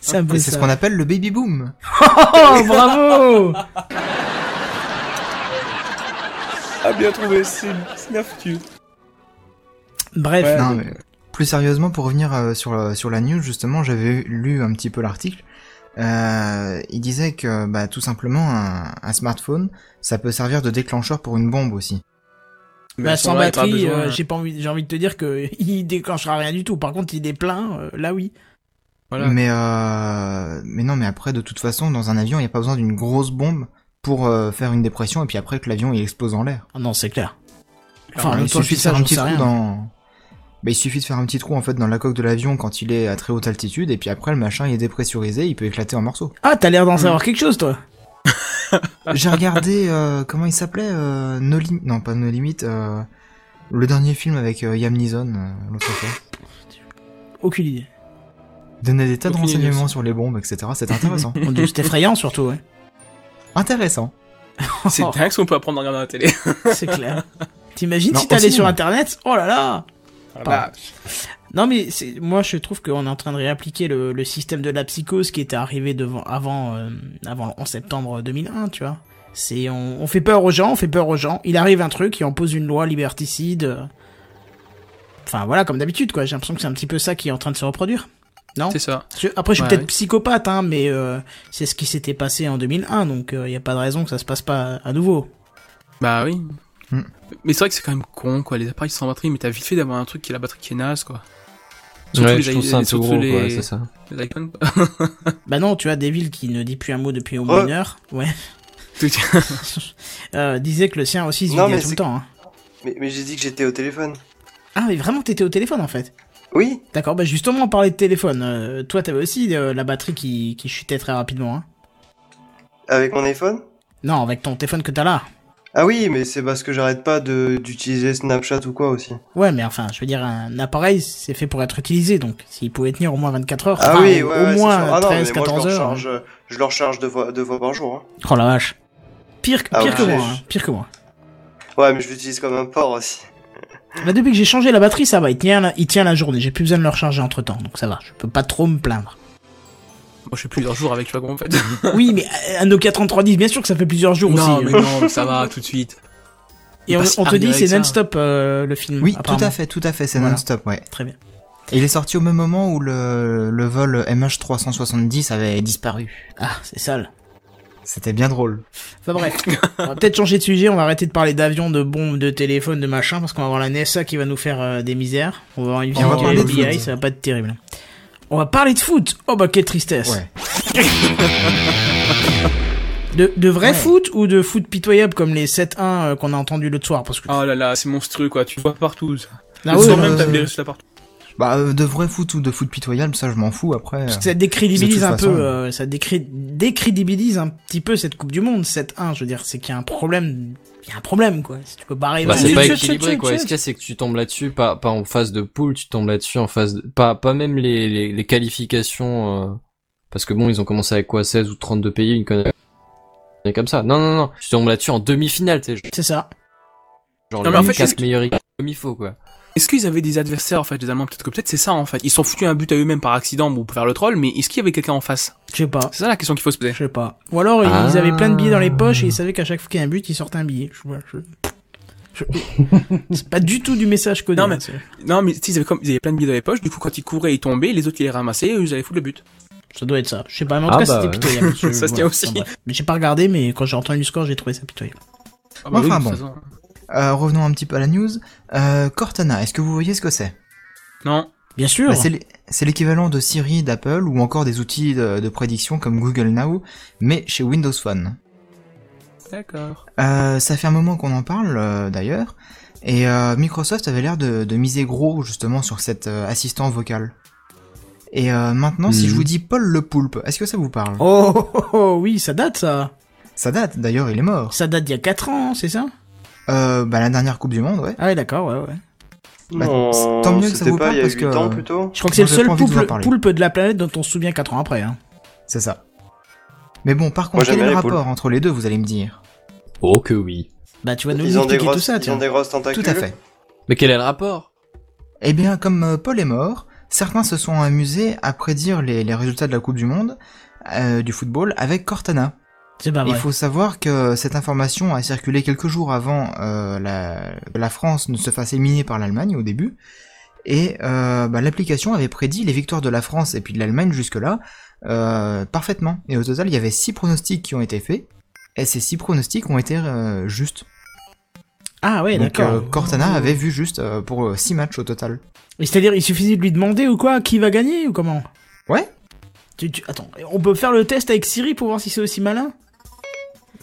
[SPEAKER 2] C'est un peu
[SPEAKER 6] Et c'est
[SPEAKER 2] ça.
[SPEAKER 6] ce qu'on appelle le baby boom.
[SPEAKER 2] Oh, bravo
[SPEAKER 7] Ah, bien trouvé, c'est bien foutu.
[SPEAKER 2] Bref.
[SPEAKER 6] Non, mais euh, plus sérieusement, pour revenir euh, sur, la- sur la news, justement, j'avais lu un petit peu l'article. Euh, il disait que bah, tout simplement, un, un smartphone, ça peut servir de déclencheur pour une bombe aussi.
[SPEAKER 2] Bah, sans batterie, euh, j'ai pas envie, j'ai envie de te dire que il déclenchera rien du tout. Par contre, il est plein, euh, là oui.
[SPEAKER 6] Mais, euh, mais non, mais après, de toute façon, dans un avion, il n'y a pas besoin d'une grosse bombe pour euh, faire une dépression et puis après que l'avion il explose en l'air.
[SPEAKER 2] Ah non, c'est clair.
[SPEAKER 6] Enfin,
[SPEAKER 2] Enfin,
[SPEAKER 6] Ah, il
[SPEAKER 2] toi, tu
[SPEAKER 6] suffit de
[SPEAKER 2] sais,
[SPEAKER 6] faire un
[SPEAKER 2] j'en
[SPEAKER 6] petit
[SPEAKER 2] sais
[SPEAKER 6] trou
[SPEAKER 2] rien.
[SPEAKER 6] dans. Bah, il suffit de faire un petit trou en fait dans la coque de l'avion quand il est à très haute altitude et puis après le machin il est dépressurisé, il peut éclater en morceaux.
[SPEAKER 2] Ah, t'as l'air d'en savoir quelque chose, toi.
[SPEAKER 6] J'ai regardé euh, comment il s'appelait euh, No Lim- non pas No Limit, euh, le dernier film avec euh, Liam Neeson euh, l'autre fois.
[SPEAKER 2] Aucune idée.
[SPEAKER 6] Donnait des tas de
[SPEAKER 2] Aucune idée
[SPEAKER 6] renseignements
[SPEAKER 2] aussi.
[SPEAKER 6] sur les bombes, etc. C'est intéressant.
[SPEAKER 2] Mon Dieu, c'est effrayant surtout, ouais.
[SPEAKER 6] Intéressant.
[SPEAKER 7] C'est dingue ce qu'on peut apprendre en regardant la télé.
[SPEAKER 2] C'est clair. T'imagines
[SPEAKER 7] Non,
[SPEAKER 2] si t'allais
[SPEAKER 7] aussi,
[SPEAKER 2] sur
[SPEAKER 7] non.
[SPEAKER 2] internet Oh là là
[SPEAKER 7] la
[SPEAKER 2] Pardon. Non mais c'est moi je trouve qu'on est en train de réappliquer le, le système de la psychose qui était arrivé devant avant euh, avant le- en septembre 2001 tu vois c'est on, on fait peur aux gens on fait peur aux gens il arrive un truc et on pose une loi liberticide euh. enfin voilà comme d'habitude quoi j'ai l'impression que c'est un petit peu ça qui est en train de se reproduire non
[SPEAKER 7] C'est ça.
[SPEAKER 2] Parce que- après je suis
[SPEAKER 7] Ouais,
[SPEAKER 2] peut-être
[SPEAKER 7] ouais.
[SPEAKER 2] psychopathe hein mais euh, c'est ce qui s'était passé en 2001 donc il y a pas de raison que ça se passe pas à nouveau
[SPEAKER 7] Bah oui.
[SPEAKER 3] Hmm.
[SPEAKER 7] Mais c'est vrai que c'est quand même con, quoi. Les appareils sans batterie, mais t'as vite fait d'avoir un truc qui a la batterie qui est naze, quoi.
[SPEAKER 3] Ouais,
[SPEAKER 7] les
[SPEAKER 3] je
[SPEAKER 7] i-
[SPEAKER 3] trouve ça un peu
[SPEAKER 7] surtout
[SPEAKER 3] gros,
[SPEAKER 7] les-
[SPEAKER 3] quoi, c'est ça.
[SPEAKER 7] les iPhones, quoi.
[SPEAKER 2] Bah non, tu as des villes qui ne dit plus un mot depuis au moins
[SPEAKER 4] Oh.
[SPEAKER 7] Ouais.
[SPEAKER 2] une heure. Ouais. euh, disait que le sien aussi se
[SPEAKER 4] Non,
[SPEAKER 2] vidait
[SPEAKER 4] mais
[SPEAKER 2] tout
[SPEAKER 4] c'est-
[SPEAKER 2] le temps. hein.
[SPEAKER 4] Mais, mais j'ai dit que j'étais au téléphone.
[SPEAKER 2] Ah mais vraiment, t'étais au téléphone en fait.
[SPEAKER 4] Oui.
[SPEAKER 2] D'accord. Bah justement, on parlait de téléphone. Euh, toi, t'avais aussi euh, la batterie qui qui chutait très rapidement. Hein.
[SPEAKER 4] Avec mon iPhone
[SPEAKER 2] Non, avec ton téléphone que t'as là.
[SPEAKER 4] Ah oui, mais c'est parce que j'arrête pas de- d'utiliser Snapchat ou quoi aussi.
[SPEAKER 2] Ouais, mais enfin, je veux dire, un appareil, c'est fait pour être utilisé, donc s'il pouvait tenir au moins 24 heures,
[SPEAKER 4] Ah
[SPEAKER 2] enfin,
[SPEAKER 4] oui,
[SPEAKER 2] au,
[SPEAKER 4] ouais,
[SPEAKER 2] au
[SPEAKER 4] ouais, c'est
[SPEAKER 2] moins
[SPEAKER 4] sûr. Ah non, mais
[SPEAKER 2] 13,
[SPEAKER 4] moi,
[SPEAKER 2] 14
[SPEAKER 4] je le
[SPEAKER 2] heures.
[SPEAKER 4] recharge,
[SPEAKER 6] hein.
[SPEAKER 4] euh, je le recharge deux fois, deux fois par jour. hein.
[SPEAKER 2] Oh la vache. Pire, que-
[SPEAKER 4] Ah
[SPEAKER 2] pire
[SPEAKER 4] ouais,
[SPEAKER 2] que
[SPEAKER 4] j'ai-
[SPEAKER 2] moi. hein, Pire que moi.
[SPEAKER 4] Ouais, mais je l'utilise comme un port aussi.
[SPEAKER 6] Ah
[SPEAKER 2] Bah, depuis que j'ai changé la batterie, ça va, il tient, la- il tient la journée. J'ai plus besoin de le recharger entre temps, donc ça va. Je peux pas trop me plaindre.
[SPEAKER 7] Moi, je fais plusieurs jours avec, je sais pas comment en fait.
[SPEAKER 2] euh, Oui, mais un Nokia 3310, bien sûr que ça fait plusieurs jours
[SPEAKER 7] non,
[SPEAKER 3] hein.
[SPEAKER 2] aussi. hein.
[SPEAKER 7] mais non, mais ça va, tout de suite.
[SPEAKER 2] Et on,
[SPEAKER 6] bah,
[SPEAKER 2] on te dit c'est non-stop euh, le film.
[SPEAKER 6] Oui, tout
[SPEAKER 2] apparemment.
[SPEAKER 6] à fait, tout à fait, c'est
[SPEAKER 2] Voilà.
[SPEAKER 6] non-stop, ouais.
[SPEAKER 2] Très bien.
[SPEAKER 6] Et il est sorti au même moment où le, le vol MH370 avait disparu.
[SPEAKER 2] Ah, c'est sale.
[SPEAKER 6] C'était bien drôle.
[SPEAKER 2] Enfin bref, on va peut-être changer de sujet, on va arrêter de parler d'avions, de bombes, de téléphones, de machin, parce qu'on va avoir la NSA qui va nous faire euh, des misères. On va avoir une
[SPEAKER 6] On va
[SPEAKER 2] visite du
[SPEAKER 6] parler de
[SPEAKER 2] FBI,
[SPEAKER 6] foot.
[SPEAKER 2] ça va pas être terrible. On va parler de foot Oh bah quelle tristesse De, de vrai foot ou de foot pitoyable comme les 7-1 euh, qu'on a entendu l'autre soir parce que...
[SPEAKER 7] Oh là là, c'est monstrueux quoi, tu le vois partout. ça.
[SPEAKER 2] Ah
[SPEAKER 7] Le
[SPEAKER 2] oui,
[SPEAKER 7] soir
[SPEAKER 2] euh,
[SPEAKER 7] même, t'as vu les résultats partout.
[SPEAKER 6] Bah, euh, de vrai foot ou de foot pitoyable, ça je m'en fous après. euh,
[SPEAKER 2] Ça décrédibilise
[SPEAKER 6] de
[SPEAKER 2] un
[SPEAKER 6] toute façon.
[SPEAKER 2] peu, euh, ça décré- décrédibilise un petit peu cette Coupe du Monde 7-1. Je veux dire, c'est qu'il y a un problème, il y a un problème quoi. Si tu peux barrer,
[SPEAKER 3] Bah,
[SPEAKER 2] dans-
[SPEAKER 3] c'est
[SPEAKER 2] Les-
[SPEAKER 3] pas
[SPEAKER 2] Tchut,
[SPEAKER 3] équilibré
[SPEAKER 2] tchut,
[SPEAKER 3] quoi.
[SPEAKER 2] tchut,
[SPEAKER 3] Et Ce qu'il y a, c'est que tu tombes là-dessus, pas, pas en phase de poule, tu tombes là-dessus en phase de... pas, pas même les, les, les qualifications, euh, parce que bon, ils ont commencé avec quoi, 16 ou 32 pays, une connerie comme ça. Non, non, non, tu tombes là-dessus en demi-finale, tu sais.
[SPEAKER 2] C'est ça.
[SPEAKER 3] Genre,
[SPEAKER 7] Non,
[SPEAKER 3] les
[SPEAKER 7] mais en fait,
[SPEAKER 3] 4
[SPEAKER 7] je-
[SPEAKER 3] meilleures équipes comme il faut quoi.
[SPEAKER 7] Est-ce qu'ils avaient des adversaires en fait, les Allemands Peut-être que peut-être c'est ça en fait. Ils se sont foutus un but à eux-mêmes par accident ou pour faire le troll, mais est-ce qu'il y avait quelqu'un en face
[SPEAKER 2] Je sais pas.
[SPEAKER 7] C'est ça la question qu'il faut se poser.
[SPEAKER 2] Je sais pas. Ou alors ils avaient plein de billets dans les poches et ils savaient qu'à chaque fois qu'il y a un but, ils sortaient un billet. Je, je- je- c'est pas du tout du message codé.
[SPEAKER 7] Non, mais-
[SPEAKER 2] hein, c'est-
[SPEAKER 7] Non, mais tu sais, ils avaient, comme, ils avaient plein de billets dans les poches, du coup quand ils couraient, ils tombaient, les autres ils les ramassaient, et eux, ils allaient foutre le but.
[SPEAKER 2] Ça doit être ça. Je sais pas, mais en tout
[SPEAKER 7] Ah
[SPEAKER 2] cas,
[SPEAKER 7] bah
[SPEAKER 2] c'était
[SPEAKER 7] ouais.
[SPEAKER 2] pitoyable.
[SPEAKER 7] Ça se
[SPEAKER 2] Voilà.
[SPEAKER 7] tient aussi.
[SPEAKER 2] Enfin, bref. Mais j'ai pas regardé, mais quand j'ai entendu le score, j'ai trouvé ça pitoyable.
[SPEAKER 7] Ah
[SPEAKER 6] bah oui, Enfin, de toute bon. façon. Euh, revenons un petit peu à la news. Euh, Cortana, est-ce que vous voyez ce que c'est
[SPEAKER 7] Non.
[SPEAKER 2] Bien sûr.
[SPEAKER 6] Bah, c'est l'é- c'est l'équivalent de Siri, d'Apple ou encore des outils de, de prédiction comme Google Now, mais chez Windows Phone.
[SPEAKER 7] D'accord.
[SPEAKER 6] Euh, ça fait un moment qu'on en parle euh, d'ailleurs, et euh, Microsoft avait l'air de, de miser gros justement sur cet euh, assistant vocal. Et euh, maintenant, si
[SPEAKER 2] Mhm.
[SPEAKER 6] je vous dis Paul le Poulpe, est-ce que ça vous parle
[SPEAKER 2] Oh, oh, oh, oui, ça date ça.
[SPEAKER 6] Ça date, d'ailleurs, il est mort.
[SPEAKER 2] Ça date d'il y a 4 ans, c'est ça
[SPEAKER 6] Euh, bah la dernière Coupe du Monde, ouais.
[SPEAKER 2] Ah ouais, d'accord, ouais, ouais.
[SPEAKER 6] Bah, c'est- tant mieux que ça
[SPEAKER 4] c'était
[SPEAKER 6] vous
[SPEAKER 4] pas
[SPEAKER 6] parle
[SPEAKER 4] il y a
[SPEAKER 6] parce
[SPEAKER 4] huit
[SPEAKER 6] que
[SPEAKER 4] ans, plutôt
[SPEAKER 2] Je crois que c'est le
[SPEAKER 6] J'ai
[SPEAKER 2] seul
[SPEAKER 6] pas envie de vous en
[SPEAKER 2] poulpe,
[SPEAKER 6] parler.
[SPEAKER 2] poulpe de la planète dont on se souvient 4 ans après. Hein.
[SPEAKER 6] C'est ça. Mais bon, par
[SPEAKER 4] Moi,
[SPEAKER 6] contre,
[SPEAKER 4] j'aime
[SPEAKER 6] quel est
[SPEAKER 4] bien
[SPEAKER 6] le
[SPEAKER 4] les
[SPEAKER 6] rapport
[SPEAKER 4] poulpes.
[SPEAKER 6] entre les deux, vous allez me dire
[SPEAKER 3] Oh que oui.
[SPEAKER 2] Bah tu vas
[SPEAKER 4] Ils ont des grosses, ils ont des grosses tentacules.
[SPEAKER 6] Tout à fait.
[SPEAKER 3] Mais quel est le rapport
[SPEAKER 6] Eh bien, comme euh, Paul est mort, certains se sont amusés à prédire les, les résultats de la Coupe du Monde euh, du football avec Cortana.
[SPEAKER 2] C'est pas
[SPEAKER 6] Il
[SPEAKER 2] vrai.
[SPEAKER 6] faut savoir que cette information a circulé quelques jours avant euh, la, que la France ne se fasse éminer par l'Allemagne au début. Et euh, bah, l'application avait prédit les victoires de la France et puis de l'Allemagne jusque-là euh, parfaitement. Et au total, il y avait six pronostics qui ont été faits. Et ces six pronostics ont été euh, justes.
[SPEAKER 2] Ah ouais,
[SPEAKER 6] Donc
[SPEAKER 2] d'accord.
[SPEAKER 6] euh, Cortana avait vu juste euh, pour euh, six matchs au total.
[SPEAKER 2] Mais c'est-à-dire, il suffisait de lui demander ou quoi Qui va gagner ou comment
[SPEAKER 6] Ouais.
[SPEAKER 2] Tu, tu- Attends, on peut faire le test avec Siri pour voir si c'est aussi malin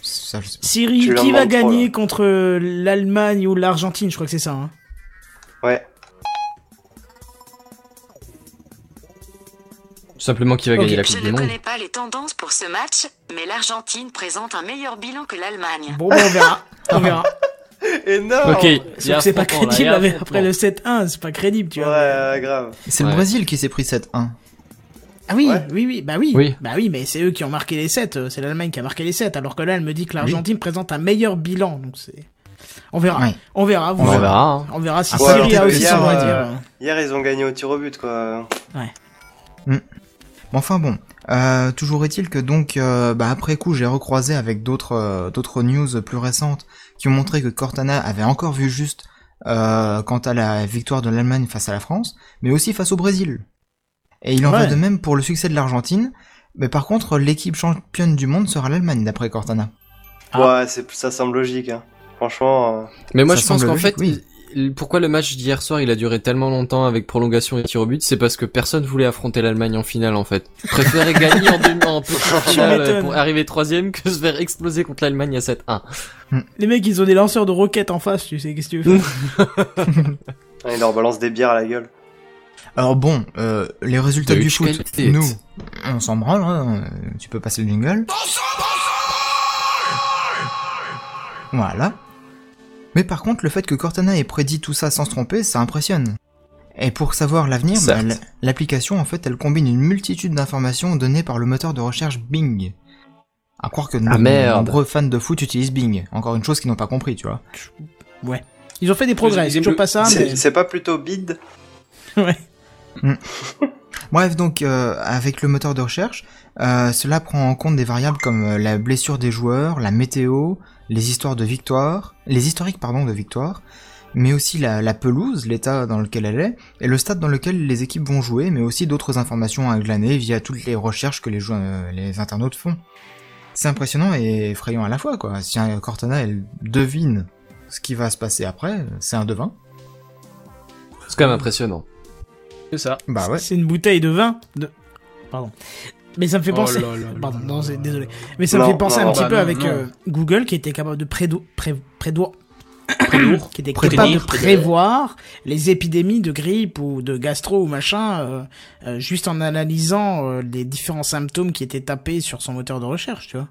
[SPEAKER 6] Ça, je sais pas.
[SPEAKER 2] Siri,
[SPEAKER 4] Tu leur
[SPEAKER 2] qui va
[SPEAKER 4] demandes trop,
[SPEAKER 2] gagner contre l'Allemagne ou l'Argentine Je crois que c'est ça. Hein.
[SPEAKER 4] Ouais.
[SPEAKER 3] Tout simplement qui va
[SPEAKER 2] Ok,
[SPEAKER 3] gagner la
[SPEAKER 2] je
[SPEAKER 3] Coupe
[SPEAKER 9] Je
[SPEAKER 3] du
[SPEAKER 9] ne
[SPEAKER 3] Monde.
[SPEAKER 9] connais pas les tendances pour ce match, mais l'Argentine présente un meilleur bilan que l'Allemagne.
[SPEAKER 2] Bon, bah, on verra. on verra.
[SPEAKER 4] Énorme.
[SPEAKER 3] Ok, il y
[SPEAKER 2] Sauf
[SPEAKER 3] a
[SPEAKER 2] que Oh, c'est pas
[SPEAKER 3] affrontement, là,
[SPEAKER 2] crédible
[SPEAKER 3] il y a
[SPEAKER 2] avec-
[SPEAKER 3] affrontement.
[SPEAKER 2] après le 7-1, c'est pas crédible, tu
[SPEAKER 4] Ouais,
[SPEAKER 2] vois.
[SPEAKER 4] ouais, grave.
[SPEAKER 6] C'est
[SPEAKER 3] Ouais.
[SPEAKER 6] le Brésil qui s'est pris 7-1.
[SPEAKER 2] Ah oui, oui, oui, bah oui.
[SPEAKER 3] Oui.
[SPEAKER 2] Bah oui, mais c'est eux qui ont marqué les 7, euh, c'est l'Allemagne qui a marqué les 7, alors que là, elle me dit que l'Argentine présente un meilleur bilan, donc c'est... On verra,
[SPEAKER 6] Ouais.
[SPEAKER 2] on verra, vous
[SPEAKER 6] On
[SPEAKER 2] verrez.
[SPEAKER 3] verra, hein.
[SPEAKER 2] On verra si
[SPEAKER 6] Ah,
[SPEAKER 4] Ouais,
[SPEAKER 6] Après,
[SPEAKER 2] Siri
[SPEAKER 4] alors
[SPEAKER 2] a
[SPEAKER 4] que
[SPEAKER 2] aussi son
[SPEAKER 4] hier,
[SPEAKER 2] mot à
[SPEAKER 4] euh,
[SPEAKER 2] dire.
[SPEAKER 4] Hier, ils ont gagné au tir au but, quoi.
[SPEAKER 6] Mais enfin bon, euh, toujours est-il que donc euh, bah, après coup j'ai recroisé avec d'autres euh, d'autres news plus récentes qui ont montré que Cortana avait encore vu juste euh, quant à la victoire de l'Allemagne face à la France, mais aussi face au Brésil. Et il en va
[SPEAKER 2] Ouais.
[SPEAKER 6] de même pour le succès de l'Argentine, mais par contre l'équipe championne du monde sera l'Allemagne d'après Cortana.
[SPEAKER 2] Ah.
[SPEAKER 4] Ouais, c'est, ça semble logique, hein. Franchement. euh,
[SPEAKER 3] Mais moi
[SPEAKER 6] Ça
[SPEAKER 3] je pense
[SPEAKER 6] semble
[SPEAKER 3] qu'en fait,
[SPEAKER 6] logique, oui.
[SPEAKER 3] il- pourquoi le match d'hier soir il a duré tellement longtemps avec prolongation et tir au but, c'est parce que personne voulait affronter l'Allemagne en finale en fait. Préférait gagner en demi en petite finale
[SPEAKER 2] m'étonnes.
[SPEAKER 3] pour arriver troisième que se faire exploser contre l'Allemagne à 7-1.
[SPEAKER 2] Les mecs, ils ont des lanceurs de roquettes en face, tu sais, qu'est-ce que tu veux faire
[SPEAKER 4] Il euh, leur balance des bières à la gueule.
[SPEAKER 6] Alors bon, euh, les résultats
[SPEAKER 3] De
[SPEAKER 6] du
[SPEAKER 3] Hitch
[SPEAKER 6] foot,
[SPEAKER 3] qualité.
[SPEAKER 6] nous, on s'en branle, hein, euh, tu peux passer le jingle. Voilà. Mais par contre, le fait que Cortana ait prédit tout ça sans se tromper, ça impressionne. Et pour savoir l'avenir, bah,
[SPEAKER 3] Certes.
[SPEAKER 6] l- l'application, en fait, elle combine une multitude d'informations données par le moteur de recherche Bing. À croire que de
[SPEAKER 3] Ah, merde.
[SPEAKER 6] nombreux fans de foot utilisent Bing. Encore une chose qu'ils n'ont pas compris, tu vois.
[SPEAKER 2] Ils ont fait des progrès,
[SPEAKER 7] Ils
[SPEAKER 2] c'est
[SPEAKER 7] aiment
[SPEAKER 6] Ah,
[SPEAKER 2] toujours
[SPEAKER 7] le-
[SPEAKER 2] pas ça,
[SPEAKER 4] c'est,
[SPEAKER 2] mais...
[SPEAKER 4] c'est pas plutôt bid
[SPEAKER 2] Ouais.
[SPEAKER 6] Bref, donc euh, avec le moteur de recherche, euh, cela prend en compte des variables comme euh, la blessure des joueurs, la météo, les histoires de victoire, les historiques pardon de victoire, mais aussi la, la pelouse, l'état dans lequel elle est, et le stade dans lequel les équipes vont jouer, mais aussi d'autres informations à glaner via toutes les recherches que les, jou- euh, les internautes font. C'est impressionnant et effrayant à la fois, quoi. Si un Cortana, elle devine ce qui va se passer après, c'est un devin.
[SPEAKER 3] C'est quand même impressionnant.
[SPEAKER 7] C'est ça.
[SPEAKER 6] Bah ouais.
[SPEAKER 2] C'est une bouteille de vin. De... Pardon. Mais ça me fait
[SPEAKER 7] Oh
[SPEAKER 2] penser.
[SPEAKER 7] là là là
[SPEAKER 2] Pardon, non, c'est- désolé. Mais ça me
[SPEAKER 7] Non,
[SPEAKER 2] fait penser
[SPEAKER 7] non,
[SPEAKER 2] un petit
[SPEAKER 7] bah
[SPEAKER 2] peu
[SPEAKER 7] non,
[SPEAKER 2] avec
[SPEAKER 7] non.
[SPEAKER 2] euh, Google qui était capable de prédo... pré... prédo- qui était
[SPEAKER 7] Prévenir,
[SPEAKER 2] capable de
[SPEAKER 7] prédire.
[SPEAKER 2] prévoir les épidémies de grippe ou de gastro ou machin euh, euh, juste en analysant euh, les différents symptômes qui étaient tapés sur son moteur de recherche, tu vois.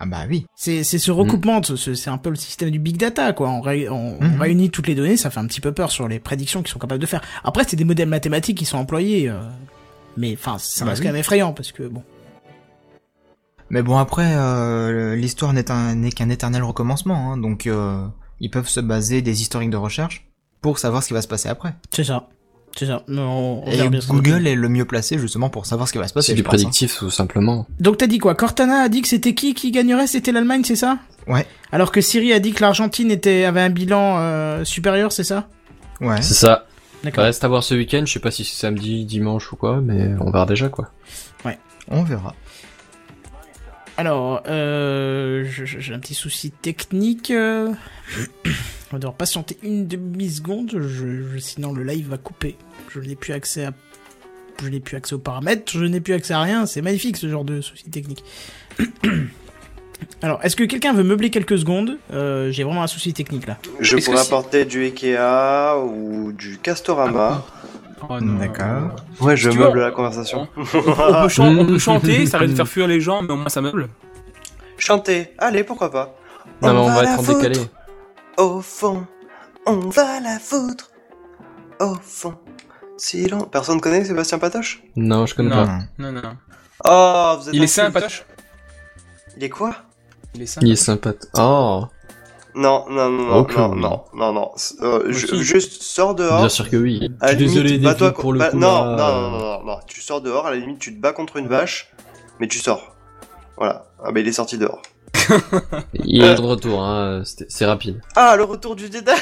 [SPEAKER 6] Ah bah oui.
[SPEAKER 2] C'est c'est ce recoupement, ce- ce- c'est un peu le système du big data, quoi. On, ré- on- on
[SPEAKER 6] Mhm.
[SPEAKER 2] réunit toutes les données, ça fait un petit peu peur sur les prédictions qu'ils sont capables de faire. Après, c'est des modèles mathématiques qui sont employés, euh, mais enfin, ça
[SPEAKER 6] Bah
[SPEAKER 2] reste
[SPEAKER 6] oui.
[SPEAKER 2] quand même effrayant parce que bon.
[SPEAKER 6] Mais bon après, euh, l'histoire n'est un- n'est qu'un éternel recommencement, hein, donc euh, ils peuvent se baser des historiques de recherche pour savoir ce qui va se passer après.
[SPEAKER 2] C'est ça. C'est ça. Mais on- on
[SPEAKER 6] Et
[SPEAKER 2] verra bien ce qu'on
[SPEAKER 6] Google
[SPEAKER 2] dit.
[SPEAKER 6] est le mieux placé justement pour savoir ce qui va se passer.
[SPEAKER 3] C'est du
[SPEAKER 6] je pense, hein.
[SPEAKER 3] prédictif, tout simplement.
[SPEAKER 2] Donc t'as dit quoi Cortana a dit que c'était qui qui gagnerait C'était l'Allemagne, c'est ça
[SPEAKER 6] Ouais.
[SPEAKER 2] Alors que Siri a dit que l'Argentine était avait un bilan euh, supérieur, c'est ça
[SPEAKER 6] Ouais.
[SPEAKER 3] C'est ça.
[SPEAKER 2] D'accord.
[SPEAKER 3] Reste à voir ce week-end, je sais pas si c'est samedi, dimanche ou quoi, mais on verra déjà quoi.
[SPEAKER 2] Ouais.
[SPEAKER 6] On verra.
[SPEAKER 2] Alors, euh, je- je- j'ai un petit souci technique. euh. On va devoir patienter une demi-seconde, je- je- sinon le live va couper. Je n'ai plus accès à... Je n'ai plus accès aux paramètres, je n'ai plus accès à rien, c'est magnifique ce genre de souci technique. Alors, est-ce que quelqu'un veut meubler quelques secondes Euh, J'ai vraiment un souci technique là.
[SPEAKER 4] Je
[SPEAKER 2] Est-ce que
[SPEAKER 4] pourrais
[SPEAKER 2] si-
[SPEAKER 4] apporter du Ikea ou du Castorama.
[SPEAKER 7] Oh
[SPEAKER 2] Ah,
[SPEAKER 6] Mm. D'accord.
[SPEAKER 4] Ouais, je
[SPEAKER 7] Si tu
[SPEAKER 4] meuble
[SPEAKER 7] veux,
[SPEAKER 4] la conversation.
[SPEAKER 7] on, on peut chan- on peut chanter, ça risque de faire fuir les gens, mais au moins ça meuble.
[SPEAKER 4] Chanter, allez, pourquoi pas.
[SPEAKER 7] Non, mais on
[SPEAKER 4] va
[SPEAKER 7] va
[SPEAKER 4] la
[SPEAKER 7] être en décalé.
[SPEAKER 4] foutre Au fond, on va la foutre. Au fond, si l'on. Personne connaît Sébastien Patoche
[SPEAKER 3] Non, je connais
[SPEAKER 7] Non.
[SPEAKER 3] pas.
[SPEAKER 7] Non, non, non.
[SPEAKER 4] Oh, vous êtes
[SPEAKER 7] Il est
[SPEAKER 4] inculte.
[SPEAKER 7] sain, Patoche
[SPEAKER 4] Il est quoi
[SPEAKER 7] Il est sain.
[SPEAKER 3] Il est sympa. t- Oh,
[SPEAKER 4] Non, non, non, non,
[SPEAKER 3] Ok.
[SPEAKER 4] non, non, non, non. Euh,
[SPEAKER 3] Moi
[SPEAKER 4] ju-
[SPEAKER 3] aussi.
[SPEAKER 4] juste sors dehors.
[SPEAKER 3] bien sûr que
[SPEAKER 4] À
[SPEAKER 3] oui. Je suis
[SPEAKER 4] la limite,
[SPEAKER 3] désolé des
[SPEAKER 4] bats-toi
[SPEAKER 3] flics
[SPEAKER 4] co-
[SPEAKER 3] pour le
[SPEAKER 4] bah-
[SPEAKER 3] coup.
[SPEAKER 4] Non,
[SPEAKER 3] là.
[SPEAKER 4] non, non, non, non, non. Tu sors dehors, à la limite, tu te bats contre une vache, mais tu sors. Voilà. Ah, bah, il est sorti dehors.
[SPEAKER 3] Il est de retour, hein. c'était- c'est rapide.
[SPEAKER 4] Ah, le retour du détail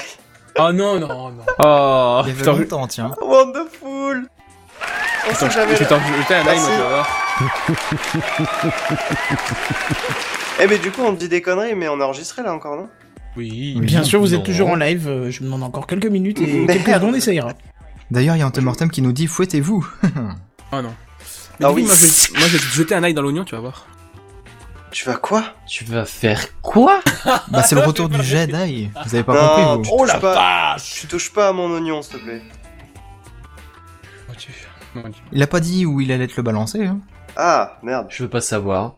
[SPEAKER 7] Oh non, non, non.
[SPEAKER 2] Ah,
[SPEAKER 3] Oh,
[SPEAKER 6] Il y avait
[SPEAKER 7] putain,
[SPEAKER 6] longtemps, tiens.
[SPEAKER 4] Wonderful On
[SPEAKER 7] Attends,
[SPEAKER 4] sait
[SPEAKER 7] je
[SPEAKER 4] jamais.
[SPEAKER 7] je vais t'en- je vais t'en- Anaï, moi, tu vas voir.
[SPEAKER 4] Eh, mais du coup, on dit des conneries, mais on a enregistré là encore, non
[SPEAKER 7] Oui.
[SPEAKER 2] Bien sûr, vous êtes
[SPEAKER 4] Non.
[SPEAKER 2] toujours en live, euh, je vous demande encore quelques minutes et
[SPEAKER 4] Merde.
[SPEAKER 2] quelques secondes et ça ira.
[SPEAKER 6] D'ailleurs, il y a Antemortem qui nous dit fouettez-vous.
[SPEAKER 7] Oh non.
[SPEAKER 4] Ah
[SPEAKER 7] ah oui.
[SPEAKER 4] oui.
[SPEAKER 7] Moi, je vais, moi, je vais te jeter un ail dans l'oignon, tu vas voir.
[SPEAKER 4] Tu vas quoi
[SPEAKER 3] Tu vas faire quoi
[SPEAKER 6] bah c'est le retour du Jedi. Vous avez pas
[SPEAKER 4] Non,
[SPEAKER 6] compris
[SPEAKER 4] tu
[SPEAKER 6] vous.
[SPEAKER 4] touches pas, Tu touches pas à mon oignon, s'il te plaît.
[SPEAKER 6] Il a pas dit où il allait te le balancer. Hein.
[SPEAKER 4] Ah, merde.
[SPEAKER 3] Je veux pas savoir.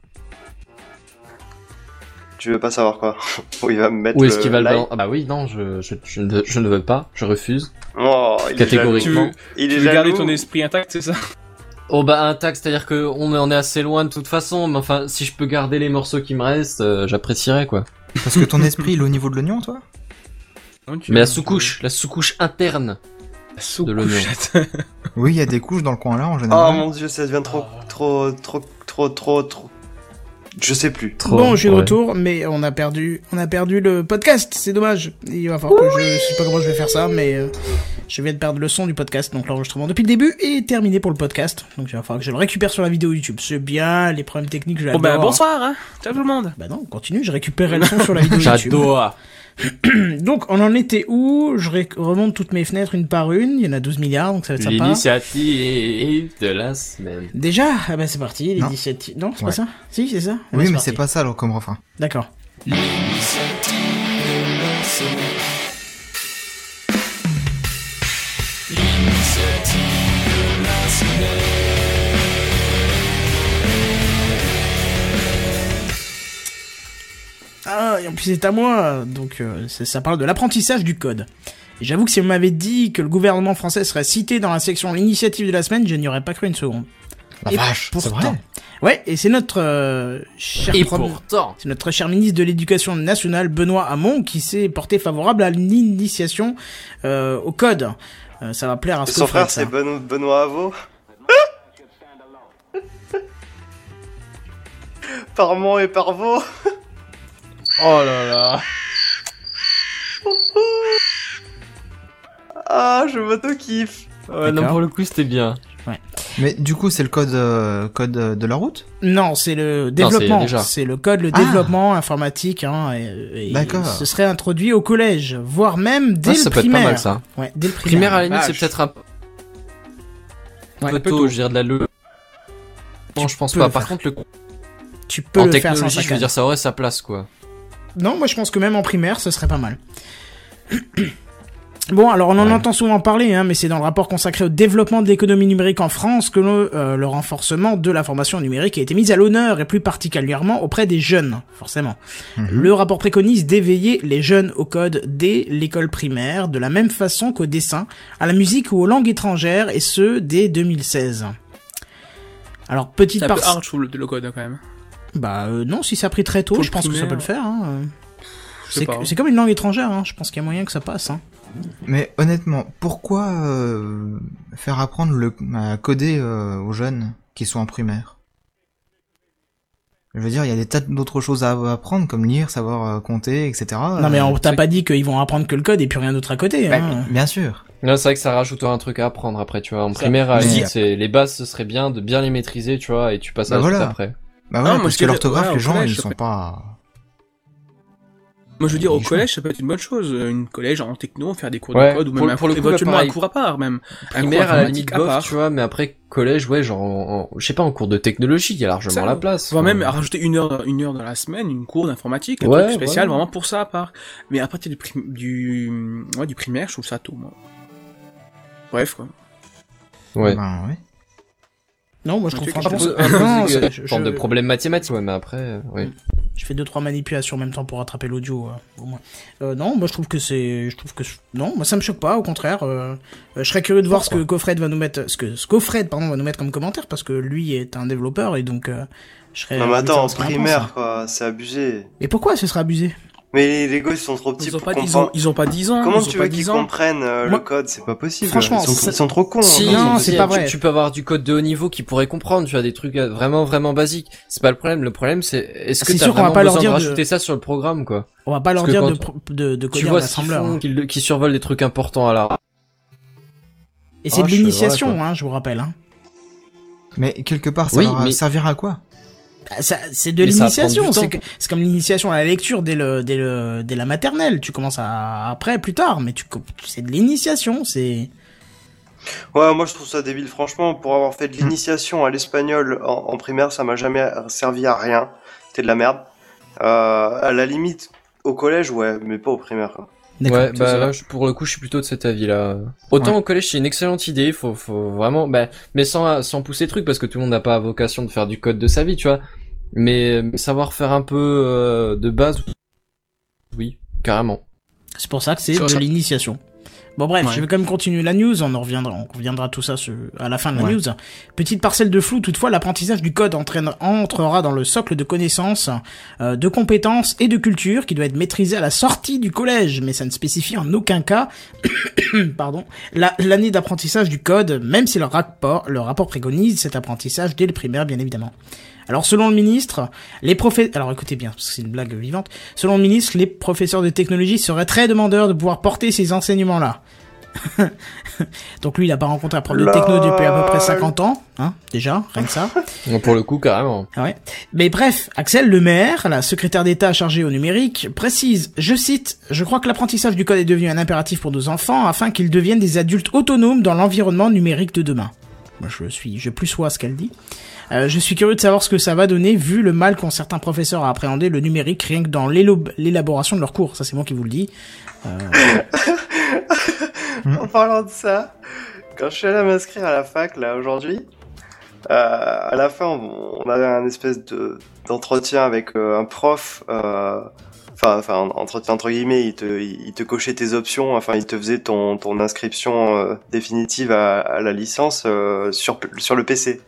[SPEAKER 4] Tu veux pas savoir quoi Où il va me mettre
[SPEAKER 3] Où est-ce
[SPEAKER 4] le
[SPEAKER 3] qu'il va le
[SPEAKER 4] like
[SPEAKER 3] balan- Ah bah oui, non, je, je, je, ne, je ne veux pas, je refuse.
[SPEAKER 4] Oh, il est
[SPEAKER 7] Tu
[SPEAKER 3] Catégoriquement.
[SPEAKER 7] veux,
[SPEAKER 4] Il est
[SPEAKER 7] tu veux garder
[SPEAKER 4] jaloux.
[SPEAKER 7] ton esprit intact, c'est ça
[SPEAKER 3] Oh bah intact, c'est-à-dire que on en est assez loin de toute façon, mais enfin, si je peux garder les morceaux qui me restent, euh, j'apprécierais quoi.
[SPEAKER 6] Parce que ton esprit, il est au niveau de l'oignon, toi
[SPEAKER 3] Mais la sous-couche, la sous-couche interne de l'oignon.
[SPEAKER 6] Oui, il y a des couches dans le coin là en
[SPEAKER 4] Oh
[SPEAKER 2] Ah,
[SPEAKER 6] général.
[SPEAKER 4] mon dieu, ça devient trop, trop, trop, trop, trop, trop. Je sais plus.
[SPEAKER 2] bon, je suis de retour, mais on a perdu, on a perdu le podcast. C'est dommage. Il va falloir que je, je sais pas comment je vais faire ça, mais euh, je viens de perdre le son du podcast, donc l'enregistrement depuis le début est terminé pour le podcast. Donc il va falloir que je le récupère sur la vidéo YouTube. C'est bien, les problèmes techniques, je
[SPEAKER 7] Bon, bah,
[SPEAKER 2] l'adore.
[SPEAKER 7] bonsoir, hein. Ciao tout le monde.
[SPEAKER 2] Bah non, continue, je récupérerai le son sur la vidéo YouTube.
[SPEAKER 3] J'adore.
[SPEAKER 2] donc on en était où Je ré- remonte toutes mes fenêtres une par une. Il y en a 12 milliards, donc ça va être sympa.
[SPEAKER 3] L'initiative de la semaine.
[SPEAKER 2] Déjà, ah bah c'est parti,
[SPEAKER 6] Non.
[SPEAKER 2] l'initiative. Non, c'est pas
[SPEAKER 6] Ouais.
[SPEAKER 2] ça Si, c'est ça Ah bah,
[SPEAKER 6] Oui, mais
[SPEAKER 2] parti.
[SPEAKER 6] c'est pas ça alors comme refrain.
[SPEAKER 2] D'accord. Ah, et en plus c'est à moi, donc euh, ça, ça parle de l'apprentissage du code. Et J'avoue que si on m'avait dit que le gouvernement français serait cité dans la section l'initiative de la semaine, je n'y aurais pas cru une seconde.
[SPEAKER 6] La
[SPEAKER 2] Et
[SPEAKER 6] vache, c'est
[SPEAKER 2] pourtant.
[SPEAKER 6] vrai.
[SPEAKER 2] Ouais, et c'est notre euh, cher
[SPEAKER 3] Et
[SPEAKER 2] premier-
[SPEAKER 3] pourtant.
[SPEAKER 2] c'est notre cher ministre de l'Éducation nationale Benoît Hamon qui s'est porté favorable à l'initiation euh, au code. Euh, ça va plaire à
[SPEAKER 4] Et
[SPEAKER 2] ce
[SPEAKER 4] son frère, c'est Ben- Benoît Havo. Parmont et Parvo.
[SPEAKER 3] Oh là là.
[SPEAKER 4] Ah, je m'auto-kiffe.
[SPEAKER 3] Ouais, non, pour le coup, c'était bien.
[SPEAKER 6] Mais du coup, c'est le code, euh, code euh, de la route
[SPEAKER 2] Non, c'est le
[SPEAKER 6] c'est
[SPEAKER 2] développement.
[SPEAKER 6] déjà.
[SPEAKER 2] C'est le code, le
[SPEAKER 6] Ah.
[SPEAKER 2] développement informatique. Hein, et, et
[SPEAKER 6] D'accord.
[SPEAKER 2] Ce serait introduit au collège, voire même dès
[SPEAKER 3] Ah,
[SPEAKER 2] le
[SPEAKER 3] ça peut être pas
[SPEAKER 2] primaire.
[SPEAKER 3] mal, ça.
[SPEAKER 2] Ouais, dès le primaire.
[SPEAKER 3] Primaire, à la limite, c'est peut-être un
[SPEAKER 2] Ah, Ouais.
[SPEAKER 3] peu tôt, je veux dire, de la le. Bon, je pense
[SPEAKER 2] peux
[SPEAKER 3] pas.
[SPEAKER 2] le
[SPEAKER 3] Par
[SPEAKER 2] faire.
[SPEAKER 3] contre, le.
[SPEAKER 2] Tu peux
[SPEAKER 3] en
[SPEAKER 2] le faire sans
[SPEAKER 3] technologie, je veux
[SPEAKER 2] saccade.
[SPEAKER 3] dire, ça aurait sa place, quoi.
[SPEAKER 2] Non, moi je pense que même en primaire, ce serait pas mal. Bon, alors on en entend souvent parler, hein, mais c'est dans le rapport consacré au développement de l'économie numérique en France que le, euh, le renforcement de la formation numérique a été mis à l'honneur, et plus particulièrement auprès des jeunes, forcément. Le rapport préconise d'éveiller les jeunes au code dès l'école primaire, de la même façon qu'au dessin, à la musique ou aux langues étrangères, et ce, dès 2016. Alors, petite
[SPEAKER 7] C'est un peu
[SPEAKER 2] partie...
[SPEAKER 7] hard, je trouve, le, le code, hein, quand même.
[SPEAKER 2] Bah euh, non, si ça a pris très tôt,
[SPEAKER 7] Pour
[SPEAKER 2] je
[SPEAKER 7] le
[SPEAKER 2] pense que ça peut
[SPEAKER 7] primaire.
[SPEAKER 2] le faire. hein, euh.
[SPEAKER 7] Je sais
[SPEAKER 2] C'est
[SPEAKER 7] pas,
[SPEAKER 2] que-
[SPEAKER 7] hein.
[SPEAKER 2] c'est comme une langue étrangère, hein, je pense qu'il y a moyen que ça passe. hein.
[SPEAKER 6] Mais honnêtement, pourquoi euh, faire apprendre le, à coder euh, aux jeunes qui sont en primaire Je veux dire, il y a des tas d'autres choses à apprendre, comme lire, savoir euh, compter, etc.
[SPEAKER 2] non mais
[SPEAKER 6] Euh,
[SPEAKER 2] on t'a pas dit qu'ils vont apprendre que le code et puis rien d'autre à côté.
[SPEAKER 6] Bah,
[SPEAKER 2] hein.
[SPEAKER 6] Bien sûr.
[SPEAKER 3] Non, c'est vrai que ça rajoute un truc à apprendre après, tu vois. En
[SPEAKER 2] Ça-
[SPEAKER 3] primaire, à la
[SPEAKER 2] Mais-
[SPEAKER 3] limite, c'est- les bases, ce serait bien de bien les maîtriser, tu vois, et tu passes à
[SPEAKER 6] Bah
[SPEAKER 3] la suite
[SPEAKER 6] voilà.
[SPEAKER 3] après.
[SPEAKER 6] Bah voilà,
[SPEAKER 7] Non, moi,
[SPEAKER 6] parce
[SPEAKER 7] je
[SPEAKER 6] que
[SPEAKER 7] veux dire,
[SPEAKER 6] l'orthographe,
[SPEAKER 7] ouais, au
[SPEAKER 6] les gens,
[SPEAKER 7] collège,
[SPEAKER 6] ils
[SPEAKER 7] ça
[SPEAKER 6] sont
[SPEAKER 7] peut-
[SPEAKER 6] pas...
[SPEAKER 7] Moi, je veux dire, au
[SPEAKER 6] Il est
[SPEAKER 7] collège, ça peut être une bonne chose. euh, Une collège en techno, faire des cours
[SPEAKER 3] Ouais,
[SPEAKER 7] de code, ou
[SPEAKER 3] pour-
[SPEAKER 7] même un
[SPEAKER 3] pour le coup, là,
[SPEAKER 7] éventuellement
[SPEAKER 3] pareil.
[SPEAKER 7] un cours à part, même. Un cours
[SPEAKER 3] Primaire, à la
[SPEAKER 7] informatique
[SPEAKER 3] limite,
[SPEAKER 7] à part.
[SPEAKER 3] bof, tu vois, mais après, collège, ouais, genre, en- en- je sais pas, en cours de technologie, il y a largement
[SPEAKER 7] Ça,
[SPEAKER 3] la place.
[SPEAKER 7] Voire
[SPEAKER 3] Enfin,
[SPEAKER 7] même à rajouter une heure, une heure dans la semaine, une cour d'informatique, un
[SPEAKER 3] Ouais,
[SPEAKER 7] truc spécial,
[SPEAKER 3] voilà.
[SPEAKER 7] vraiment pour ça à part. Mais à partir du, prim- du, ouais, du primaire, je trouve ça tôt, moi. Bref, quoi.
[SPEAKER 2] ah,
[SPEAKER 3] Ouais.
[SPEAKER 6] Ben, ouais.
[SPEAKER 2] Non, moi je
[SPEAKER 7] Un
[SPEAKER 2] trouve
[SPEAKER 7] truc
[SPEAKER 2] franchement.
[SPEAKER 3] Un
[SPEAKER 2] ça-
[SPEAKER 3] peu-
[SPEAKER 2] Ah,
[SPEAKER 3] un
[SPEAKER 2] Non,
[SPEAKER 3] peu-
[SPEAKER 2] ça-
[SPEAKER 3] genre
[SPEAKER 2] je,
[SPEAKER 3] de
[SPEAKER 2] je-
[SPEAKER 3] problème mathématique, ouais, mais après, euh, ouais.
[SPEAKER 2] je fais deux trois manipulations en même temps pour rattraper l'audio. euh, au moins. Euh, non, moi je trouve que c'est, je trouve que je- non, moi ça me choque pas. Au contraire, euh, euh, je serais curieux de voir ce que Cofred va nous mettre, ce que ce qu'Ofred, pardon va nous mettre comme commentaire parce que lui est un développeur et donc euh, je serais.
[SPEAKER 4] Non, mais
[SPEAKER 2] ravi de
[SPEAKER 4] attends, en
[SPEAKER 2] savoir ce qu'il en pense, hein.
[SPEAKER 4] primaire, quoi, c'est abusé.
[SPEAKER 2] Mais pourquoi ce serait abusé
[SPEAKER 4] Mais les, les gosses, ils sont trop petits
[SPEAKER 7] Ils ont,
[SPEAKER 4] pour
[SPEAKER 7] pas, ils, ont,
[SPEAKER 4] comprendre.
[SPEAKER 7] ils ont pas 10 ans.
[SPEAKER 4] Comment
[SPEAKER 7] ils ont
[SPEAKER 4] tu
[SPEAKER 7] pas
[SPEAKER 4] veux
[SPEAKER 7] 10
[SPEAKER 4] qu'ils
[SPEAKER 7] ans.
[SPEAKER 4] comprennent euh,
[SPEAKER 2] Moi-
[SPEAKER 4] le code C'est pas possible.
[SPEAKER 2] Franchement,
[SPEAKER 4] ils
[SPEAKER 2] ça-
[SPEAKER 4] sont, ils sont trop cons.
[SPEAKER 3] Si,
[SPEAKER 4] hein.
[SPEAKER 2] Oh, non,
[SPEAKER 3] si,
[SPEAKER 2] c'est
[SPEAKER 3] tu-
[SPEAKER 2] pas vrai.
[SPEAKER 3] Tu, peux avoir du code de haut niveau qui pourrait comprendre, tu as des trucs euh, vraiment, vraiment basiques. C'est pas le problème. Le problème, c'est est-ce
[SPEAKER 2] Ah,
[SPEAKER 3] que
[SPEAKER 2] C'est
[SPEAKER 3] t'as
[SPEAKER 2] sûr qu'on va
[SPEAKER 3] vraiment
[SPEAKER 2] pas leur
[SPEAKER 3] besoin de
[SPEAKER 2] dire de-
[SPEAKER 3] rajouter ça sur le programme, quoi
[SPEAKER 2] On va pas leur
[SPEAKER 3] Parce que
[SPEAKER 2] dire de,
[SPEAKER 3] quand-
[SPEAKER 2] pro- de de
[SPEAKER 3] Tu
[SPEAKER 2] coder un
[SPEAKER 3] vois, ce qu'ils
[SPEAKER 2] assembleur.
[SPEAKER 3] font,
[SPEAKER 2] hein.
[SPEAKER 3] qu'ils- qu'ils survolent des trucs importants à la.
[SPEAKER 2] Et c'est de
[SPEAKER 3] Ah, je-
[SPEAKER 2] l'initiation,
[SPEAKER 3] voilà,
[SPEAKER 2] hein, je vous rappelle. Hein.
[SPEAKER 6] Mais quelque part, ça
[SPEAKER 3] Oui,
[SPEAKER 6] leur
[SPEAKER 3] mais-
[SPEAKER 6] servira à quoi
[SPEAKER 2] Bah, ça- c'est de
[SPEAKER 3] Mais ça
[SPEAKER 2] l'initiation,
[SPEAKER 3] prend du
[SPEAKER 2] c'est
[SPEAKER 3] temps.
[SPEAKER 2] que- c'est comme l'initiation à la lecture dès le dès le dès la maternelle. Tu commences à après plus tard, mais tu co- c'est de l'initiation, c'est
[SPEAKER 4] Ouais, moi je trouve ça débile, franchement, pour avoir fait de l'initiation à l'espagnol en, en primaire, ça m'a jamais servi à rien. C'était de la merde. Euh, à la limite, au collège, ouais, mais pas au primaire. hein. quoi.
[SPEAKER 2] D'accord.
[SPEAKER 3] Ouais,
[SPEAKER 7] ça,
[SPEAKER 3] bah
[SPEAKER 7] ça va.
[SPEAKER 3] là, je- pour le coup, je suis plutôt de cet avis-là. Autant au collège, c'est une excellente idée, faut, faut vraiment, bah, mais sans, sans pousser le truc, parce que tout le monde n'a pas vocation de faire du code de sa vie, tu vois. Mais euh, savoir faire un peu euh, de base, oui, carrément.
[SPEAKER 2] c'est pour ça que c'est
[SPEAKER 7] Ça,
[SPEAKER 2] de
[SPEAKER 7] ça-
[SPEAKER 2] l'initiation. Bon bref,
[SPEAKER 7] Ouais.
[SPEAKER 2] je vais quand même continuer la news, on en reviendra, on reviendra à tout ça ce- à la fin de la
[SPEAKER 6] Ouais.
[SPEAKER 2] news. Petite parcelle de flou, toutefois, l'apprentissage du code entraîne- entrera dans le socle de connaissances, euh, de compétences et de culture qui doit être maîtrisé à la sortie du collège, mais ça ne spécifie en aucun cas pardon, la- l'année d'apprentissage du code, même si le rapport, le rapport préconise cet apprentissage dès le primaire, bien évidemment. Alors, selon le ministre, les professeurs, alors écoutez bien, parce que c'est une blague vivante, selon le ministre, les professeurs de technologie seraient très demandeurs de pouvoir porter ces enseignements-là. Donc lui, il a pas rencontré un prof de techno depuis à peu près 50 ans, hein, déjà, rien que ça.
[SPEAKER 3] Donc, pour le coup, carrément.
[SPEAKER 2] Ah ouais. Mais bref, Axel Lemaire, la secrétaire d'État chargée au numérique, précise, je cite, je crois que l'apprentissage du code est devenu un impératif pour nos enfants afin qu'ils deviennent des adultes autonomes dans l'environnement numérique de demain. Moi, je suis, je plus sois ce qu'elle dit. Euh, je suis curieux de savoir ce que ça va donner vu le mal qu'ont certains professeurs à appréhender le numérique rien que dans l'élo- l'élaboration de leurs cours. Ça, c'est moi qui vous le dis.
[SPEAKER 4] En parlant de ça, quand je suis allé m'inscrire à la fac, là, aujourd'hui, euh, à la fin, on, on avait un espèce de, d'entretien avec euh, un prof, euh, enfin, enfin, un entretien entre guillemets, il te, il te cochait tes options, enfin, il te faisait ton, ton inscription euh, définitive à, à la licence euh, sur, sur le PC.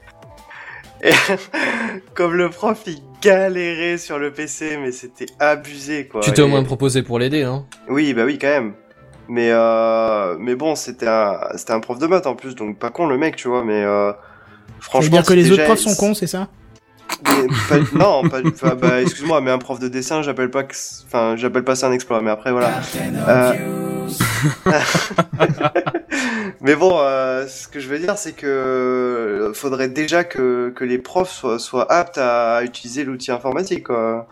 [SPEAKER 4] Et comme le prof, il galérait sur le PC, mais c'était abusé, quoi.
[SPEAKER 3] Tu t'es au
[SPEAKER 4] Et-
[SPEAKER 3] moins proposé pour l'aider, hein.
[SPEAKER 4] oui, bah oui, quand même. Mais, euh, mais bon, c'était un, c'était un prof de maths en plus, donc pas con le mec, tu vois, mais euh,
[SPEAKER 2] Ça veut
[SPEAKER 4] franchement.
[SPEAKER 2] dire que
[SPEAKER 4] c'est
[SPEAKER 2] les autres
[SPEAKER 4] déjà-
[SPEAKER 2] profs sont cons, c'est ça
[SPEAKER 4] mais pas- non, pas, enfin, bah, excuse-moi, mais un prof de dessin, j'appelle pas que, c- enfin, j'appelle pas ça un exploit. Mais après, voilà. Euh, mais bon, euh, ce que je veux dire, c'est que euh, faudrait déjà que, que les profs soient, soient aptes à utiliser l'outil informatique, quoi.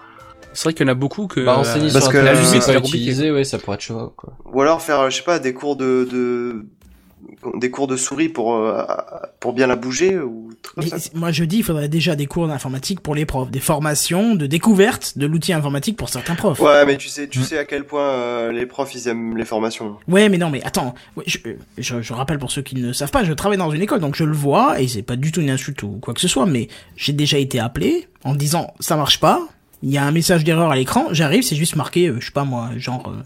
[SPEAKER 7] C'est vrai qu'il y en a beaucoup Euh, que.
[SPEAKER 4] Bah, enseigner sur Internet,
[SPEAKER 7] la
[SPEAKER 4] c'est
[SPEAKER 7] musique,
[SPEAKER 4] pas
[SPEAKER 7] c'est compliqué.
[SPEAKER 3] Utiliser, ouais, ça pourrait être chaud, quoi.
[SPEAKER 4] Ou alors faire, euh, je sais pas, des cours de, de des cours de souris pour euh, pour bien la bouger ou truc comme
[SPEAKER 2] Mais
[SPEAKER 4] ça.
[SPEAKER 2] c'est- moi je dis, il faudrait déjà des cours d'informatique pour les profs, des formations de découverte de l'outil informatique pour certains profs.
[SPEAKER 4] Ouais, mais tu sais, tu sais à quel point euh, les profs ils aiment les formations.
[SPEAKER 2] Ouais, mais non, mais attends, ouais, je, euh, je, je rappelle pour ceux qui ne savent pas, je travaille dans une école, donc je le vois, et c'est pas du tout une insulte ou quoi que ce soit, mais j'ai déjà été appelé en disant ça marche pas, il y a un message d'erreur à l'écran, j'arrive, c'est juste marqué, euh, je sais pas moi, genre, euh,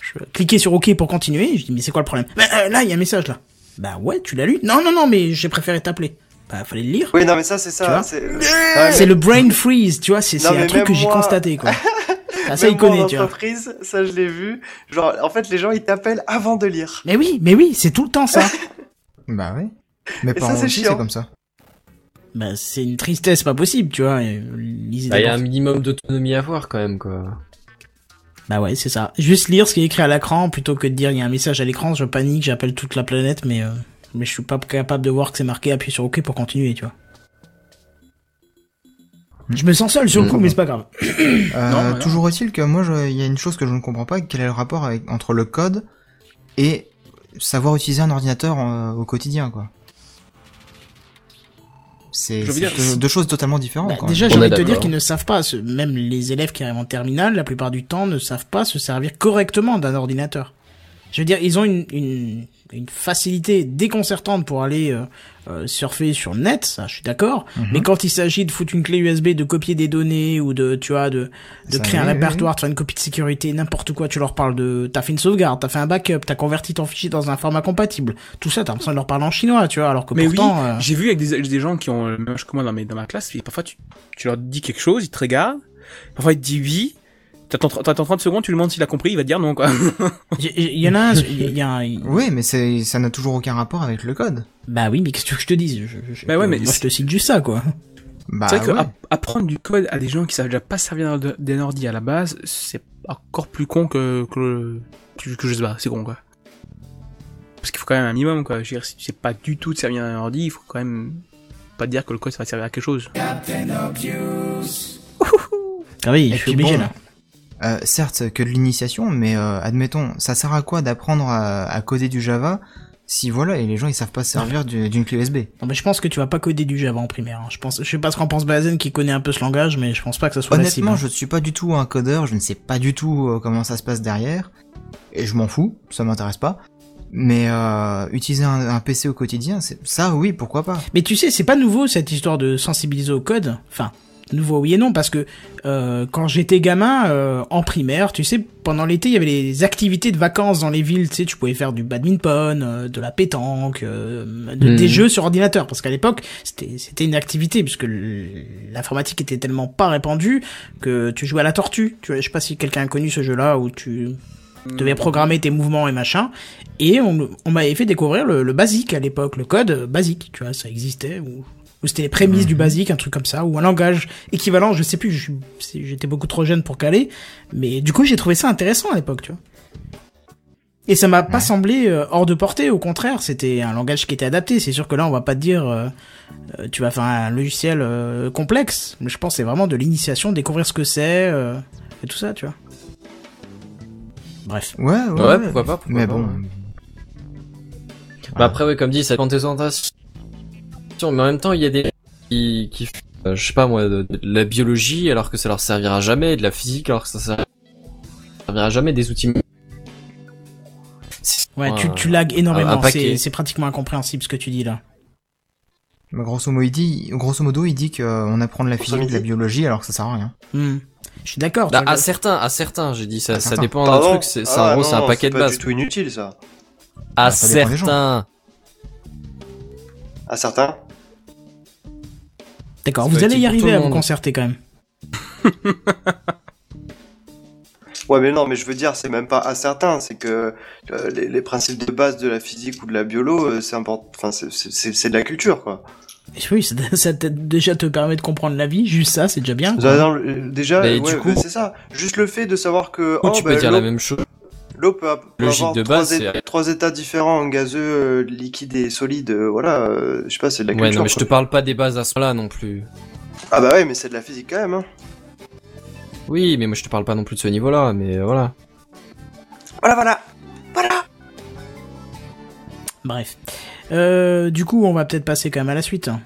[SPEAKER 2] je- cliquez sur OK pour continuer, je dis mais c'est quoi le problème Bah, euh, Là, il y a un message là. Bah ouais, tu l'as lu Non, non, non, mais j'ai préféré t'appeler. Bah fallait le lire.
[SPEAKER 4] Oui, non, mais ça, c'est
[SPEAKER 2] Tu vois Ah,
[SPEAKER 4] ça. C'est Ouais,
[SPEAKER 2] C'est
[SPEAKER 4] mais-
[SPEAKER 2] le brain freeze, tu vois, c'est
[SPEAKER 4] Non,
[SPEAKER 2] c'est un
[SPEAKER 4] mais
[SPEAKER 2] truc que
[SPEAKER 4] même
[SPEAKER 2] j'ai
[SPEAKER 4] moi-
[SPEAKER 2] constaté, quoi. Ah, ça,
[SPEAKER 4] Même
[SPEAKER 2] il connaît,
[SPEAKER 4] moi, en
[SPEAKER 2] tu vois.
[SPEAKER 4] entreprise, ça, je l'ai vu. Genre, en fait, les gens, ils t'appellent avant de lire.
[SPEAKER 2] Mais oui, mais oui, c'est tout le temps ça.
[SPEAKER 6] Bah oui. Mais
[SPEAKER 4] Et
[SPEAKER 6] par
[SPEAKER 4] ça,
[SPEAKER 6] exemple,
[SPEAKER 4] c'est
[SPEAKER 6] aussi,
[SPEAKER 4] chiant.
[SPEAKER 6] c'est comme ça.
[SPEAKER 2] Bah, c'est une tristesse pas possible, tu vois. et lisez
[SPEAKER 3] Bah, il y a un
[SPEAKER 2] d'abord.
[SPEAKER 3] minimum d'autonomie à avoir quand même, quoi.
[SPEAKER 2] Bah ouais, c'est ça. Juste lire ce qui est écrit à l'écran plutôt que de dire il y a un message à l'écran, je panique, j'appelle toute la planète, mais, euh, mais je suis pas capable de voir que c'est marqué appuyer sur OK pour continuer, tu vois. Je me sens seul sur le coup, mais c'est pas grave.
[SPEAKER 6] Euh,
[SPEAKER 2] Non, mais non.
[SPEAKER 6] toujours est-il que moi, je- il y a une chose que je ne comprends pas, quel est le rapport avec- entre le code et savoir utiliser un ordinateur euh, au quotidien, quoi. C'est
[SPEAKER 2] Je veux
[SPEAKER 6] c'est
[SPEAKER 2] dire,
[SPEAKER 6] deux,
[SPEAKER 2] c'est-
[SPEAKER 6] deux choses totalement différentes.
[SPEAKER 2] Bah,
[SPEAKER 6] quand
[SPEAKER 2] déjà,
[SPEAKER 6] même.
[SPEAKER 2] j'ai envie de te dire qu'ils ne savent pas, ce- même les élèves qui arrivent en terminale, la plupart du temps, ne savent pas se servir correctement d'un ordinateur. Je veux dire, ils ont une, une, une facilité déconcertante pour aller euh, euh, surfer sur le net, ça, je suis d'accord.
[SPEAKER 6] Mhm.
[SPEAKER 2] Mais quand il s'agit de foutre une clé USB, de copier des données ou de, tu vois, de, de
[SPEAKER 6] Ça,
[SPEAKER 2] créer un
[SPEAKER 6] oui, oui,
[SPEAKER 2] répertoire, de faire une copie de sécurité, n'importe quoi, tu leur parles de, t'as fait une sauvegarde, t'as fait un backup, t'as converti ton fichier dans un format compatible. Tout ça, t'as l'impression de leur parler en chinois, tu vois, alors que
[SPEAKER 7] Mais
[SPEAKER 2] pourtant.
[SPEAKER 7] oui,
[SPEAKER 2] euh,
[SPEAKER 7] j'ai vu avec des, des gens qui ont le même âge que moi dans, mes- dans ma classe, et parfois tu, tu leur dis quelque chose, ils te regardent, parfois ils te disent oui, t'attends t'attends 30 secondes, tu lui demandes s'il a compris, il va te dire non quoi.
[SPEAKER 2] Il y en a un, il y a un,
[SPEAKER 6] Oui, mais c'est- ça n'a toujours aucun rapport avec le code.
[SPEAKER 2] Bah oui, mais qu'est-ce que tu veux que je te dise Je- je-
[SPEAKER 7] Bah ouais, mais
[SPEAKER 2] Moi, je
[SPEAKER 7] c'est-
[SPEAKER 2] te cite juste ça, quoi.
[SPEAKER 6] Bah,
[SPEAKER 7] c'est vrai que
[SPEAKER 6] ouais.
[SPEAKER 2] ah,
[SPEAKER 7] app- apprendre du code à des gens qui savent déjà pas servir d'un- d'un ordi à la base, c'est encore plus con que, que, le- que, que je sais pas, c'est con quoi. Parce qu'il faut quand même un minimum quoi. Je veux dire, si tu sais pas du tout de servir d'un ordi, il faut quand même pas te dire que le code ça va te servir à quelque chose.
[SPEAKER 2] Ah oui,
[SPEAKER 6] Et
[SPEAKER 2] je suis
[SPEAKER 6] puis
[SPEAKER 2] obligé,
[SPEAKER 6] bon,
[SPEAKER 2] là.
[SPEAKER 6] euh, certes, que de l'initiation, mais euh, admettons, ça sert à quoi d'apprendre à, à coder du Java si voilà, et les gens ils savent pas se servir du- d'une clé USB
[SPEAKER 2] Non, mais je pense que tu vas pas coder du Java en primaire. hein. Je pense, je sais pas ce qu'en pense Bazen qui connaît un peu ce langage, mais je pense pas que ça soit la cible. hein.
[SPEAKER 6] Honnêtement, je ne suis pas du tout un codeur, je ne sais pas du tout euh, comment ça se passe derrière, et je m'en fous, ça m'intéresse pas. Mais euh, utiliser un, un PC au quotidien, c'est- ça oui, pourquoi pas
[SPEAKER 2] Mais tu sais, c'est pas nouveau cette histoire de sensibiliser au code. Enfin, nouveau oui et non, parce que euh, quand j'étais gamin, euh, en primaire, tu sais, pendant l'été, il y avait les activités de vacances dans les villes. Tu sais, tu pouvais faire du badminton, euh, de la pétanque, euh, de-
[SPEAKER 3] Mhm.
[SPEAKER 2] des jeux sur ordinateur. Parce qu'à l'époque, c'était c'était une activité, puisque l- l'informatique était tellement pas répandue que tu jouais à la tortue. Tu vois, je sais pas si quelqu'un a connu ce jeu-là où tu devais programmer tes mouvements et machin. Et on, on m'avait fait découvrir le, le basique à l'époque, le code euh, basique, tu vois, ça existait, ou, ou c'était les prémices du basique, un truc comme ça, ou un langage équivalent, je sais plus, je suis- c'est- j'étais beaucoup trop jeune pour caler, mais du coup j'ai trouvé ça intéressant à l'époque, tu vois. Et ça m'a pas semblé euh, hors de portée, au contraire, c'était un langage qui était adapté, c'est sûr que là on va pas te dire euh, euh, tu vas faire un logiciel euh, complexe, mais je pense que c'est vraiment de l'initiation, découvrir ce que c'est, euh, et tout ça, tu vois. Bref.
[SPEAKER 6] Ouais, ouais,
[SPEAKER 3] Ouais, pourquoi pas, pourquoi
[SPEAKER 6] mais
[SPEAKER 3] pas,
[SPEAKER 6] bon,
[SPEAKER 3] ouais. Bah après, ouais, comme dit, ça dépend de tes orientations. Mais en même temps, il y a des gens qui, qui font, euh, je sais pas moi, de, de la biologie alors que ça leur servira jamais, de la physique alors que ça servira jamais, des outils.
[SPEAKER 2] Ouais, tu,
[SPEAKER 3] Ouais,
[SPEAKER 2] tu lags
[SPEAKER 3] un
[SPEAKER 2] énormément, c'est
[SPEAKER 3] paquet.
[SPEAKER 2] c'est pratiquement incompréhensible ce que tu dis là.
[SPEAKER 6] bah, grosso, modo, il dit, grosso modo, il dit qu'on apprend de la
[SPEAKER 4] Grosso
[SPEAKER 6] physique, de la
[SPEAKER 4] modo.
[SPEAKER 6] biologie, alors que ça sert à rien.
[SPEAKER 2] Hmm. Je suis d'accord.
[SPEAKER 3] Bah,
[SPEAKER 2] tu vois,
[SPEAKER 3] à
[SPEAKER 2] le-
[SPEAKER 3] certains, à certains, j'ai dit ça, ça
[SPEAKER 6] certains.
[SPEAKER 3] dépend
[SPEAKER 4] Pardon
[SPEAKER 3] d'un truc, c'est c'est-
[SPEAKER 4] Ah,
[SPEAKER 3] en gros,
[SPEAKER 4] non,
[SPEAKER 3] c'est un
[SPEAKER 4] non,
[SPEAKER 3] paquet de
[SPEAKER 4] pas
[SPEAKER 3] base.
[SPEAKER 4] du tout Oh, inutile, ça.
[SPEAKER 3] À
[SPEAKER 6] Ça dépend des gens.
[SPEAKER 3] certains.
[SPEAKER 4] À certains.
[SPEAKER 2] D'accord,
[SPEAKER 3] ça
[SPEAKER 2] vous
[SPEAKER 3] doit
[SPEAKER 2] allez
[SPEAKER 3] être
[SPEAKER 2] y
[SPEAKER 3] pour tout
[SPEAKER 2] arriver
[SPEAKER 3] le
[SPEAKER 2] à vous
[SPEAKER 3] monde.
[SPEAKER 2] concerter quand même.
[SPEAKER 4] Ouais, mais non, mais je veux dire, c'est même pas incertain. C'est que euh, les, les principes de base de la physique ou de la biolo, euh, c'est important. Enfin, c'est- c'est c'est- c'est de la culture, quoi.
[SPEAKER 2] Et Oui, ça, ça te- déjà te permet de comprendre la vie, juste ça, c'est déjà bien.
[SPEAKER 4] Ça,
[SPEAKER 2] quoi.
[SPEAKER 4] non, le- déjà,
[SPEAKER 3] Mais
[SPEAKER 4] ouais,
[SPEAKER 3] du coup-
[SPEAKER 4] bah, c'est ça. Juste le fait de savoir que.
[SPEAKER 3] Ou
[SPEAKER 4] oh,
[SPEAKER 3] tu peux
[SPEAKER 4] bah,
[SPEAKER 3] dire la
[SPEAKER 4] l'eau-
[SPEAKER 3] même chose.
[SPEAKER 4] L'eau peut, ap- peut
[SPEAKER 3] Logique
[SPEAKER 4] avoir
[SPEAKER 3] de
[SPEAKER 4] trois,
[SPEAKER 3] base,
[SPEAKER 4] é-
[SPEAKER 3] c'est-
[SPEAKER 4] trois états différents gazeux, euh, liquide et solide. euh, voilà, euh, je sais pas, c'est de la
[SPEAKER 3] Ouais,
[SPEAKER 4] culture.
[SPEAKER 3] non, mais je te
[SPEAKER 4] quoi.
[SPEAKER 3] parle pas des bases à ce moment-là non plus.
[SPEAKER 4] Ah bah ouais, mais c'est de la physique quand même. Hein.
[SPEAKER 3] Oui, mais moi je te parle pas non plus de ce niveau-là, mais euh, voilà.
[SPEAKER 4] Voilà, voilà.
[SPEAKER 2] Bref. Euh, du coup, on va peut-être passer quand même à la suite. hein.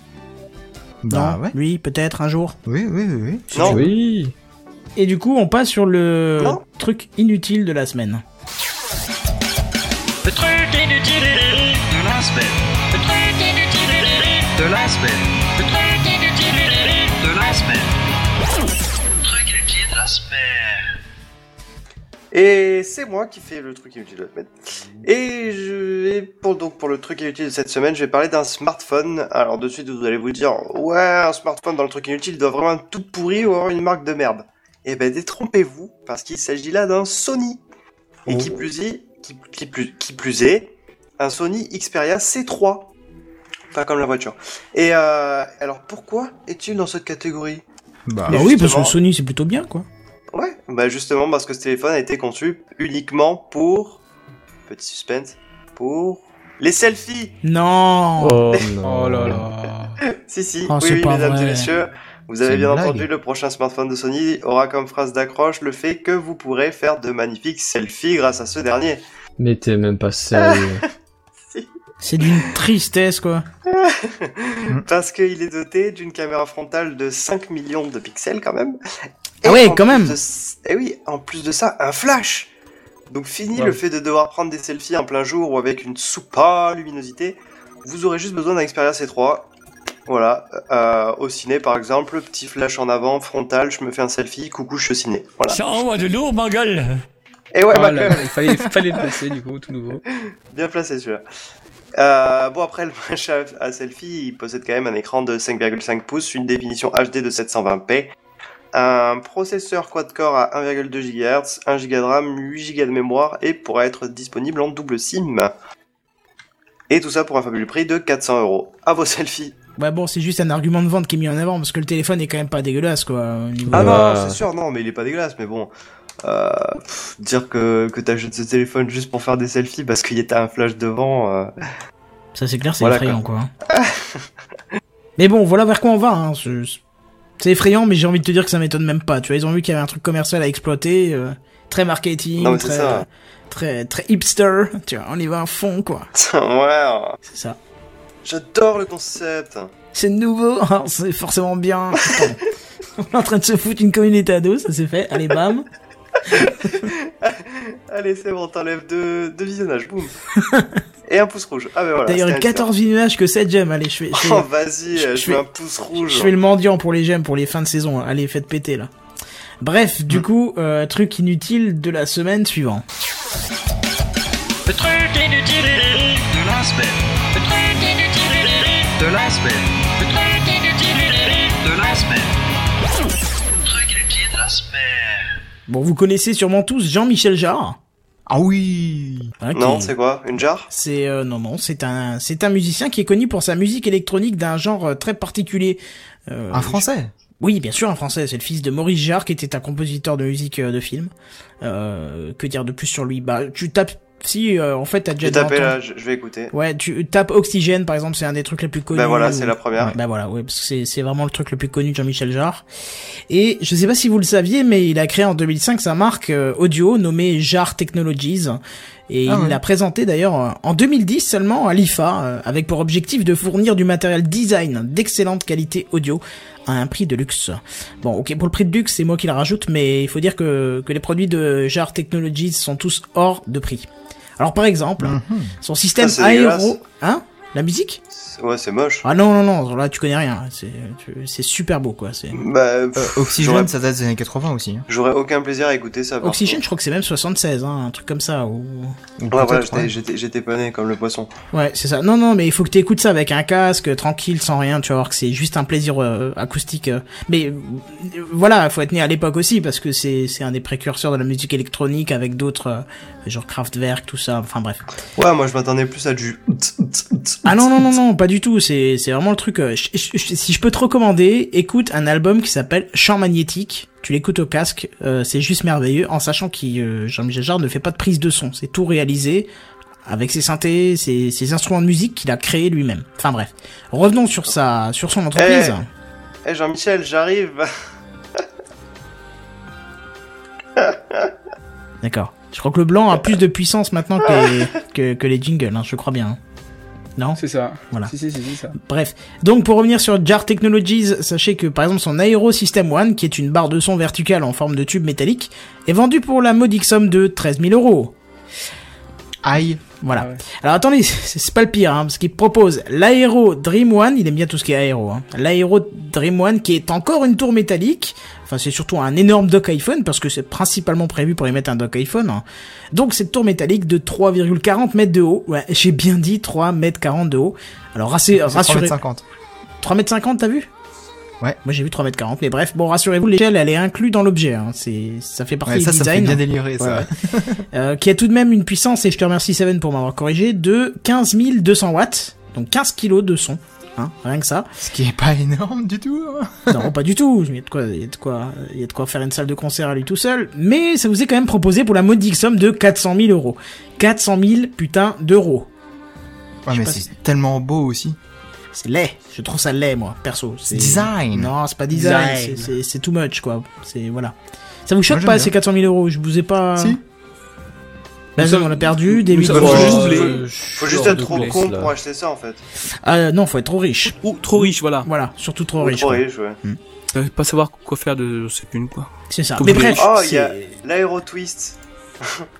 [SPEAKER 6] Bah
[SPEAKER 2] non
[SPEAKER 6] ouais.
[SPEAKER 2] Oui, peut-être un jour.
[SPEAKER 6] Oui, oui, oui. oui.
[SPEAKER 4] Non.
[SPEAKER 3] Oui.
[SPEAKER 2] Et du coup, on passe sur le
[SPEAKER 4] Non.
[SPEAKER 2] truc inutile de la semaine.
[SPEAKER 1] Le truc inutile de la semaine. Le truc inutile de la semaine. Le truc inutile de la semaine. Le truc inutile de la semaine.
[SPEAKER 4] Et c'est moi qui fais le truc inutile de la semaine. Et je vais pour donc pour le truc inutile de cette semaine, je vais parler d'un smartphone. Alors de suite, vous allez vous dire ouais, un smartphone dans le truc inutile doit vraiment être tout pourri ou avoir une marque de merde. Eh ben détrompez-vous parce qu'il s'agit là d'un Sony. Et qui plus est, qui, qui plus, qui plus est, un Sony Xperia C3. Pas comme la voiture. Et euh, alors pourquoi est-il dans cette catégorie
[SPEAKER 3] Ah,
[SPEAKER 6] Bah,
[SPEAKER 2] bah
[SPEAKER 4] Et
[SPEAKER 2] oui, parce que
[SPEAKER 4] justement-
[SPEAKER 2] Sony, c'est plutôt bien, quoi.
[SPEAKER 4] Ouais, bah justement parce que ce téléphone a été conçu uniquement pour. Petit suspense. Pour. Les selfies
[SPEAKER 2] Non
[SPEAKER 3] Oh,
[SPEAKER 7] Oh là là.
[SPEAKER 4] Si, si,
[SPEAKER 2] Oh,
[SPEAKER 4] oui,
[SPEAKER 2] c'est
[SPEAKER 4] oui,
[SPEAKER 2] pas
[SPEAKER 4] mesdames
[SPEAKER 2] vrai.
[SPEAKER 4] et messieurs. Vous
[SPEAKER 6] C'est
[SPEAKER 4] avez
[SPEAKER 6] une
[SPEAKER 4] bien
[SPEAKER 6] blague.
[SPEAKER 4] entendu, le prochain smartphone de Sony aura comme phrase d'accroche le fait que vous pourrez faire de magnifiques selfies grâce à ce dernier.
[SPEAKER 3] Mais t'es même pas sérieux.
[SPEAKER 2] C'est d'une tristesse, quoi. Mm.
[SPEAKER 4] Parce qu'il est doté d'une caméra frontale de 5 millions de pixels quand même.
[SPEAKER 2] Ah ouais,
[SPEAKER 4] en
[SPEAKER 2] quand
[SPEAKER 4] plus
[SPEAKER 2] même.
[SPEAKER 4] de c- Et oui, en plus de ça, un flash Donc fini le fait de devoir prendre des selfies en plein jour ou avec une soupa luminosité. Vous aurez juste besoin d'un Xperia C3. Voilà, euh, au ciné par exemple, petit flash en avant, frontal, je me fais un selfie, coucou, je suis au ciné. Voilà.
[SPEAKER 10] Ça envoie de lourd, ma gueule
[SPEAKER 4] Et ouais,
[SPEAKER 7] Oh
[SPEAKER 2] Ah
[SPEAKER 4] bah,
[SPEAKER 7] là là, il fallait, fallait le placer du coup, tout nouveau.
[SPEAKER 4] Bien placé celui-là. Euh, bon après le flash à, à selfie, il possède quand même un écran de 5,5 pouces, une définition HD de 720p, un processeur quad-core à 1,2 GHz, 1 Go de RAM, 8 Go de mémoire et pourra être disponible en double SIM. Et tout ça pour un fabuleux prix de 400 euros. À vos selfies.
[SPEAKER 2] Bah bon, c'est juste un argument de vente qui est mis en avant, parce que le téléphone est quand même pas dégueulasse, quoi. au niveau-
[SPEAKER 4] Ah non,
[SPEAKER 3] Ouais.
[SPEAKER 4] c'est sûr, non, mais il est pas dégueulasse, mais bon. Euh, pff, dire que, que t'achètes ce téléphone juste pour faire des selfies parce qu'il y a un flash devant. euh,
[SPEAKER 2] Ça, c'est clair, c'est
[SPEAKER 4] Voilà,
[SPEAKER 2] effrayant, quoi. mais bon, voilà vers quoi on va. Hein. C'est c'est effrayant, mais j'ai envie de te dire que ça m'étonne même pas. Tu vois, ils ont vu qu'il y avait un truc commercial à exploiter, euh, très marketing,
[SPEAKER 4] Non, mais c'est
[SPEAKER 2] très,
[SPEAKER 4] ça.
[SPEAKER 2] très très hipster. Tu vois, on y va à fond, quoi.
[SPEAKER 4] ouais,
[SPEAKER 2] C'est ça.
[SPEAKER 4] j'adore le concept.
[SPEAKER 2] C'est nouveau, hein, c'est forcément bien. Pardon. on est en train de se foutre une communauté à dos, ça c'est fait. Allez, bam.
[SPEAKER 4] Allez, c'est bon, t'enlèves deux, deux visionnages, boum. Et un pouce rouge. Ah, ben voilà.
[SPEAKER 2] D'ailleurs,
[SPEAKER 4] c'était
[SPEAKER 2] 14 visionnages que 7 j'aime. Allez, je fais, je fais-
[SPEAKER 4] Oh, vas-y,
[SPEAKER 2] je-
[SPEAKER 4] je,
[SPEAKER 2] je
[SPEAKER 4] fais
[SPEAKER 2] fais-
[SPEAKER 4] un pouce rouge.
[SPEAKER 2] Je fais le mendiant pour les gemmes, pour les fins de saison. là. Allez, faites péter là. Bref,
[SPEAKER 4] Mm.
[SPEAKER 2] du coup, euh, truc inutile de la semaine suivante.
[SPEAKER 1] Le truc inutile de la semaine. Le truc inutile de la semaine. Le truc inutile de la semaine. Le truc inutile de la semaine.
[SPEAKER 2] Bon, vous connaissez sûrement tous Jean-Michel Jarre.
[SPEAKER 6] Ah oui
[SPEAKER 2] hein, qui-
[SPEAKER 4] Non, c'est quoi Une jarre
[SPEAKER 2] c'est euh, non non, c'est un c'est un musicien qui est connu pour sa musique électronique d'un genre euh, très particulier. Euh,
[SPEAKER 6] Un français
[SPEAKER 2] Oui, bien sûr, un français. C'est le fils de Maurice Jarre, qui était un compositeur de musique euh, de film. Euh, que dire de plus sur lui Bah, tu tapes. Si, euh, en fait, t'as déjà
[SPEAKER 4] J'ai
[SPEAKER 2] dû
[SPEAKER 4] tapé
[SPEAKER 2] entendre-
[SPEAKER 4] là, je, je vais écouter.
[SPEAKER 2] Ouais, tu tapes Oxygène, par exemple, c'est un des trucs les plus connus.
[SPEAKER 4] Ben voilà,
[SPEAKER 2] ou-
[SPEAKER 4] c'est la première.
[SPEAKER 2] Ouais, ben voilà, ouais, parce que c'est- c'est vraiment le truc le plus connu de Jean-Michel Jarre. Et je sais pas si vous le saviez, mais il a créé en 2005 sa marque euh, audio nommée Jarre Technologies. Et
[SPEAKER 6] Ah
[SPEAKER 2] il
[SPEAKER 6] ouais.
[SPEAKER 2] l'a présenté d'ailleurs euh, en 2010 seulement à l'IFA, euh, avec pour objectif de fournir du matériel design d'excellente qualité audio à un prix de luxe. Bon, ok, pour le prix de luxe, c'est moi qui la rajoute, mais il faut dire que, que les produits de Jarre
[SPEAKER 6] Mhm.
[SPEAKER 2] Technologies sont tous hors de prix. Alors par exemple, son système
[SPEAKER 4] c'est dégueulasse.
[SPEAKER 2] aéro... Hein La musique
[SPEAKER 4] Ouais, c'est moche.
[SPEAKER 2] Ah non, non, non, là tu connais rien. C'est tu- c'est super beau quoi. c'est-
[SPEAKER 4] Bah, pff, j'aurais-
[SPEAKER 6] ça date des années 80 aussi. hein.
[SPEAKER 4] J'aurais aucun plaisir à écouter ça. par
[SPEAKER 2] Oxygen, je crois que c'est même 76, hein, un truc comme ça. Ou...
[SPEAKER 4] contre. Ouais, voilà, j'étais- j'étais j'étais pas né comme le poisson.
[SPEAKER 2] Ouais, c'est ça. Non, non, mais il faut que tu écoutes ça avec un casque, tranquille, sans rien. Tu vas voir que c'est juste un plaisir euh, acoustique. euh. Mais euh, voilà, faut être né à l'époque aussi, parce que c'est c'est un des précurseurs de la musique électronique avec d'autres, euh, genre Kraftwerk, tout ça. Enfin bref.
[SPEAKER 4] Ouais, moi je m'attendais plus à du.
[SPEAKER 2] Ah non, non, non, non, pas du tout. C'est c'est vraiment le truc. euh, je- je- je- si je peux te recommander, écoute un album qui s'appelle Champ Magnétique. Tu l'écoutes au casque, euh, c'est juste merveilleux, en sachant que Jean-Michel Jarre ne fait pas de prise de son. C'est tout réalisé avec ses synthés, ses, ses instruments de musique qu'il a créés lui-même. Enfin bref. Revenons sur sa, sur son entreprise.
[SPEAKER 4] Eh Jean-Michel, j'arrive.
[SPEAKER 2] D'accord. Je crois que le blanc a plus de puissance maintenant que les, que, que les jingles, hein, je crois bien. hein. Non
[SPEAKER 7] C'est ça.
[SPEAKER 2] Voilà.
[SPEAKER 7] Si, si, si, si, ça.
[SPEAKER 2] Bref, donc pour revenir sur Jar Technologies, sachez que par exemple son Aero System One, qui est une barre de son verticale en forme de tube métallique, est vendue pour la modique somme de 13 000 euros.
[SPEAKER 6] Aïe.
[SPEAKER 2] Voilà. Alors attendez, c'est c'est pas le pire, hein, parce qu'il propose l'Aero Dream One, il aime bien tout ce qui est aéro, hein. l'Aero Dream One qui est encore une tour métallique, enfin c'est surtout un énorme dock iPhone, parce que c'est principalement prévu pour y mettre un dock iPhone. hein. Donc cette tour métallique de 3,40 mètres de haut, ouais, j'ai bien dit 3 mètres 40 de haut. Alors rassé-
[SPEAKER 6] C'est 3 mètres
[SPEAKER 2] rassurez...
[SPEAKER 6] 50.
[SPEAKER 2] 3m50, t'as vu
[SPEAKER 6] Ouais.
[SPEAKER 2] Moi j'ai vu 3m40, mais bref, bon rassurez-vous, l'échelle elle est inclue dans l'objet, hein. c'est ça fait partie
[SPEAKER 6] Ouais, ça,
[SPEAKER 2] du
[SPEAKER 6] ça me fait
[SPEAKER 2] design. hein.
[SPEAKER 6] bien délirer, ça.
[SPEAKER 2] Euh, qui a tout de même une puissance, et je te remercie Seven pour m'avoir corrigé, de 15 200 watts, donc 15 kilos de son, hein, rien que ça.
[SPEAKER 6] Ce qui est pas énorme du tout. hein.
[SPEAKER 2] non, pas du tout, il y, a de quoi, il, y a de quoi, il y a de quoi faire une salle de concert à lui tout seul, mais ça vous est quand même proposé pour la modique somme de 400 000 euros. 400 000 putain d'euros.
[SPEAKER 6] Ouais, Ah, mais
[SPEAKER 2] pas
[SPEAKER 6] c'est tellement beau aussi.
[SPEAKER 2] C'est laid. Je trouve ça laid, moi, perso. C'est
[SPEAKER 6] Design.
[SPEAKER 2] Non, c'est pas design. c'est-
[SPEAKER 6] Design.
[SPEAKER 2] c'est- C'est too much, quoi. C'est voilà. Ça vous choque
[SPEAKER 6] Moi, j'aime
[SPEAKER 2] pas
[SPEAKER 6] bien.
[SPEAKER 2] ces 400 000 euros Je vous ai pas.
[SPEAKER 6] Si.
[SPEAKER 2] Bah,
[SPEAKER 7] Nous
[SPEAKER 2] on a
[SPEAKER 7] sommes-
[SPEAKER 2] perdu
[SPEAKER 7] nous
[SPEAKER 2] des
[SPEAKER 7] sommes
[SPEAKER 2] micros.
[SPEAKER 7] juste
[SPEAKER 4] Faut-
[SPEAKER 7] les-
[SPEAKER 4] Faut juste
[SPEAKER 7] genre
[SPEAKER 4] être
[SPEAKER 7] de
[SPEAKER 4] trop
[SPEAKER 7] blesse,
[SPEAKER 4] con
[SPEAKER 7] là.
[SPEAKER 4] pour acheter ça en fait.
[SPEAKER 2] Euh, non, faut être trop riche.
[SPEAKER 7] Ou trop riche, voilà.
[SPEAKER 2] Voilà, surtout trop
[SPEAKER 4] Ou
[SPEAKER 2] riche.
[SPEAKER 4] trop
[SPEAKER 2] quoi.
[SPEAKER 4] riche, ouais.
[SPEAKER 7] Euh, Pas savoir quoi faire de cette thune, quoi.
[SPEAKER 2] C'est ça.
[SPEAKER 7] Faut
[SPEAKER 2] Mais
[SPEAKER 7] que-
[SPEAKER 2] bref.
[SPEAKER 4] Oh, il y a
[SPEAKER 2] c'est-
[SPEAKER 4] l'aéro twist.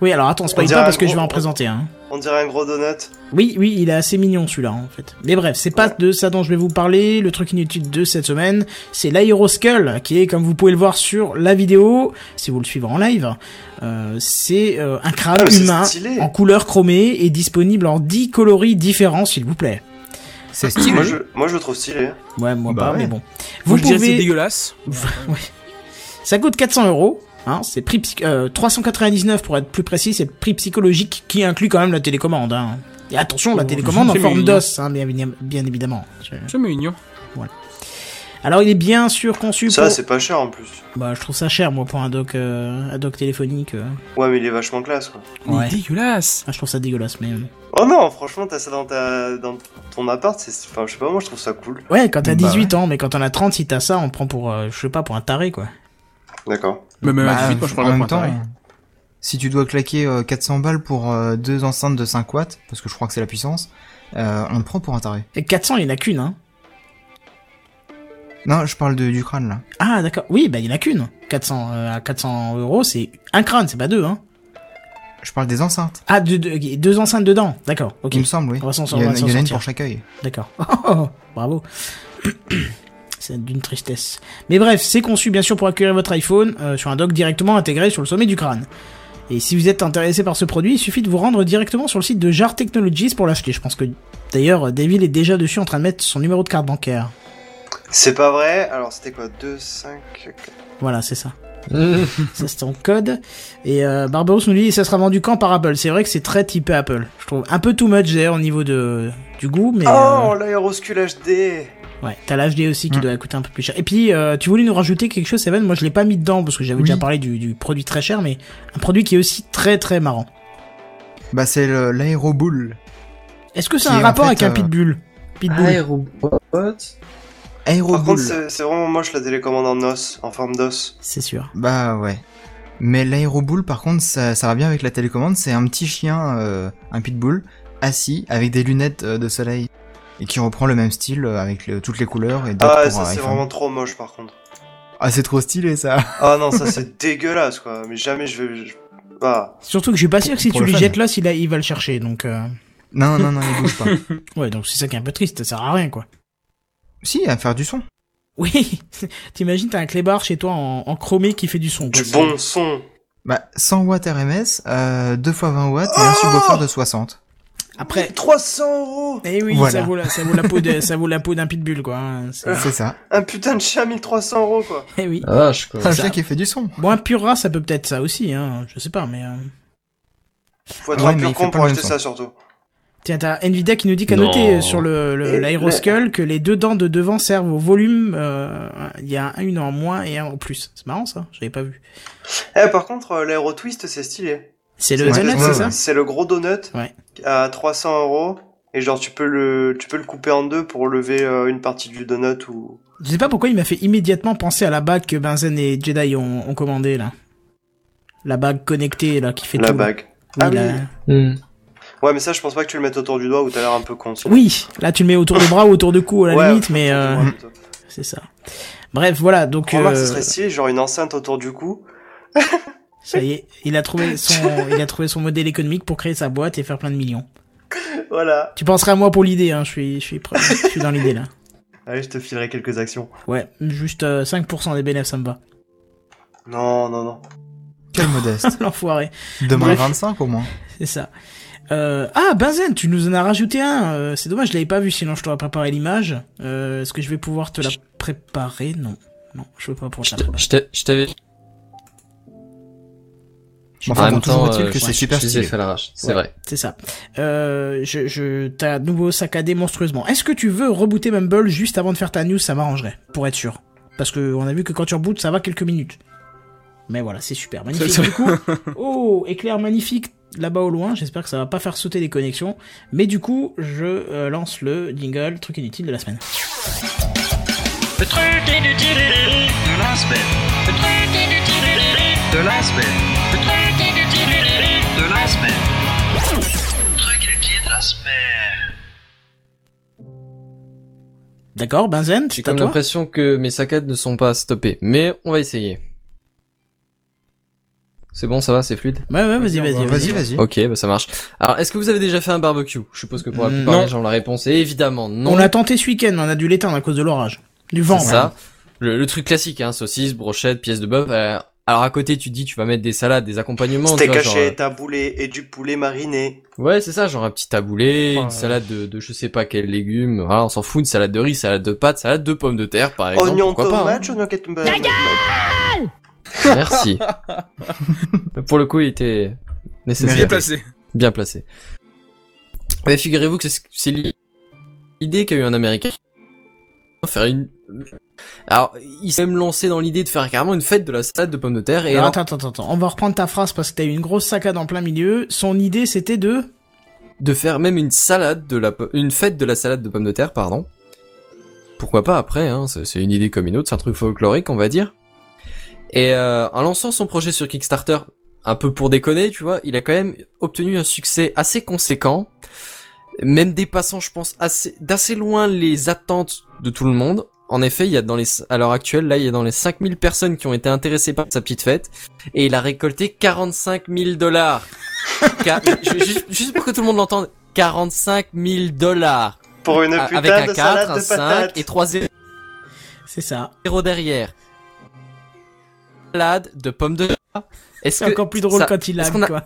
[SPEAKER 2] Oui, alors attends, spoil
[SPEAKER 4] On
[SPEAKER 2] pas
[SPEAKER 4] dirait
[SPEAKER 2] parce
[SPEAKER 4] un
[SPEAKER 2] que je vais
[SPEAKER 4] gros-
[SPEAKER 2] en présenter hein. un.
[SPEAKER 4] On dirait un gros donut.
[SPEAKER 2] Oui, oui, il est assez mignon celui-là en fait. Mais bref, c'est pas de ça dont je vais vous parler. Le truc inutile de cette semaine, c'est l'Aeroskull, qui est, comme vous pouvez le voir sur la vidéo, si vous le suivez en live, euh, c'est euh, un crabe
[SPEAKER 4] Ah, mais c'est
[SPEAKER 2] humain
[SPEAKER 4] stylé.
[SPEAKER 2] en couleur chromée et disponible en 10 coloris différents, s'il vous plaît.
[SPEAKER 6] C'est stylé.
[SPEAKER 4] Moi je, moi je le trouve stylé.
[SPEAKER 2] Ouais, moi
[SPEAKER 6] Bah
[SPEAKER 2] pas,
[SPEAKER 6] ouais.
[SPEAKER 2] mais bon.
[SPEAKER 7] Vous
[SPEAKER 2] Vous
[SPEAKER 7] je dirais que c'est
[SPEAKER 2] pouvez.
[SPEAKER 7] dégueulasse.
[SPEAKER 2] Ouais. Ça coûte 400 euros. Hein, c'est prix psy- euh, 399 pour être plus précis, c'est le prix psychologique qui inclut quand même la télécommande. Hein. Et attention, la
[SPEAKER 7] Oh,
[SPEAKER 2] télécommande en
[SPEAKER 7] c'est
[SPEAKER 2] forme
[SPEAKER 7] mignon.
[SPEAKER 2] d'os, hein, bien, bien- bien évidemment. Je-
[SPEAKER 7] C'est mignon.
[SPEAKER 2] Alors il est bien sûr conçu
[SPEAKER 4] Ça
[SPEAKER 2] pour...
[SPEAKER 4] c'est pas cher en plus.
[SPEAKER 2] Bah je trouve ça cher moi pour un doc, euh, un doc téléphonique. euh.
[SPEAKER 4] Ouais mais il est vachement classe quoi.
[SPEAKER 7] Mais
[SPEAKER 2] Ouais.
[SPEAKER 7] dégueulasse.
[SPEAKER 2] Ah, je trouve ça dégueulasse mais... euh.
[SPEAKER 4] Oh non franchement t'as ça dans ta dans ton appart c'est enfin je sais pas moi je trouve ça cool.
[SPEAKER 2] Ouais quand t'as
[SPEAKER 6] Bah
[SPEAKER 2] 18 ans mais quand t'en as 30 si t'as ça on prend pour euh, je sais pas pour un taré quoi.
[SPEAKER 4] D'accord.
[SPEAKER 7] Mais même à
[SPEAKER 6] Bah,
[SPEAKER 7] 18, moi je prends
[SPEAKER 6] en
[SPEAKER 7] le
[SPEAKER 6] même temps,
[SPEAKER 7] point
[SPEAKER 6] euh, si tu dois claquer euh, 400 balles pour euh, deux enceintes de 5 watts, parce que je crois que c'est la puissance, euh, on te prend pour un taré.
[SPEAKER 2] Et 400 il y en a qu'une hein.
[SPEAKER 6] Non, je parle de, du crâne là.
[SPEAKER 2] Ah d'accord, oui bah il y en a qu'une. 400 euh, à 400 euros c'est un crâne c'est pas deux hein.
[SPEAKER 6] Je parle des enceintes.
[SPEAKER 2] Ah deux, deux, ok, deux enceintes dedans, d'accord, ok.
[SPEAKER 6] Il me semble, oui.
[SPEAKER 2] On va s'en-
[SPEAKER 6] il y,
[SPEAKER 2] on
[SPEAKER 6] en
[SPEAKER 2] va
[SPEAKER 6] a- il
[SPEAKER 2] s'en
[SPEAKER 6] y en a une
[SPEAKER 2] sortir.
[SPEAKER 6] pour chaque œil.
[SPEAKER 2] D'accord. Bravo. C'est d'une tristesse. Mais bref, c'est conçu bien sûr pour accueillir votre iPhone euh, sur un dock directement intégré sur le sommet du crâne. Et si vous êtes intéressé par ce produit, il suffit de vous rendre directement sur le site de Jar Technologies pour l'acheter. Je pense que d'ailleurs, Devil est déjà dessus en train de mettre son numéro de carte bancaire.
[SPEAKER 4] C'est pas vrai alors c'était quoi 2 5 4...
[SPEAKER 2] Voilà, c'est ça.
[SPEAKER 3] Ah,
[SPEAKER 2] ça c'est en code. Et euh, Barbaros nous dit ça sera vendu quand par Apple. C'est vrai que c'est très typé Apple. Je trouve un peu too much d'ailleurs au niveau de du goût, mais. euh,
[SPEAKER 4] Oh l'aéroscule HD.
[SPEAKER 2] Ouais, t'as l'HD aussi qui
[SPEAKER 6] Mm.
[SPEAKER 2] doit coûter un peu plus cher. Et puis, euh, tu voulais nous rajouter quelque chose, Seven Moi, je l'ai pas mis dedans parce que j'avais
[SPEAKER 6] Oui.
[SPEAKER 2] déjà parlé du, du produit très cher, mais un produit qui est aussi très très marrant.
[SPEAKER 6] Bah, c'est le- l'aéroboule.
[SPEAKER 2] Est-ce que ça a
[SPEAKER 6] Qui
[SPEAKER 2] un
[SPEAKER 6] est, en
[SPEAKER 2] rapport
[SPEAKER 6] fait,
[SPEAKER 2] avec un
[SPEAKER 6] euh,
[SPEAKER 2] pitbull
[SPEAKER 7] Ah,
[SPEAKER 2] Pitbull.
[SPEAKER 3] Aérobot
[SPEAKER 4] Par contre
[SPEAKER 6] Aéroboule.
[SPEAKER 4] c'est c'est vraiment moche la télécommande en os en forme d'os.
[SPEAKER 2] C'est sûr.
[SPEAKER 6] Bah ouais. Mais l'aéroboule, par contre, ça, ça va bien avec la télécommande. C'est un petit chien, euh, un pitbull, assis avec des lunettes euh, de soleil et qui reprend le même style euh, avec le- toutes les couleurs et
[SPEAKER 2] Bah,
[SPEAKER 6] d'autres
[SPEAKER 4] Ah
[SPEAKER 6] pour
[SPEAKER 4] ça
[SPEAKER 6] euh,
[SPEAKER 4] c'est
[SPEAKER 2] hein.
[SPEAKER 6] iPhone.
[SPEAKER 4] vraiment trop moche par contre.
[SPEAKER 6] Ah c'est trop stylé ça.
[SPEAKER 4] Ah non ça c'est dégueulasse quoi mais jamais je vais je- ah.
[SPEAKER 2] Surtout que je suis pas sûr que si
[SPEAKER 6] Pour
[SPEAKER 2] tu
[SPEAKER 6] le
[SPEAKER 2] lui
[SPEAKER 6] fun.
[SPEAKER 2] jettes l'os, il, a- il va le chercher. Donc, euh,
[SPEAKER 6] Non, non, non, il bouge pas.
[SPEAKER 2] ouais, donc c'est ça qui est un peu triste, ça sert à rien, quoi.
[SPEAKER 6] Si, à faire du son.
[SPEAKER 2] Oui, t'imagines, t'as un clébard chez toi en, en chromé qui fait du son. quoi.
[SPEAKER 4] Du bon son.
[SPEAKER 6] Bah, 100 watts RMS, euh, 2 fois 20 watts et un subwoofer de 60.
[SPEAKER 2] Après,
[SPEAKER 4] 300 euros
[SPEAKER 2] eh oui,
[SPEAKER 6] Voilà.
[SPEAKER 2] ça, vaut la, ça vaut la peau de, ça vaut la peau d'un pitbull, quoi. hein, c'est-
[SPEAKER 6] C'est ça.
[SPEAKER 4] Un putain de chat 1300 euros quoi.
[SPEAKER 2] Eh oui.
[SPEAKER 3] Ah, vache, quoi.
[SPEAKER 6] Un
[SPEAKER 2] Ça-
[SPEAKER 6] chien qui fait du son.
[SPEAKER 2] Bon, un pur rat, ça peut peut-être ça aussi, hein. Je sais pas, mais. euh,
[SPEAKER 4] Faut être
[SPEAKER 6] Ouais,
[SPEAKER 4] un
[SPEAKER 6] mais
[SPEAKER 4] pur
[SPEAKER 6] il fait
[SPEAKER 4] con
[SPEAKER 6] pas
[SPEAKER 4] pour
[SPEAKER 6] le
[SPEAKER 4] acheter
[SPEAKER 6] même
[SPEAKER 4] ça surtout.
[SPEAKER 2] Tiens, t'as Nvidia qui nous dit qu'à
[SPEAKER 3] Non.
[SPEAKER 2] noter euh, sur le, le-
[SPEAKER 4] Et-
[SPEAKER 2] l'aéroskull que les deux dents de devant servent au volume. euh, Il y a un- une en moins et un en plus. C'est marrant ça, j'avais pas vu.
[SPEAKER 4] Eh par contre euh, l'aéro twist c'est stylé.
[SPEAKER 2] C'est le
[SPEAKER 6] Ouais,
[SPEAKER 2] donut,
[SPEAKER 6] ouais,
[SPEAKER 2] c'est ça
[SPEAKER 4] C'est le gros donut
[SPEAKER 2] Ouais.
[SPEAKER 4] à 300 euros et genre tu peux le tu peux le couper en deux pour lever euh, une partie du donut ou.
[SPEAKER 2] Je sais pas pourquoi il m'a fait immédiatement penser à la bague que Benzen et Jedi ont, ont commandée là. La bague connectée là qui fait
[SPEAKER 4] La
[SPEAKER 2] tout. là.
[SPEAKER 4] bague.
[SPEAKER 2] Oui,
[SPEAKER 4] Ah
[SPEAKER 2] la-
[SPEAKER 4] oui.
[SPEAKER 3] Hmm.
[SPEAKER 4] Ouais, mais ça, je pense pas que tu le mettes autour du doigt ou t'as l'air un peu con. ça.
[SPEAKER 2] Oui, là tu le mets autour des bras ou autour du cou à la
[SPEAKER 4] Ouais,
[SPEAKER 2] limite, mais euh,
[SPEAKER 4] Ouais, plutôt.
[SPEAKER 2] c'est ça. Bref, voilà, donc
[SPEAKER 4] Remarque,
[SPEAKER 2] euh,
[SPEAKER 4] ce serait stylé, genre une enceinte autour du cou.
[SPEAKER 2] ça y est, il a trouvé son, il a trouvé son modèle économique pour créer sa boîte et faire plein de millions.
[SPEAKER 4] Voilà.
[SPEAKER 2] Tu penseras à moi pour l'idée, hein. Je suis, je suis, pre- je suis dans l'idée là.
[SPEAKER 4] Allez, je te filerai quelques actions.
[SPEAKER 2] Ouais, juste euh, 5% des bénéfices, ça me va.
[SPEAKER 4] Non, non, non.
[SPEAKER 6] Quel modeste.
[SPEAKER 2] L'enfoiré,
[SPEAKER 6] Demain
[SPEAKER 2] Bref.
[SPEAKER 6] 25 au moins.
[SPEAKER 2] c'est ça. Euh, ah, Benzen, tu nous en as rajouté un. euh, c'est dommage, je l'avais pas vu, sinon je t'aurais préparé l'image. Euh, Est-ce que je vais pouvoir te la préparer Non, non, je veux pas pouvoir te la préparer.
[SPEAKER 3] Je t'ai- je t'avais.
[SPEAKER 6] Enfin,
[SPEAKER 3] en
[SPEAKER 6] bon,
[SPEAKER 3] même temps,
[SPEAKER 6] toujours est-il
[SPEAKER 3] euh,
[SPEAKER 6] que
[SPEAKER 3] je-
[SPEAKER 6] c'est super
[SPEAKER 3] je les ai
[SPEAKER 6] stylé.
[SPEAKER 3] fait à l'arrache, c'est
[SPEAKER 2] Ouais.
[SPEAKER 3] vrai.
[SPEAKER 2] C'est ça. Euh, je, je t'as à nouveau saccadé monstrueusement. Est-ce que tu veux rebooter Mumble juste avant de faire ta news Ça m'arrangerait, pour être sûr. Parce que on a vu que quand tu rebootes, ça va quelques minutes. Mais voilà, c'est super. Magnifique.
[SPEAKER 7] C'est-
[SPEAKER 2] Du coup, oh, éclair magnifique là-bas au loin. J'espère que ça va pas faire sauter les connexions. Mais du coup, je euh, lance le jingle truc inutile de la semaine.
[SPEAKER 1] Le truc inutile de la semaine. Le truc inutile de la semaine. Le truc inutile de la semaine. Le truc inutile de la semaine.
[SPEAKER 2] D'accord, Benzen,
[SPEAKER 3] J'ai
[SPEAKER 2] c'est à
[SPEAKER 3] comme
[SPEAKER 2] toi.
[SPEAKER 3] l'impression que mes saccades ne sont pas stoppées, mais on va essayer. C'est bon, ça va, c'est fluide
[SPEAKER 2] Ouais, ouais, vas-y, vas-y,
[SPEAKER 6] Vas-y, vas-y.
[SPEAKER 3] Ok, bah ça marche. Alors, est-ce que vous avez déjà fait un barbecue Je suppose que pour la
[SPEAKER 2] Mm,
[SPEAKER 3] plupart
[SPEAKER 7] non.
[SPEAKER 3] des gens, la réponse est évidemment non.
[SPEAKER 2] On l'a tenté ce week-end, mais on a dû l'éteindre à cause de l'orage, du vent.
[SPEAKER 3] C'est
[SPEAKER 2] même.
[SPEAKER 3] ça. Le, le truc classique, hein, saucisse, brochette, pièce de bœuf. euh, alors à côté, tu te dis, tu vas mettre des salades, des accompagnements.
[SPEAKER 4] C'était
[SPEAKER 3] tu vois, genre,
[SPEAKER 4] caché, taboulé et du poulet mariné.
[SPEAKER 3] euh, ouais, c'est ça, genre un petit taboulé,
[SPEAKER 7] Ouais.
[SPEAKER 3] une salade de, de je sais pas quel légume. Voilà, on s'en fout, une salade de riz, salade de pâtes, salade de pommes de terre, par exemple.
[SPEAKER 4] Oignon
[SPEAKER 3] pourquoi pas, hein.
[SPEAKER 4] tomate, oignon ketchup.
[SPEAKER 3] Merci. Pour le coup, il était nécessaire.
[SPEAKER 7] Bien placé.
[SPEAKER 3] Bien placé. Mais figurez-vous que c'est ce- c'est l'i- l'idée qu'a eu un Américain. Faire une. Alors, il s'est même lancé dans l'idée de faire carrément une fête de la salade de pommes de terre et
[SPEAKER 2] Alors,
[SPEAKER 3] alors-
[SPEAKER 2] attends, attends, attends. On va reprendre ta phrase parce que t'as eu une grosse saccade en plein milieu. Son idée, c'était de...
[SPEAKER 3] de faire même une salade de la po- une fête de la salade de pommes de terre, pardon. Pourquoi pas après, hein, c'est c'est une idée comme une autre, c'est un truc folklorique, on va dire. Et euh, en lançant son projet sur Kickstarter, un peu pour déconner, tu vois, il a quand même obtenu un succès assez conséquent, même dépassant, je pense, assez d'assez loin les attentes de tout le monde. En effet, il y a dans les à l'heure actuelle, là, il y a dans les 5000 personnes qui ont été intéressées par sa petite fête, et il a récolté 45 000 dollars. Ca- ju- juste, juste pour que tout le monde l'entende, 45 000 dollars.
[SPEAKER 4] Pour une
[SPEAKER 3] A-
[SPEAKER 4] putain
[SPEAKER 3] Avec un
[SPEAKER 4] de
[SPEAKER 3] 4,
[SPEAKER 4] salade
[SPEAKER 3] un
[SPEAKER 4] de
[SPEAKER 3] 5
[SPEAKER 4] patates.
[SPEAKER 3] et 3 0
[SPEAKER 2] C'est ça.
[SPEAKER 3] derrière. Salade de pommes de terre. Est-ce
[SPEAKER 2] C'est
[SPEAKER 3] que-
[SPEAKER 2] encore plus drôle
[SPEAKER 3] ça-
[SPEAKER 2] quand il
[SPEAKER 3] est-ce
[SPEAKER 2] lag,
[SPEAKER 3] qu'on a-
[SPEAKER 2] quoi.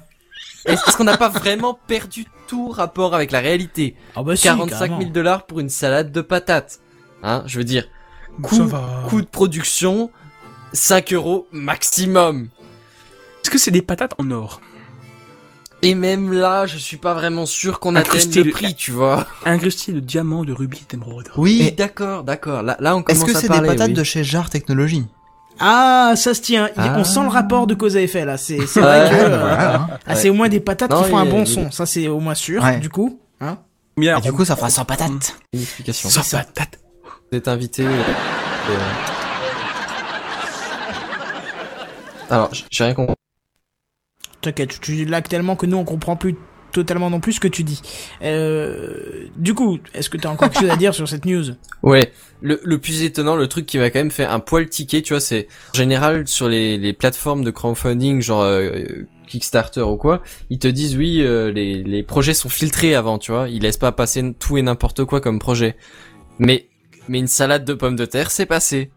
[SPEAKER 3] est-ce qu'on n'a pas vraiment perdu tout rapport avec la réalité
[SPEAKER 2] Ah bah si,
[SPEAKER 3] 45 000
[SPEAKER 2] carrément.
[SPEAKER 3] dollars pour une salade de patates. Hein, je veux dire,
[SPEAKER 7] Ça
[SPEAKER 3] coût,
[SPEAKER 7] va.
[SPEAKER 3] coût de production, 5 euros maximum.
[SPEAKER 7] Est-ce que c'est des patates en or
[SPEAKER 3] Et même là, je suis pas vraiment sûr qu'on atteigne
[SPEAKER 7] Incrusté
[SPEAKER 3] le
[SPEAKER 7] de-
[SPEAKER 3] prix, tu vois.
[SPEAKER 7] Incrusté de diamants, de rubis, d'émeraudes.
[SPEAKER 3] Et
[SPEAKER 6] Oui.
[SPEAKER 3] d'accord, d'accord. Là, là, on
[SPEAKER 6] Est-ce
[SPEAKER 3] commence
[SPEAKER 6] que
[SPEAKER 3] à
[SPEAKER 6] c'est des
[SPEAKER 3] parler,
[SPEAKER 6] patates
[SPEAKER 3] oui.
[SPEAKER 6] de chez Jar Technologies
[SPEAKER 2] Ah, ça se tient. Il-
[SPEAKER 3] Ah.
[SPEAKER 2] On sent le rapport de cause à effet, là. C'est c'est
[SPEAKER 3] Ouais,
[SPEAKER 2] vrai que...
[SPEAKER 3] ouais,
[SPEAKER 2] euh,
[SPEAKER 6] bah voilà, hein.
[SPEAKER 2] ah, c'est au moins des patates
[SPEAKER 3] Non,
[SPEAKER 2] qui font un
[SPEAKER 3] il-
[SPEAKER 2] bon
[SPEAKER 3] il-
[SPEAKER 2] son. Ça, c'est au moins sûr,
[SPEAKER 6] Ouais.
[SPEAKER 2] du coup. Hein
[SPEAKER 7] Combien
[SPEAKER 6] Et du coup, ça fera 100 patates.
[SPEAKER 3] Une explication.
[SPEAKER 7] Sans patates.
[SPEAKER 3] Vous êtes invité. euh, euh. Alors, j- j'ai rien compris.
[SPEAKER 2] T'inquiète, tu lags tellement que nous, on comprend plus totalement non plus ce que tu dis. Euh, du coup, est-ce que t'as encore quelque chose à dire sur cette news
[SPEAKER 3] Ouais, le, le plus étonnant, le truc qui m'a quand même fait un poil tiquer, tu vois, c'est en général sur les, les plateformes de crowdfunding, genre euh, Kickstarter ou quoi, ils te disent oui, euh, les, les projets sont filtrés avant, tu vois. Ils laissent pas passer n- tout et n'importe quoi comme projet. Mais, mais une salade de pommes de terre, c'est passé.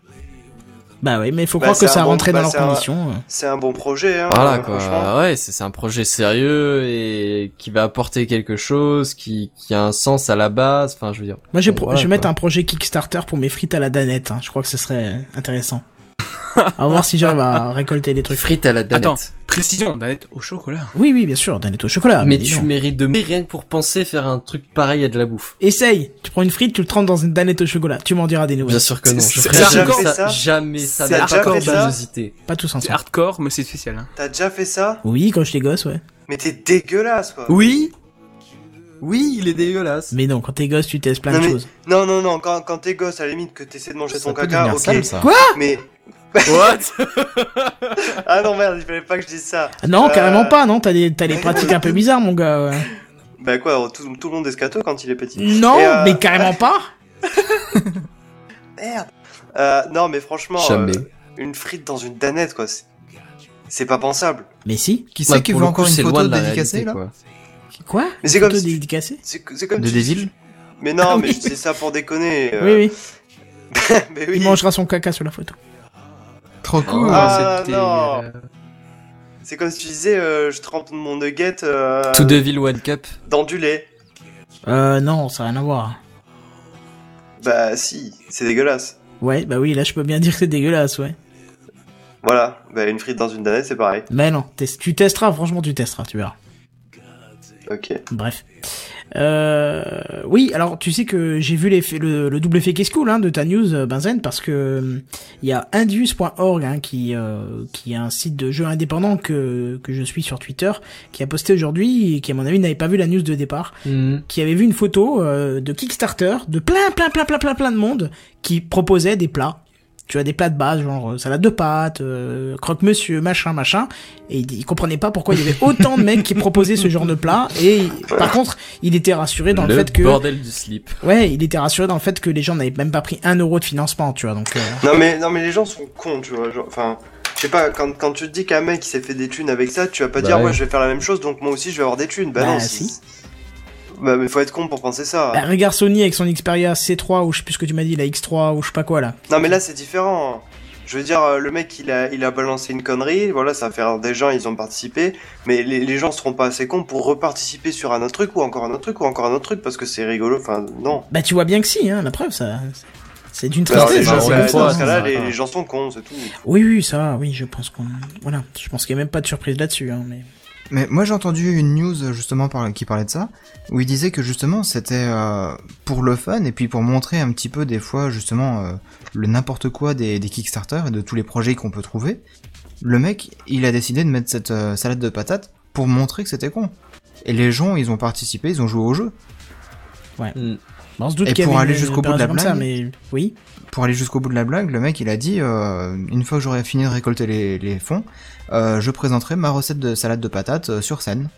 [SPEAKER 2] Bah oui, mais il faut
[SPEAKER 3] Bah,
[SPEAKER 2] croire que
[SPEAKER 3] c'est
[SPEAKER 2] ça
[SPEAKER 3] un bon-
[SPEAKER 2] rentrait
[SPEAKER 3] bah,
[SPEAKER 2] dans
[SPEAKER 3] c'est
[SPEAKER 2] leurs
[SPEAKER 3] un-
[SPEAKER 2] conditions. euh.
[SPEAKER 4] C'est un bon projet, hein,
[SPEAKER 3] Voilà
[SPEAKER 4] euh, franchement.
[SPEAKER 3] quoi. Ouais, c'est c'est un projet sérieux et qui va apporter quelque chose, qui, qui a un sens à la base. Enfin, je veux dire.
[SPEAKER 2] Moi, je vais,
[SPEAKER 3] Bon,
[SPEAKER 2] pro-
[SPEAKER 3] voilà,
[SPEAKER 2] je vais mettre
[SPEAKER 3] quoi.
[SPEAKER 2] un projet Kickstarter pour mes frites à la danette. hein. Je crois que ce serait euh, intéressant. à voir si j'arrive à récolter les trucs.
[SPEAKER 3] Frites à la
[SPEAKER 7] Attends, précision, danette au chocolat.
[SPEAKER 2] Oui, oui, bien sûr, danette au chocolat.
[SPEAKER 3] mais
[SPEAKER 2] dis
[SPEAKER 3] tu
[SPEAKER 2] donc.
[SPEAKER 3] mérites de mais rien que pour penser faire un truc pareil à de la bouffe.
[SPEAKER 2] Essaye. Tu prends une frite, tu le trempes dans une danette au chocolat. Tu m'en diras des nouvelles.
[SPEAKER 3] Bien sûr que non. Je ferai
[SPEAKER 7] c'est
[SPEAKER 3] jamais
[SPEAKER 7] hardcore,
[SPEAKER 3] ça.
[SPEAKER 4] ça
[SPEAKER 3] Jamais ça.
[SPEAKER 4] C'est
[SPEAKER 3] n'a pas
[SPEAKER 4] hardcore,
[SPEAKER 3] de
[SPEAKER 4] ça
[SPEAKER 3] curiosité.
[SPEAKER 2] Pas tous
[SPEAKER 7] C'est
[SPEAKER 2] ensemble.
[SPEAKER 7] hardcore, mais c'est spécial. hein.
[SPEAKER 4] T'as déjà fait
[SPEAKER 3] Ah.
[SPEAKER 4] ça
[SPEAKER 2] Oui, quand j'étais gosse, ouais.
[SPEAKER 4] Mais t'es dégueulasse, quoi.
[SPEAKER 3] Oui Oui, il est dégueulasse.
[SPEAKER 2] Mais non, quand t'es gosse, tu testes plein
[SPEAKER 4] non,
[SPEAKER 2] de
[SPEAKER 4] mais-
[SPEAKER 2] choses.
[SPEAKER 4] Non, non, non, quand, quand t'es gosse, à la limite, que t'essaies de manger
[SPEAKER 6] Ça
[SPEAKER 4] ton
[SPEAKER 6] peut
[SPEAKER 4] caca,
[SPEAKER 6] devenir
[SPEAKER 4] ok.
[SPEAKER 6] sale, ça.
[SPEAKER 2] Quoi
[SPEAKER 4] mais...
[SPEAKER 7] What
[SPEAKER 4] Ah non, merde, il fallait pas que je dise ça.
[SPEAKER 2] Ah Non,
[SPEAKER 4] Euh,
[SPEAKER 2] carrément pas, non, t'as des, t'as des pratiques un peu bizarres, mon gars. ouais.
[SPEAKER 4] Bah quoi, alors, tout, tout le monde est scato quand il est petit.
[SPEAKER 2] Non,
[SPEAKER 4] Et, euh,
[SPEAKER 2] mais carrément pas.
[SPEAKER 4] Merde Euh, Non, mais franchement,
[SPEAKER 3] Jamais.
[SPEAKER 4] euh, une frite dans une danette, quoi, c'est- c'est pas pensable.
[SPEAKER 2] Mais si.
[SPEAKER 6] Qui
[SPEAKER 3] Ouais,
[SPEAKER 6] c'est qui
[SPEAKER 3] Bah, pour
[SPEAKER 6] veut
[SPEAKER 3] le
[SPEAKER 6] encore
[SPEAKER 3] coup,
[SPEAKER 6] une
[SPEAKER 3] c'est loin
[SPEAKER 6] photo
[SPEAKER 3] de la
[SPEAKER 6] dédicacée
[SPEAKER 3] réalité,
[SPEAKER 6] là
[SPEAKER 3] quoi.
[SPEAKER 2] Quoi
[SPEAKER 4] Mais c'est
[SPEAKER 2] Une
[SPEAKER 4] comme
[SPEAKER 2] photo
[SPEAKER 4] si-
[SPEAKER 2] dédicacée
[SPEAKER 4] C'est c'est comme
[SPEAKER 6] De
[SPEAKER 4] tu-
[SPEAKER 6] Deville
[SPEAKER 4] Mais non,
[SPEAKER 2] Ah
[SPEAKER 4] mais
[SPEAKER 2] oui,
[SPEAKER 4] je dis ça pour déconner. euh,
[SPEAKER 2] Oui, oui.
[SPEAKER 4] mais
[SPEAKER 2] Il
[SPEAKER 4] oui.
[SPEAKER 2] mangera son caca sur la photo.
[SPEAKER 6] Trop cool
[SPEAKER 4] Ah,
[SPEAKER 3] c'était,
[SPEAKER 4] non.
[SPEAKER 3] euh,
[SPEAKER 4] C'est comme si tu disais, euh, je trempe mon nugget euh,
[SPEAKER 3] To Devil One Cup.
[SPEAKER 4] dans du lait.
[SPEAKER 2] Euh, non, ça n'a rien à voir.
[SPEAKER 4] Bah si, c'est dégueulasse.
[SPEAKER 2] Ouais, bah oui, là, je peux bien dire que c'est dégueulasse, ouais.
[SPEAKER 4] Voilà, bah une frite dans une danette, c'est pareil.
[SPEAKER 2] Mais non, t'es- tu testeras, franchement, tu testeras, tu verras.
[SPEAKER 4] Ok.
[SPEAKER 2] Bref. Euh, oui, alors tu sais que j'ai vu les, le, le double effet qui est cool hein, de ta news, euh, Benzen, parce que hum, il y a Indius.org hein, qui euh, qui est un site de jeux indépendants que que je suis sur Twitter, qui a posté aujourd'hui et qui à mon avis n'avait pas vu la news de départ,
[SPEAKER 3] Mhm.
[SPEAKER 2] qui avait vu une photo euh, de Kickstarter de plein plein plein plein plein plein de monde qui proposait des plats. Tu as des plats de base, genre euh, salade de pâtes, euh, croque-monsieur, machin, machin. Et il, il comprenait pas pourquoi il y avait autant de mecs qui proposaient ce genre de plat. Et par contre, il était rassuré dans le, fait que,
[SPEAKER 3] bordel du slip.
[SPEAKER 2] ouais, il était rassuré dans le fait que les gens n'avaient même pas pris un euro de financement, tu vois. Donc, euh,
[SPEAKER 4] Non mais, non mais les gens sont cons, tu vois. genre, Enfin, je sais pas, quand, quand tu te dis qu'un mec il s'est fait des thunes avec ça, tu vas pas
[SPEAKER 3] Bah
[SPEAKER 4] dire,
[SPEAKER 3] ouais.
[SPEAKER 4] ouais, je vais faire la même chose, donc moi aussi je vais avoir des thunes. Bah,
[SPEAKER 2] Bah,
[SPEAKER 4] non,
[SPEAKER 2] si.
[SPEAKER 4] c'est- Bah mais faut être con pour penser ça.
[SPEAKER 2] bah, regarde Sony avec son Xperia C3 ou je sais plus ce que tu m'as dit, la X3 ou je sais pas quoi là.
[SPEAKER 4] Non mais là c'est différent. Je veux dire, euh, le mec il a, il a balancé une connerie, voilà, ça fait rire des gens, ils ont participé, mais les, les gens seront pas assez cons pour reparticiper sur un autre truc ou encore un autre truc ou encore un autre truc parce que c'est rigolo, enfin non.
[SPEAKER 2] Bah tu vois bien que si, hein, la preuve ça. C'est d'une
[SPEAKER 4] Alors,
[SPEAKER 2] tristesse.
[SPEAKER 4] les gens-
[SPEAKER 2] hein,
[SPEAKER 3] c'est
[SPEAKER 4] bah,
[SPEAKER 3] une
[SPEAKER 2] c'est-
[SPEAKER 3] fois,
[SPEAKER 4] dans ce cas-là,
[SPEAKER 3] ça.
[SPEAKER 4] les, les gens sont cons, c'est tout.
[SPEAKER 2] Oui, oui, ça, va, oui, je pense qu'on, voilà, je pense qu'il y a même pas de surprise là-dessus, hein, mais.
[SPEAKER 6] Mais moi j'ai entendu une news euh, justement par- qui parlait de ça, où il disait que justement c'était euh, pour le fun et puis pour montrer un petit peu des fois justement euh, le n'importe quoi des, des Kickstarter et de tous les projets qu'on peut trouver. Le mec, il a décidé de mettre cette euh, salade de patates pour montrer que c'était con. Et les gens, ils ont participé, ils ont joué au jeu.
[SPEAKER 2] Bon, on se doute
[SPEAKER 6] Et
[SPEAKER 2] qu'il y
[SPEAKER 6] pour
[SPEAKER 2] avait
[SPEAKER 6] aller
[SPEAKER 2] une-
[SPEAKER 6] jusqu'au
[SPEAKER 2] une
[SPEAKER 6] bout de la
[SPEAKER 2] opération comme ça,
[SPEAKER 6] blague
[SPEAKER 2] mais oui.
[SPEAKER 6] Pour aller jusqu'au bout de la blague, le mec, il a dit euh, une fois que j'aurai fini de récolter les, les fonds, euh, je présenterai ma recette de salade de patates euh, sur scène.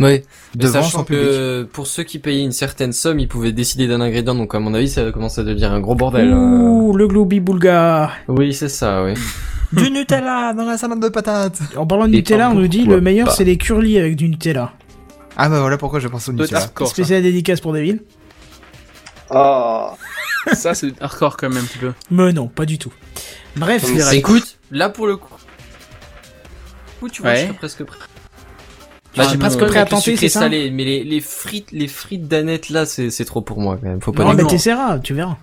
[SPEAKER 3] Ouais.
[SPEAKER 6] Devant
[SPEAKER 3] Devant sachant
[SPEAKER 6] son
[SPEAKER 3] que pour ceux qui payaient une certaine somme, ils pouvaient décider d'un ingrédient. Donc à mon avis, ça commence à devenir un gros bordel. hein.
[SPEAKER 2] Ouh, le Globi Boulga.
[SPEAKER 3] Oui, c'est ça. Oui.
[SPEAKER 6] Du Nutella dans la salade de patates
[SPEAKER 2] En parlant de
[SPEAKER 3] Et
[SPEAKER 2] Nutella, on
[SPEAKER 3] pas
[SPEAKER 2] nous dit
[SPEAKER 3] pourquoi
[SPEAKER 2] le meilleur
[SPEAKER 3] pas.
[SPEAKER 2] c'est les curlis avec du Nutella.
[SPEAKER 6] Ah bah voilà pourquoi j'ai pensé au
[SPEAKER 7] Doit être
[SPEAKER 6] Nutella.
[SPEAKER 7] hardcore. ça.
[SPEAKER 2] Spéciale dédicace pour Devil.
[SPEAKER 4] Ah,
[SPEAKER 7] Ça, c'est hardcore quand même un petit peu.
[SPEAKER 2] Mais non, pas du tout. Bref,
[SPEAKER 4] Comme ça.
[SPEAKER 3] Écoute, là pour le coup, Ouh, tu vois,
[SPEAKER 7] Ouais.
[SPEAKER 3] je serais presque prêt. Bah,
[SPEAKER 2] Ah,
[SPEAKER 3] j'ai
[SPEAKER 2] non,
[SPEAKER 3] presque
[SPEAKER 2] prêt
[SPEAKER 3] prêt
[SPEAKER 2] à
[SPEAKER 3] à
[SPEAKER 2] tenter,
[SPEAKER 3] tenter,
[SPEAKER 2] c'est ça
[SPEAKER 3] salé, mais les, les frites, les frites d'aneth là, c'est c'est trop pour moi quand même. Faut pas
[SPEAKER 2] non,
[SPEAKER 3] déconner.
[SPEAKER 2] mais t'essaieras, tu verras.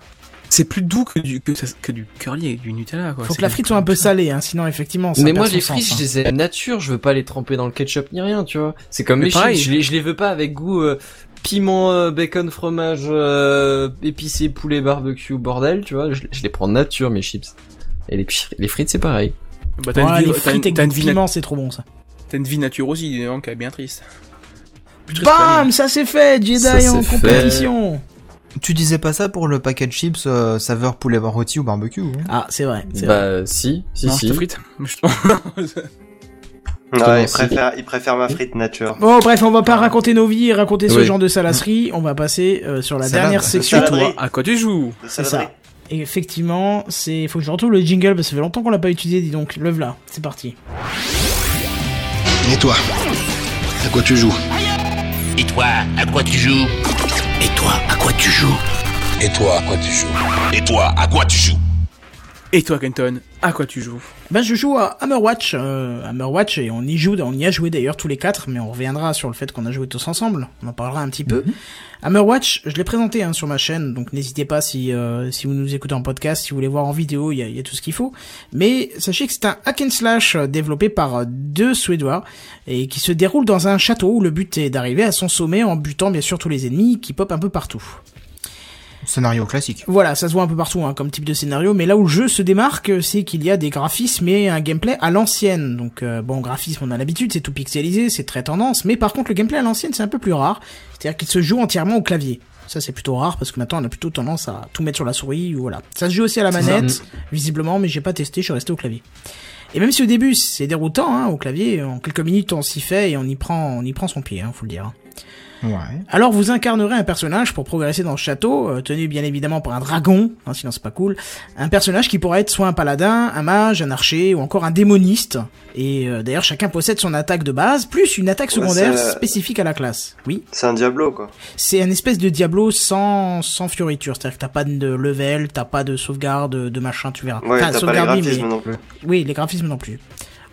[SPEAKER 7] C'est plus doux que du, que, ça- que du curly et du Nutella, quoi.
[SPEAKER 2] Faut
[SPEAKER 7] C'est
[SPEAKER 2] que la frite soit un peu salée, hein, sinon effectivement. Ça
[SPEAKER 3] Mais
[SPEAKER 2] perd
[SPEAKER 3] moi
[SPEAKER 2] son
[SPEAKER 3] les
[SPEAKER 2] sens,
[SPEAKER 3] frites,
[SPEAKER 2] hein.
[SPEAKER 3] je les ai à la nature, je veux pas les tremper dans le ketchup ni rien, tu vois. C'est comme
[SPEAKER 7] Mais
[SPEAKER 3] mes chips,
[SPEAKER 7] pareil.
[SPEAKER 3] je les, je les veux pas avec goût euh, piment, euh, bacon, fromage, euh, épicé, poulet, barbecue, bordel, tu vois. Je, je les prends nature mes chips. Et les, pi- les frites c'est pareil.
[SPEAKER 7] Bah, t'as une
[SPEAKER 2] Voilà,
[SPEAKER 7] vie-
[SPEAKER 2] les
[SPEAKER 7] t'as une-
[SPEAKER 2] frites avec
[SPEAKER 7] t'as une
[SPEAKER 2] du
[SPEAKER 7] vie nat-
[SPEAKER 2] piment, c'est trop bon ça.
[SPEAKER 7] T'as une vie nature aussi, dis donc, elle est bien triste. Plus triste que la
[SPEAKER 2] Bam,
[SPEAKER 7] mienne.
[SPEAKER 2] ça c'est fait, Jedi
[SPEAKER 3] Ça, c'est
[SPEAKER 2] en
[SPEAKER 3] fait.
[SPEAKER 2] compétition.
[SPEAKER 6] Tu disais pas ça pour le paquet de chips euh, saveur poulet rôti ou barbecue hein
[SPEAKER 2] Ah, c'est vrai. c'est vrai.
[SPEAKER 3] Bah si, si
[SPEAKER 7] Non, je te
[SPEAKER 3] si.
[SPEAKER 7] frite. Justement.
[SPEAKER 3] Comment
[SPEAKER 4] ouais, il
[SPEAKER 3] c'est-
[SPEAKER 4] préfère, il préfère ma frite nature.
[SPEAKER 2] Bon, bref, on va pas raconter nos vies et raconter ce
[SPEAKER 3] Oui.
[SPEAKER 2] genre de salasserie. On va passer euh, sur la
[SPEAKER 6] Salade.
[SPEAKER 2] dernière section.
[SPEAKER 4] Salade.
[SPEAKER 7] Toi, à quoi tu joues
[SPEAKER 4] De
[SPEAKER 2] C'est
[SPEAKER 4] saladerie.
[SPEAKER 2] ça. Et effectivement, c'est. Faut que je retrouve le jingle parce que ça fait longtemps qu'on l'a pas utilisé. Dis donc, lève là, c'est parti.
[SPEAKER 12] Et toi À quoi tu joues
[SPEAKER 13] Et toi, à quoi tu joues Et toi, à quoi tu joues
[SPEAKER 12] Et toi, à quoi tu joues
[SPEAKER 13] Et toi, à quoi tu joues
[SPEAKER 7] Et toi, Kenton, à quoi tu joues
[SPEAKER 2] Bah je joue à Hammerwatch, euh, Hammerwatch et on y joue, on y a joué d'ailleurs tous les quatre, mais on reviendra sur le fait qu'on a joué tous ensemble, on en parlera un petit peu. Hammerwatch, je l'ai présenté hein, sur ma chaîne, donc n'hésitez pas si euh, si vous nous écoutez en podcast, si vous voulez voir en vidéo, il y a, il y a tout ce qu'il faut. Mais sachez que c'est un hack and slash euh, développé par euh, deux Suédois et qui se déroule dans un château où le but est d'arriver à son sommet en butant bien sûr tous les ennemis qui popent un peu partout.
[SPEAKER 6] Scénario classique.
[SPEAKER 2] Voilà, ça se voit un peu partout hein, comme type de scénario, mais là où le jeu se démarque, c'est qu'il y a des graphismes et un gameplay à l'ancienne. Donc euh, bon, graphisme on a l'habitude, c'est tout pixelisé, c'est très tendance, mais par contre le gameplay à l'ancienne c'est un peu plus rare, c'est-à-dire qu'il se joue entièrement au clavier. Ça c'est plutôt rare parce que maintenant on a plutôt tendance à tout mettre sur la souris ou voilà. Ça se joue aussi à la
[SPEAKER 6] C'est ça.
[SPEAKER 2] manette, visiblement, mais j'ai pas testé, je suis resté au clavier. Et même si au début c'est déroutant hein, au clavier, en quelques minutes on s'y fait et on y prend, on y prend son pied, hein, faut le dire.
[SPEAKER 6] Ouais.
[SPEAKER 2] Alors vous incarnerez un personnage pour progresser dans le château, euh, tenu bien évidemment par un dragon, hein, sinon c'est pas cool. Un personnage qui pourra être soit un paladin, un mage, un archer ou encore un démoniste. Et euh, d'ailleurs chacun possède son attaque de base, plus une attaque
[SPEAKER 4] Ouais,
[SPEAKER 2] secondaire
[SPEAKER 4] c'est-
[SPEAKER 2] spécifique à la classe. Oui.
[SPEAKER 4] C'est un Diablo, quoi.
[SPEAKER 2] C'est un espèce de Diablo sans, sans fioriture, c'est-à-dire que t'as pas de level, t'as pas de sauvegarde, de machin, tu verras.
[SPEAKER 4] Ouais,
[SPEAKER 2] Enfin,
[SPEAKER 4] t'as pas les
[SPEAKER 2] sauvegarde, oui,
[SPEAKER 4] graphismes
[SPEAKER 2] mais-
[SPEAKER 4] non plus.
[SPEAKER 2] Oui, les graphismes non plus.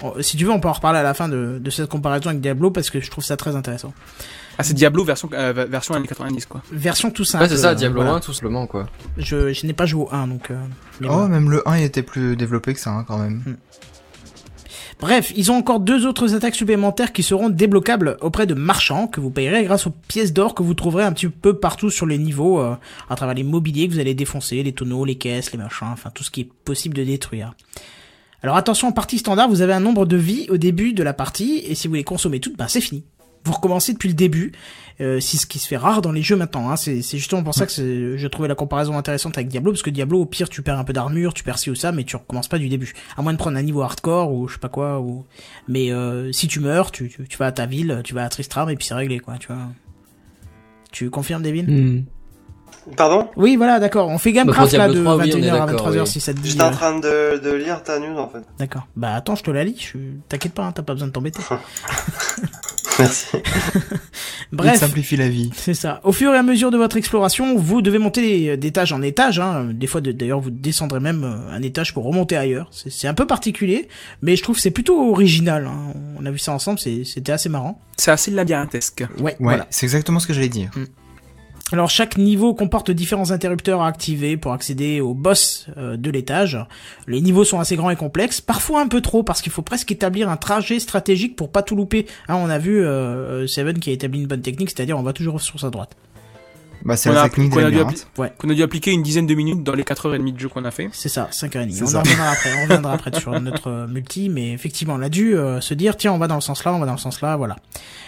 [SPEAKER 2] On- Si tu veux, on peut en reparler à la fin de, de cette comparaison avec Diablo parce que je trouve ça très intéressant.
[SPEAKER 7] Ah, c'est Diablo version, euh, version années 90, quoi.
[SPEAKER 2] Version tout simple.
[SPEAKER 3] Ouais, c'est ça, Diablo
[SPEAKER 2] euh, voilà.
[SPEAKER 3] 1 tout simplement quoi.
[SPEAKER 2] Je, je n'ai pas joué au 1 donc. euh, mais
[SPEAKER 6] Oh,
[SPEAKER 2] voilà.
[SPEAKER 6] même le 1 il était plus développé que ça hein, quand même.
[SPEAKER 2] Bref, ils ont encore deux autres attaques supplémentaires qui seront débloquables auprès de marchands que vous payerez grâce aux pièces d'or que vous trouverez un petit peu partout sur les niveaux, euh, à travers les mobiliers que vous allez défoncer, les tonneaux, les caisses, les machins, enfin tout ce qui est possible de détruire. Alors attention, en partie standard, vous avez un nombre de vies au début de la partie, et si vous les consommez toutes, ben c'est fini. Vous recommencez depuis le début, euh, c'est ce qui se fait rare dans les jeux maintenant. Hein. C'est c'est justement pour ça que c'est- je trouvais la comparaison intéressante avec Diablo, parce que Diablo, au pire, tu perds un peu d'armure, tu perds ci ou ça, mais tu recommences pas du début. À moins de prendre un niveau hardcore ou je sais pas quoi. Ou... Mais euh, si tu meurs, tu, tu, tu vas à ta ville, tu vas à Tristram, et puis c'est réglé, quoi. Tu vois. Tu confirmes, Devin
[SPEAKER 4] Pardon
[SPEAKER 2] Oui, voilà, d'accord. Hmm. On fait Gamecraft là de 21h à 23h si ça te dit.
[SPEAKER 4] J'étais
[SPEAKER 2] euh,
[SPEAKER 4] en train de, de lire ta news en fait.
[SPEAKER 2] D'accord. Bah attends, je te la lis. je- T'inquiète pas, hein, t'as pas besoin de t'embêter.
[SPEAKER 4] Merci.
[SPEAKER 2] Bref.
[SPEAKER 6] Il te simplifie la vie.
[SPEAKER 2] C'est ça. Au fur et à mesure de votre exploration, vous devez monter des- d'étage en étage. Hein. Des fois, de- d'ailleurs, vous descendrez même euh, un étage pour remonter ailleurs. C'est c'est un peu particulier, mais je trouve que c'est plutôt original. hein. On a vu ça ensemble, c'est- c'était assez marrant.
[SPEAKER 7] C'est assez labyrinthesque.
[SPEAKER 2] Ouais,
[SPEAKER 6] Ouais,
[SPEAKER 2] voilà.
[SPEAKER 6] c'est exactement ce que j'allais dire.
[SPEAKER 2] Alors chaque niveau comporte différents interrupteurs à activer pour accéder au boss euh, de l'étage. Les niveaux sont assez grands et complexes, parfois un peu trop parce qu'il faut presque établir un trajet stratégique pour pas tout louper. Hein, on a vu euh, Seven qui a établi une bonne technique, c'est-à-dire on va toujours sur sa droite.
[SPEAKER 6] Bah, c'est
[SPEAKER 7] Qu'on
[SPEAKER 6] la
[SPEAKER 7] a-
[SPEAKER 6] technique
[SPEAKER 7] qu'on
[SPEAKER 6] des
[SPEAKER 7] a dû
[SPEAKER 6] labyrinthes.
[SPEAKER 7] appli- Qu'on a dû appliquer une dizaine de minutes dans les 4h30 de jeu qu'on a fait.
[SPEAKER 2] C'est ça, 5h30.
[SPEAKER 7] C'est
[SPEAKER 2] On
[SPEAKER 7] ça.
[SPEAKER 2] en reviendra après, on reviendra après sur notre euh, multi, mais effectivement, on a dû euh, se dire, tiens, on va dans le sens là, on va dans le sens là, voilà.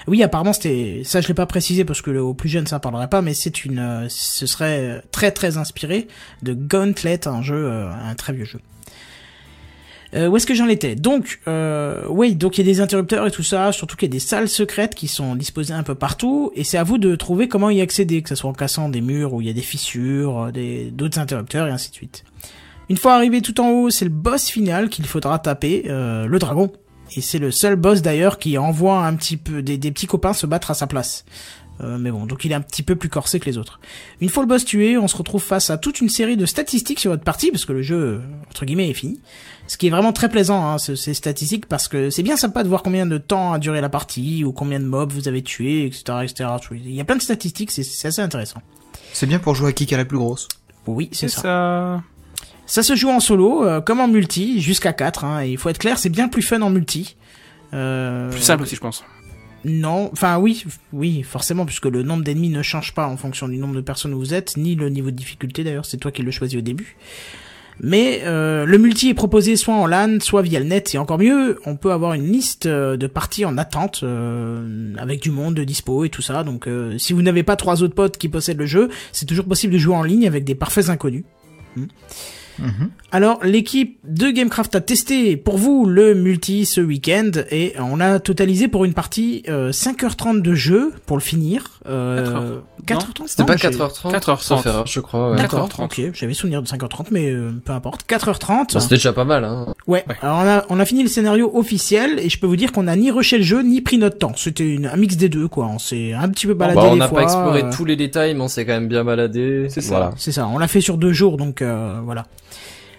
[SPEAKER 2] Oui, apparemment, c'était, ça je l'ai pas précisé parce que le au plus jeune ça en parlerait pas, mais c'est une, euh, ce serait euh, très très inspiré de Gauntlet, un jeu, euh, un très vieux jeu. Euh, où est-ce que j'en étais Donc, euh, oui, donc il y a des interrupteurs et tout ça, surtout qu'il y a des salles secrètes qui sont disposées un peu partout, et c'est à vous de trouver comment y accéder, que ce soit en cassant des murs où il y a des fissures, euh, des, d'autres interrupteurs et ainsi de suite. Une fois arrivé tout en haut, c'est le boss final qu'il faudra taper, euh, le dragon. Et c'est le seul boss d'ailleurs qui envoie un petit peu des, des petits copains se battre à sa place. Euh, mais bon, donc il est un petit peu plus corsé que les autres. Une fois le boss tué, on se retrouve face à toute une série de statistiques sur votre partie, parce que le jeu, euh, entre guillemets, est fini. Ce qui est vraiment très plaisant, hein, ce- ces statistiques, parce que c'est bien sympa de voir combien de temps a duré la partie, ou combien de mobs vous avez tués, etc., etc. Il y a plein de statistiques, c'est- c'est assez intéressant.
[SPEAKER 6] C'est bien pour jouer à qui qui a la plus grosse.
[SPEAKER 2] Oui, c'est ça. Ça se joue en solo, euh, comme en multi, jusqu'à 4. Hein, et il faut être clair, c'est bien plus fun en multi. Euh,
[SPEAKER 7] Plus simple aussi, je pense.
[SPEAKER 2] Non, enfin oui, f- oui, forcément, puisque le nombre d'ennemis ne change pas en fonction du nombre de personnes où vous êtes, ni le niveau de difficulté d'ailleurs, c'est toi qui le choisis au début. Mais euh, le multi est proposé soit en LAN, soit via le net, et encore mieux, on peut avoir une liste euh, de parties en attente, euh, avec du monde de dispo et tout ça, donc euh, si vous n'avez pas trois autres potes qui possèdent le jeu, c'est toujours possible de jouer en ligne avec des parfaits inconnus. Hmm. Alors, l'équipe de Gamecraft a testé pour vous le multi ce week-end et on a totalisé pour une partie euh, 5h30 de jeu pour le finir. Euh, 4h30
[SPEAKER 3] C'était
[SPEAKER 2] non,
[SPEAKER 3] pas
[SPEAKER 2] j'ai-
[SPEAKER 3] 4h30, sauf erreur, je crois, ouais.
[SPEAKER 2] D'accord,
[SPEAKER 3] 4h30.
[SPEAKER 2] ok. J'avais souvenir de 5h30, mais euh, peu importe. 4h30.
[SPEAKER 3] Bah, C'était déjà pas mal, hein.
[SPEAKER 2] Ouais. Alors on a, on a fini le scénario officiel et je peux vous dire qu'on a ni rushé le jeu ni pris notre temps. C'était une- un mix des deux quoi. On s'est un petit peu baladé
[SPEAKER 3] Bah, on
[SPEAKER 2] des
[SPEAKER 3] n'a
[SPEAKER 2] Ah, fois.
[SPEAKER 3] pas exploré
[SPEAKER 2] euh,
[SPEAKER 3] tous les détails, mais on s'est quand même bien baladé. C'est ça. Voilà.
[SPEAKER 2] C'est ça. On l'a fait sur deux jours donc euh, voilà.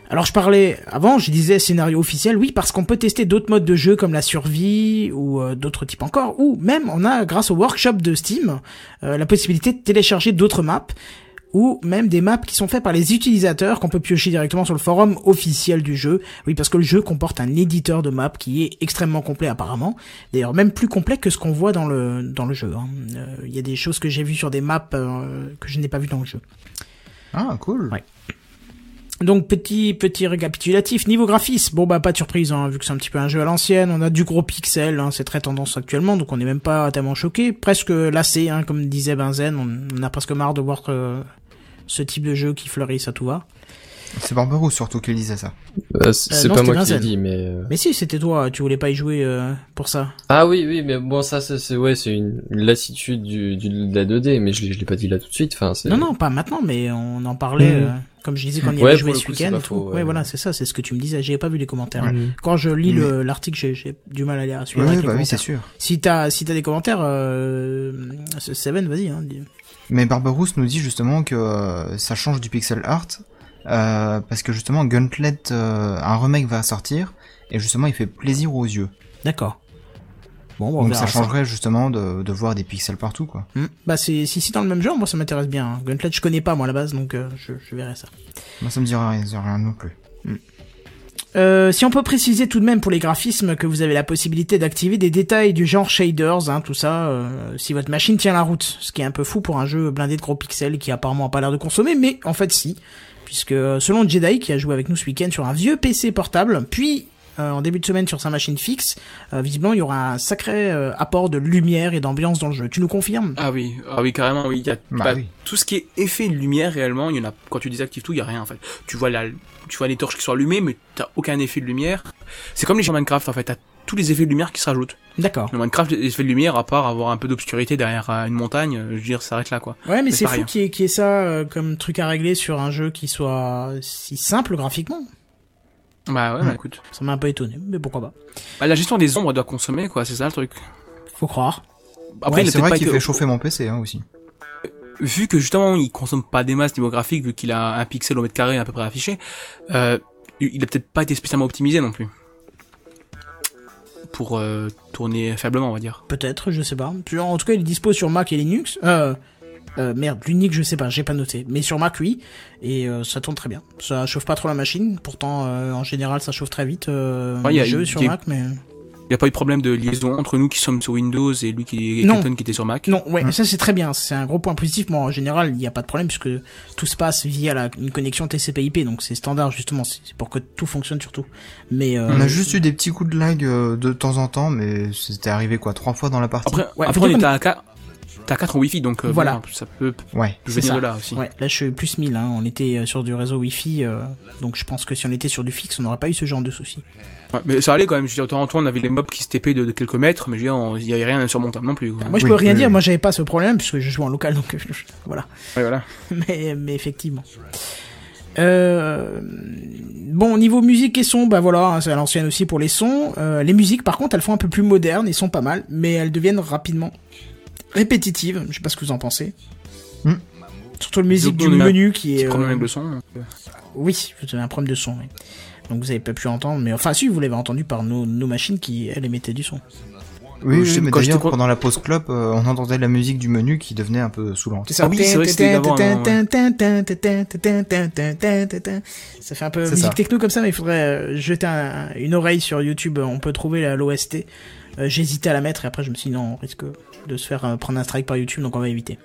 [SPEAKER 2] Alors je parlais avant, je disais scénario officiel, oui parce qu'on peut tester d'autres modes de jeu comme la survie ou euh, d'autres types encore, ou même on a grâce au workshop de Steam euh, la possibilité de télécharger d'autres maps ou même des maps qui sont faits par les utilisateurs qu'on peut piocher directement sur le forum officiel du jeu. Oui, parce que le jeu comporte un éditeur de maps qui est extrêmement complet apparemment. D'ailleurs, même plus complet que ce qu'on voit dans le dans le jeu. hein. Euh, Il y a des choses que j'ai vues sur des maps euh, que je n'ai pas vues dans le jeu.
[SPEAKER 6] Ah, cool.
[SPEAKER 2] Donc petit petit récapitulatif niveau graphisme. Bon bah pas de surprise hein, vu que c'est un petit peu un jeu à l'ancienne. On a du gros pixel, hein, c'est très tendance actuellement, donc on n'est même pas tellement choqué. Presque lassé, hein, comme disait Benzen. On, on a presque marre de voir que euh, ce type de jeu qui fleurisse à tout va.
[SPEAKER 6] C'est Barbarous surtout qui disait ça.
[SPEAKER 3] Euh, c'est-
[SPEAKER 2] Euh,
[SPEAKER 3] c'est
[SPEAKER 2] non,
[SPEAKER 3] pas
[SPEAKER 2] c'était
[SPEAKER 3] moi qui l'ai
[SPEAKER 2] Benzen.
[SPEAKER 3] dit, mais. euh,
[SPEAKER 2] Mais si c'était toi, tu voulais pas y jouer euh, pour ça.
[SPEAKER 3] Ah oui, oui, mais bon, ça, c'est c'est- ouais, c'est une, une lassitude du, du- de la 2D, mais je l'ai je l'ai pas dit là tout de suite. Enfin, c'est-
[SPEAKER 2] Non non pas maintenant, mais on en parlait.
[SPEAKER 3] Mhm.
[SPEAKER 2] euh, comme je disais quand on y
[SPEAKER 3] Ouais,
[SPEAKER 2] avait
[SPEAKER 3] pour
[SPEAKER 2] joué
[SPEAKER 3] le
[SPEAKER 2] ce
[SPEAKER 3] coup,
[SPEAKER 2] week-end,
[SPEAKER 3] c'est pas
[SPEAKER 2] et tout.
[SPEAKER 3] faux, ouais.
[SPEAKER 2] ouais, voilà c'est ça, c'est ce que tu me disais. J'ai pas vu les commentaires.
[SPEAKER 6] Ouais.
[SPEAKER 2] Quand je
[SPEAKER 3] Mm.
[SPEAKER 2] lis le-
[SPEAKER 6] Mais-
[SPEAKER 2] l'article, j'ai- j'ai du mal à lire à suivre.
[SPEAKER 6] Ouais,
[SPEAKER 2] avec les
[SPEAKER 6] bah oui,
[SPEAKER 2] commentaires.
[SPEAKER 6] c'est sûr.
[SPEAKER 2] Si t'as si t'as des commentaires, euh, Seven, vas-y. Hein, dis-
[SPEAKER 6] Mais Barbarous nous dit justement que euh, ça change du pixel art euh, parce que justement Gauntlet, euh, un remake va sortir et justement il fait plaisir aux yeux.
[SPEAKER 2] D'accord. Bon, bah, on
[SPEAKER 6] Donc
[SPEAKER 2] verra
[SPEAKER 6] ça
[SPEAKER 2] ça.
[SPEAKER 6] changerait justement de, de voir des pixels partout quoi.
[SPEAKER 2] Hmm. Bah c'est si c'est dans le même genre, moi ça m'intéresse bien. hein. Gauntlet, je connais pas moi à la base, donc euh, je, je verrai ça.
[SPEAKER 6] Moi ça me dira rien, ça me dira rien non plus.
[SPEAKER 2] Euh, si on peut préciser tout de même pour les graphismes que vous avez la possibilité d'activer des détails du genre shaders, hein, tout ça, euh, si votre machine tient la route, ce qui est un peu fou pour un jeu blindé de gros pixels qui apparemment a pas l'air de consommer, mais en fait si, puisque euh, selon Jedi qui a joué avec nous ce week-end sur un vieux PC portable, puis euh, en début de semaine sur sa machine fixe, euh, visiblement il y aura un sacré euh, apport de lumière et d'ambiance dans le jeu. Tu nous confirmes
[SPEAKER 7] Ah oui, ah oui, carrément, oui. Il y a
[SPEAKER 2] Bah
[SPEAKER 7] pas-
[SPEAKER 2] oui.
[SPEAKER 7] tout ce qui est effet de lumière réellement. Il y en a quand tu désactives tout, il y a rien en fait. Tu vois la, tu vois les torches qui sont allumées, mais t'as aucun effet de lumière. C'est comme les jeux Minecraft en fait. T'as tous les effets de lumière qui se rajoutent.
[SPEAKER 2] D'accord.
[SPEAKER 7] Dans Minecraft, les effets de lumière, à part avoir un peu d'obscurité derrière euh, une montagne, euh, je veux dire, ça s'arrête là quoi.
[SPEAKER 2] Ouais, mais c'est
[SPEAKER 7] pas
[SPEAKER 2] fou
[SPEAKER 7] rien.
[SPEAKER 2] qu'il y, ait- qu'il y ait ça euh, comme truc à régler sur un jeu qui soit si simple graphiquement.
[SPEAKER 7] Bah ouais, bah,
[SPEAKER 2] Hmm.
[SPEAKER 7] écoute.
[SPEAKER 2] Ça m'a un peu étonné, mais pourquoi pas.
[SPEAKER 7] Bah, la gestion des ombres doit consommer quoi, c'est ça le truc.
[SPEAKER 2] Faut croire.
[SPEAKER 7] Après, il a
[SPEAKER 6] c'est
[SPEAKER 7] peut-être
[SPEAKER 6] vrai
[SPEAKER 7] pas
[SPEAKER 6] qu'il
[SPEAKER 7] été-
[SPEAKER 6] fait chauffer mon PC hein, aussi.
[SPEAKER 7] vu que justement il consomme pas des masses niveau graphique, vu qu'il a un pixel au mètre carré à peu près affiché, euh, il a peut-être pas été spécialement optimisé non plus. Pour euh, tourner faiblement, on va dire.
[SPEAKER 2] Peut-être, je sais pas. Puis, En tout cas, il est dispo sur Mac et Linux. Euh, euh, merde, l'unique, je sais pas, j'ai pas noté. Mais sur Mac, oui. Et euh, ça tourne très bien. Ça chauffe pas trop la machine. Pourtant, euh, en général, ça chauffe très vite. Euh,
[SPEAKER 7] Ouais, il y a-
[SPEAKER 2] les jeux
[SPEAKER 7] il-
[SPEAKER 2] sur
[SPEAKER 7] il y a-
[SPEAKER 2] Mac, mais.
[SPEAKER 7] Il n'y a pas eu de problème de liaison entre nous qui sommes sur Windows et lui qui est
[SPEAKER 2] Non.
[SPEAKER 7] Clinton qui était sur Mac.
[SPEAKER 2] Non, ouais, ça c'est très bien, c'est un gros point positif. Moi, en général, il n'y a pas de problème puisque tout se passe via la, une connexion TCP/IP, donc c'est standard justement, c'est c'est pour que tout fonctionne surtout. Mais euh,
[SPEAKER 6] On a juste eu des petits coups de lag euh, de temps en temps mais c'était arrivé quoi trois fois dans la partie.
[SPEAKER 7] Après, après, on était à 4, t'as 4 en Wi-Fi, donc euh,
[SPEAKER 2] Voilà.
[SPEAKER 7] bon, ça peut
[SPEAKER 6] Ouais.
[SPEAKER 7] peut
[SPEAKER 2] c'est
[SPEAKER 7] venir
[SPEAKER 2] ça.
[SPEAKER 7] de là aussi.
[SPEAKER 2] Ouais, là je suis plus 1000, hein. on était euh, sur du réseau Wi-Fi, euh, donc je pense que si on était sur du fixe, on n'aurait pas eu ce genre de soucis.
[SPEAKER 7] Ouais, mais ça allait quand même. Je veux dire, de temps en temps, on avait les mobs qui se tapaient de, de quelques mètres, mais je veux dire, on- il n'y avait rien d'insurmontable non plus. quoi.
[SPEAKER 2] Ah, Moi je peux rien dire, moi j'avais pas ce problème puisque je joue en local, donc je- voilà.
[SPEAKER 7] Ouais, voilà.
[SPEAKER 2] mais, mais effectivement. Euh, bon, niveau musique et son, bah voilà, hein, c'est à l'ancienne aussi pour les sons. Euh, les musiques, par contre, elles font un peu plus modernes et sont pas mal, mais elles deviennent rapidement répétitives. Je sais pas ce que vous en pensez.
[SPEAKER 6] Hmm.
[SPEAKER 2] Surtout la musique
[SPEAKER 7] Donc,
[SPEAKER 2] du
[SPEAKER 7] on a un
[SPEAKER 2] menu qui
[SPEAKER 7] petit
[SPEAKER 2] est.
[SPEAKER 7] problème
[SPEAKER 2] euh,
[SPEAKER 7] avec le son. donc, euh.
[SPEAKER 2] Oui, vous avez un problème de son. oui. Donc vous avez pas pu entendre, mais enfin si, vous l'avez entendu par nos, nos machines qui, elles, émettaient du son.
[SPEAKER 6] Oui,
[SPEAKER 7] Je-
[SPEAKER 6] oui, mais
[SPEAKER 7] quand j'étais
[SPEAKER 6] d'ailleurs,
[SPEAKER 7] con-
[SPEAKER 6] pendant la pause clope, euh, on entendait la musique du menu qui devenait un peu saoulante.
[SPEAKER 2] C'est ça. Ça fait un peu
[SPEAKER 6] C'est
[SPEAKER 2] musique
[SPEAKER 6] ça.
[SPEAKER 2] techno comme ça, mais il faudrait euh, jeter un- une oreille sur YouTube. On peut trouver l'OST. J'hésitais à la mettre et après je me suis dit non, on risque de se faire euh, prendre un strike par YouTube, donc on va éviter.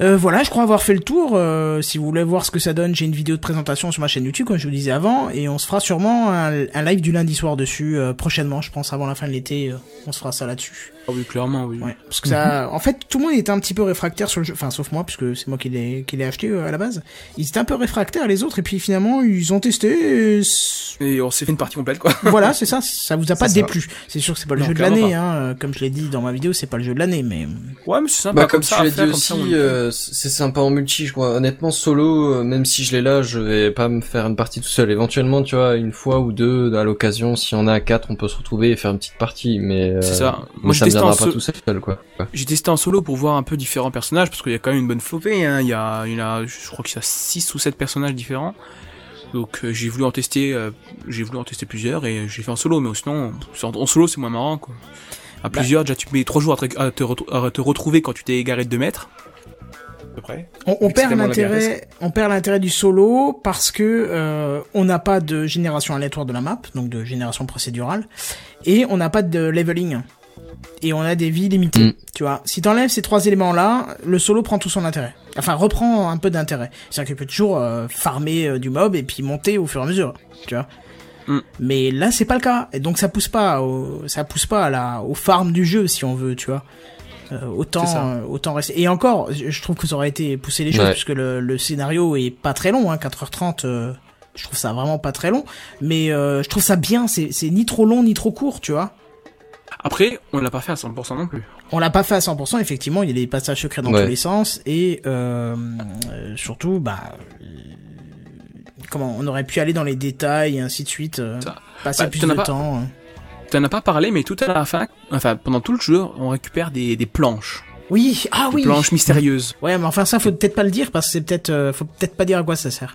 [SPEAKER 2] Euh, voilà, je crois avoir fait le tour. Euh, si vous voulez voir ce que ça donne, j'ai une vidéo de présentation sur ma chaîne YouTube, comme je vous disais avant, et on se fera sûrement un, un live du lundi soir dessus euh, prochainement, je pense, avant la fin de l'été. euh, on se fera ça là-dessus.
[SPEAKER 7] oui, clairement, oui.
[SPEAKER 2] Ouais, Mhm. parce que ça, en fait, tout le monde était un petit peu réfractaire sur le jeu, enfin, sauf moi, puisque c'est moi qui l'ai, qui l'ai acheté euh, à la base. Ils étaient un peu réfractaires, les autres, et puis finalement, ils ont testé. Et, s-
[SPEAKER 7] Et on s'est fait une partie complète, quoi.
[SPEAKER 2] voilà, c'est ça, ça vous a pas
[SPEAKER 7] Ça, ça
[SPEAKER 2] déplu. C'est sûr que c'est pas le
[SPEAKER 7] Non,
[SPEAKER 2] jeu de
[SPEAKER 7] clairement
[SPEAKER 2] l'année,
[SPEAKER 7] pas.
[SPEAKER 2] hein, euh, comme je l'ai dit dans ma vidéo, c'est pas le jeu de l'année, mais.
[SPEAKER 7] Ouais, mais c'est
[SPEAKER 3] Bah,
[SPEAKER 7] sympa. comme,
[SPEAKER 3] comme,
[SPEAKER 7] ça,
[SPEAKER 3] tu
[SPEAKER 7] à
[SPEAKER 3] l'as
[SPEAKER 7] faire,
[SPEAKER 3] dit
[SPEAKER 7] comme ça, on
[SPEAKER 3] aussi,
[SPEAKER 7] le fait.
[SPEAKER 3] euh, c- c'est sympa en multi, je crois. Honnêtement, solo, euh, même si je l'ai là, je vais pas me faire une partie tout seul. Éventuellement, tu vois, une fois ou deux, à l'occasion, si on a à quatre, on peut se retrouver et faire une petite partie, mais, euh,
[SPEAKER 7] C'est ça.
[SPEAKER 3] mais
[SPEAKER 7] Moi, je
[SPEAKER 3] ça me
[SPEAKER 7] testais en
[SPEAKER 3] viendra pas
[SPEAKER 7] so-
[SPEAKER 3] tout seul, quoi. Ouais.
[SPEAKER 7] J'ai testé en solo pour voir un peu différents personnages, parce qu'il y a quand même une bonne flopée. Hein. Il, y a, il y en a, je crois qu'il y a 6 ou 7 personnages différents. Donc euh, j'ai voulu en tester, euh, j'ai voulu en tester plusieurs et j'ai fait en solo, mais sinon pff, en, en solo c'est moins marrant quoi.
[SPEAKER 3] Bah.
[SPEAKER 7] À plusieurs, déjà tu mets trois jours à te, à te retrou- à te retrouver quand tu t'es égaré de 2 mètres. À peu près.
[SPEAKER 2] On, on perd
[SPEAKER 7] Extrêmement
[SPEAKER 2] l'intérêt,
[SPEAKER 7] labyrinthe.
[SPEAKER 2] on perd l'intérêt du solo parce que euh, on n'a pas de génération aléatoire de la map, donc de génération procédurale, et on n'a pas de leveling, et on a des vies limitées. Tu vois, si t'enlèves ces trois éléments-là, le solo prend tout son intérêt. Enfin, reprend un peu d'intérêt. C'est-à-dire qu'il peut toujours euh, farmer euh, du mob et puis monter au fur et à mesure. Tu vois.
[SPEAKER 7] Mm.
[SPEAKER 2] Mais là, c'est pas le cas. Et donc, ça pousse pas, au, ça pousse pas à la, au farm du jeu, si on veut, tu vois. Euh,
[SPEAKER 7] C'est
[SPEAKER 2] autant,
[SPEAKER 7] ça.
[SPEAKER 2] euh, autant rester. Et encore, je je trouve que ça aurait été poussé les choses,
[SPEAKER 7] Ouais.
[SPEAKER 2] puisque le, le scénario est pas très long, hein, 4h30. euh, je trouve ça vraiment pas très long. Mais euh, je trouve ça bien. C'est c'est ni trop long, ni trop court, tu vois.
[SPEAKER 7] Après, on l'a pas fait à 100% non plus.
[SPEAKER 2] On l'a pas fait à 100%, effectivement, il y a des passages secrets dans
[SPEAKER 7] Ouais.
[SPEAKER 2] tous les sens, et euh, euh, surtout, bah, euh, comment, on aurait pu aller dans les détails, et ainsi de suite, euh, passer
[SPEAKER 7] Bah,
[SPEAKER 2] plus
[SPEAKER 7] t'en
[SPEAKER 2] de
[SPEAKER 7] as pas-
[SPEAKER 2] temps. euh.
[SPEAKER 7] T'en as pas parlé, mais tout à la fin, enfin pendant tout le jeu, on récupère des, des planches.
[SPEAKER 2] Oui, ah
[SPEAKER 7] Des
[SPEAKER 2] oui.
[SPEAKER 7] planches mystérieuses.
[SPEAKER 2] Ouais, mais enfin ça, faut peut-être pas le dire, parce que c'est peut-être, euh, faut peut-être pas dire à quoi ça sert.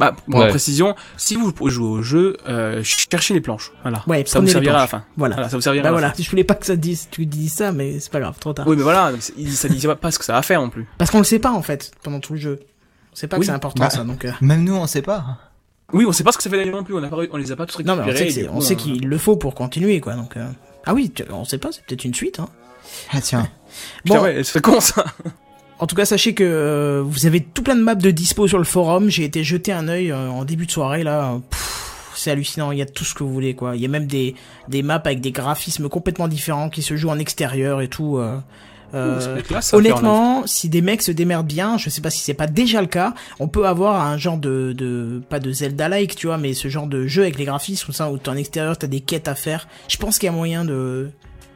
[SPEAKER 7] Bah, pour
[SPEAKER 2] Ouais.
[SPEAKER 7] la précision, si vous jouez au jeu, euh, cherchez les planches. Voilà.
[SPEAKER 2] Ouais,
[SPEAKER 7] ça
[SPEAKER 2] prenez
[SPEAKER 7] vous
[SPEAKER 2] les
[SPEAKER 7] servira à la
[SPEAKER 2] planches.
[SPEAKER 7] fin.
[SPEAKER 2] Voilà.
[SPEAKER 7] ça vous servira
[SPEAKER 2] Bah
[SPEAKER 7] à la
[SPEAKER 2] voilà,
[SPEAKER 7] fin.
[SPEAKER 2] je voulais pas que ça te dise, tu dis ça, mais c'est pas grave, trop tard.
[SPEAKER 7] Oui, mais voilà, donc, c'est- ça dit pas ce que ça a à faire non plus.
[SPEAKER 2] Parce qu'on le sait pas, en fait, pendant tout le jeu. On sait pas que
[SPEAKER 7] Oui.
[SPEAKER 2] c'est important,
[SPEAKER 7] Bah,
[SPEAKER 2] ça, donc... euh.
[SPEAKER 6] Même nous, on sait pas. hein.
[SPEAKER 7] Oui, on sait pas ce que ça fait d'ailleurs non plus, on, a pas, on les a pas tous
[SPEAKER 2] Non,
[SPEAKER 7] récupérés.
[SPEAKER 2] mais on sait, que
[SPEAKER 7] et
[SPEAKER 2] c'est-
[SPEAKER 7] du
[SPEAKER 2] on
[SPEAKER 7] coup,
[SPEAKER 2] sait
[SPEAKER 7] euh,
[SPEAKER 2] qu'il le faut pour continuer, quoi. Donc, euh. ah oui, tu- on sait pas, c'est peut-être une suite. Hein.
[SPEAKER 6] Ah tiens.
[SPEAKER 7] Putain,
[SPEAKER 2] euh,
[SPEAKER 7] ouais, c'est con, ça.
[SPEAKER 2] En tout cas, sachez que euh, vous avez tout plein de maps de dispo sur le forum. J'ai été jeter un œil euh, en début de soirée là. euh, pff, C'est hallucinant. Il y a tout ce que vous voulez, quoi. Il y a même des des maps avec des graphismes complètement différents qui se jouent en extérieur et tout. euh. Euh,
[SPEAKER 7] Ouh, ça fait classe, ça, faire
[SPEAKER 2] honnêtement, si des mecs se démerdent bien, je sais pas si c'est pas déjà le cas, on peut avoir un genre de, de pas de Zelda-like, tu vois, mais ce genre de jeu avec les graphismes, ça, où t'es en extérieur, t'as des quêtes à faire. Je pense qu'il y a moyen de,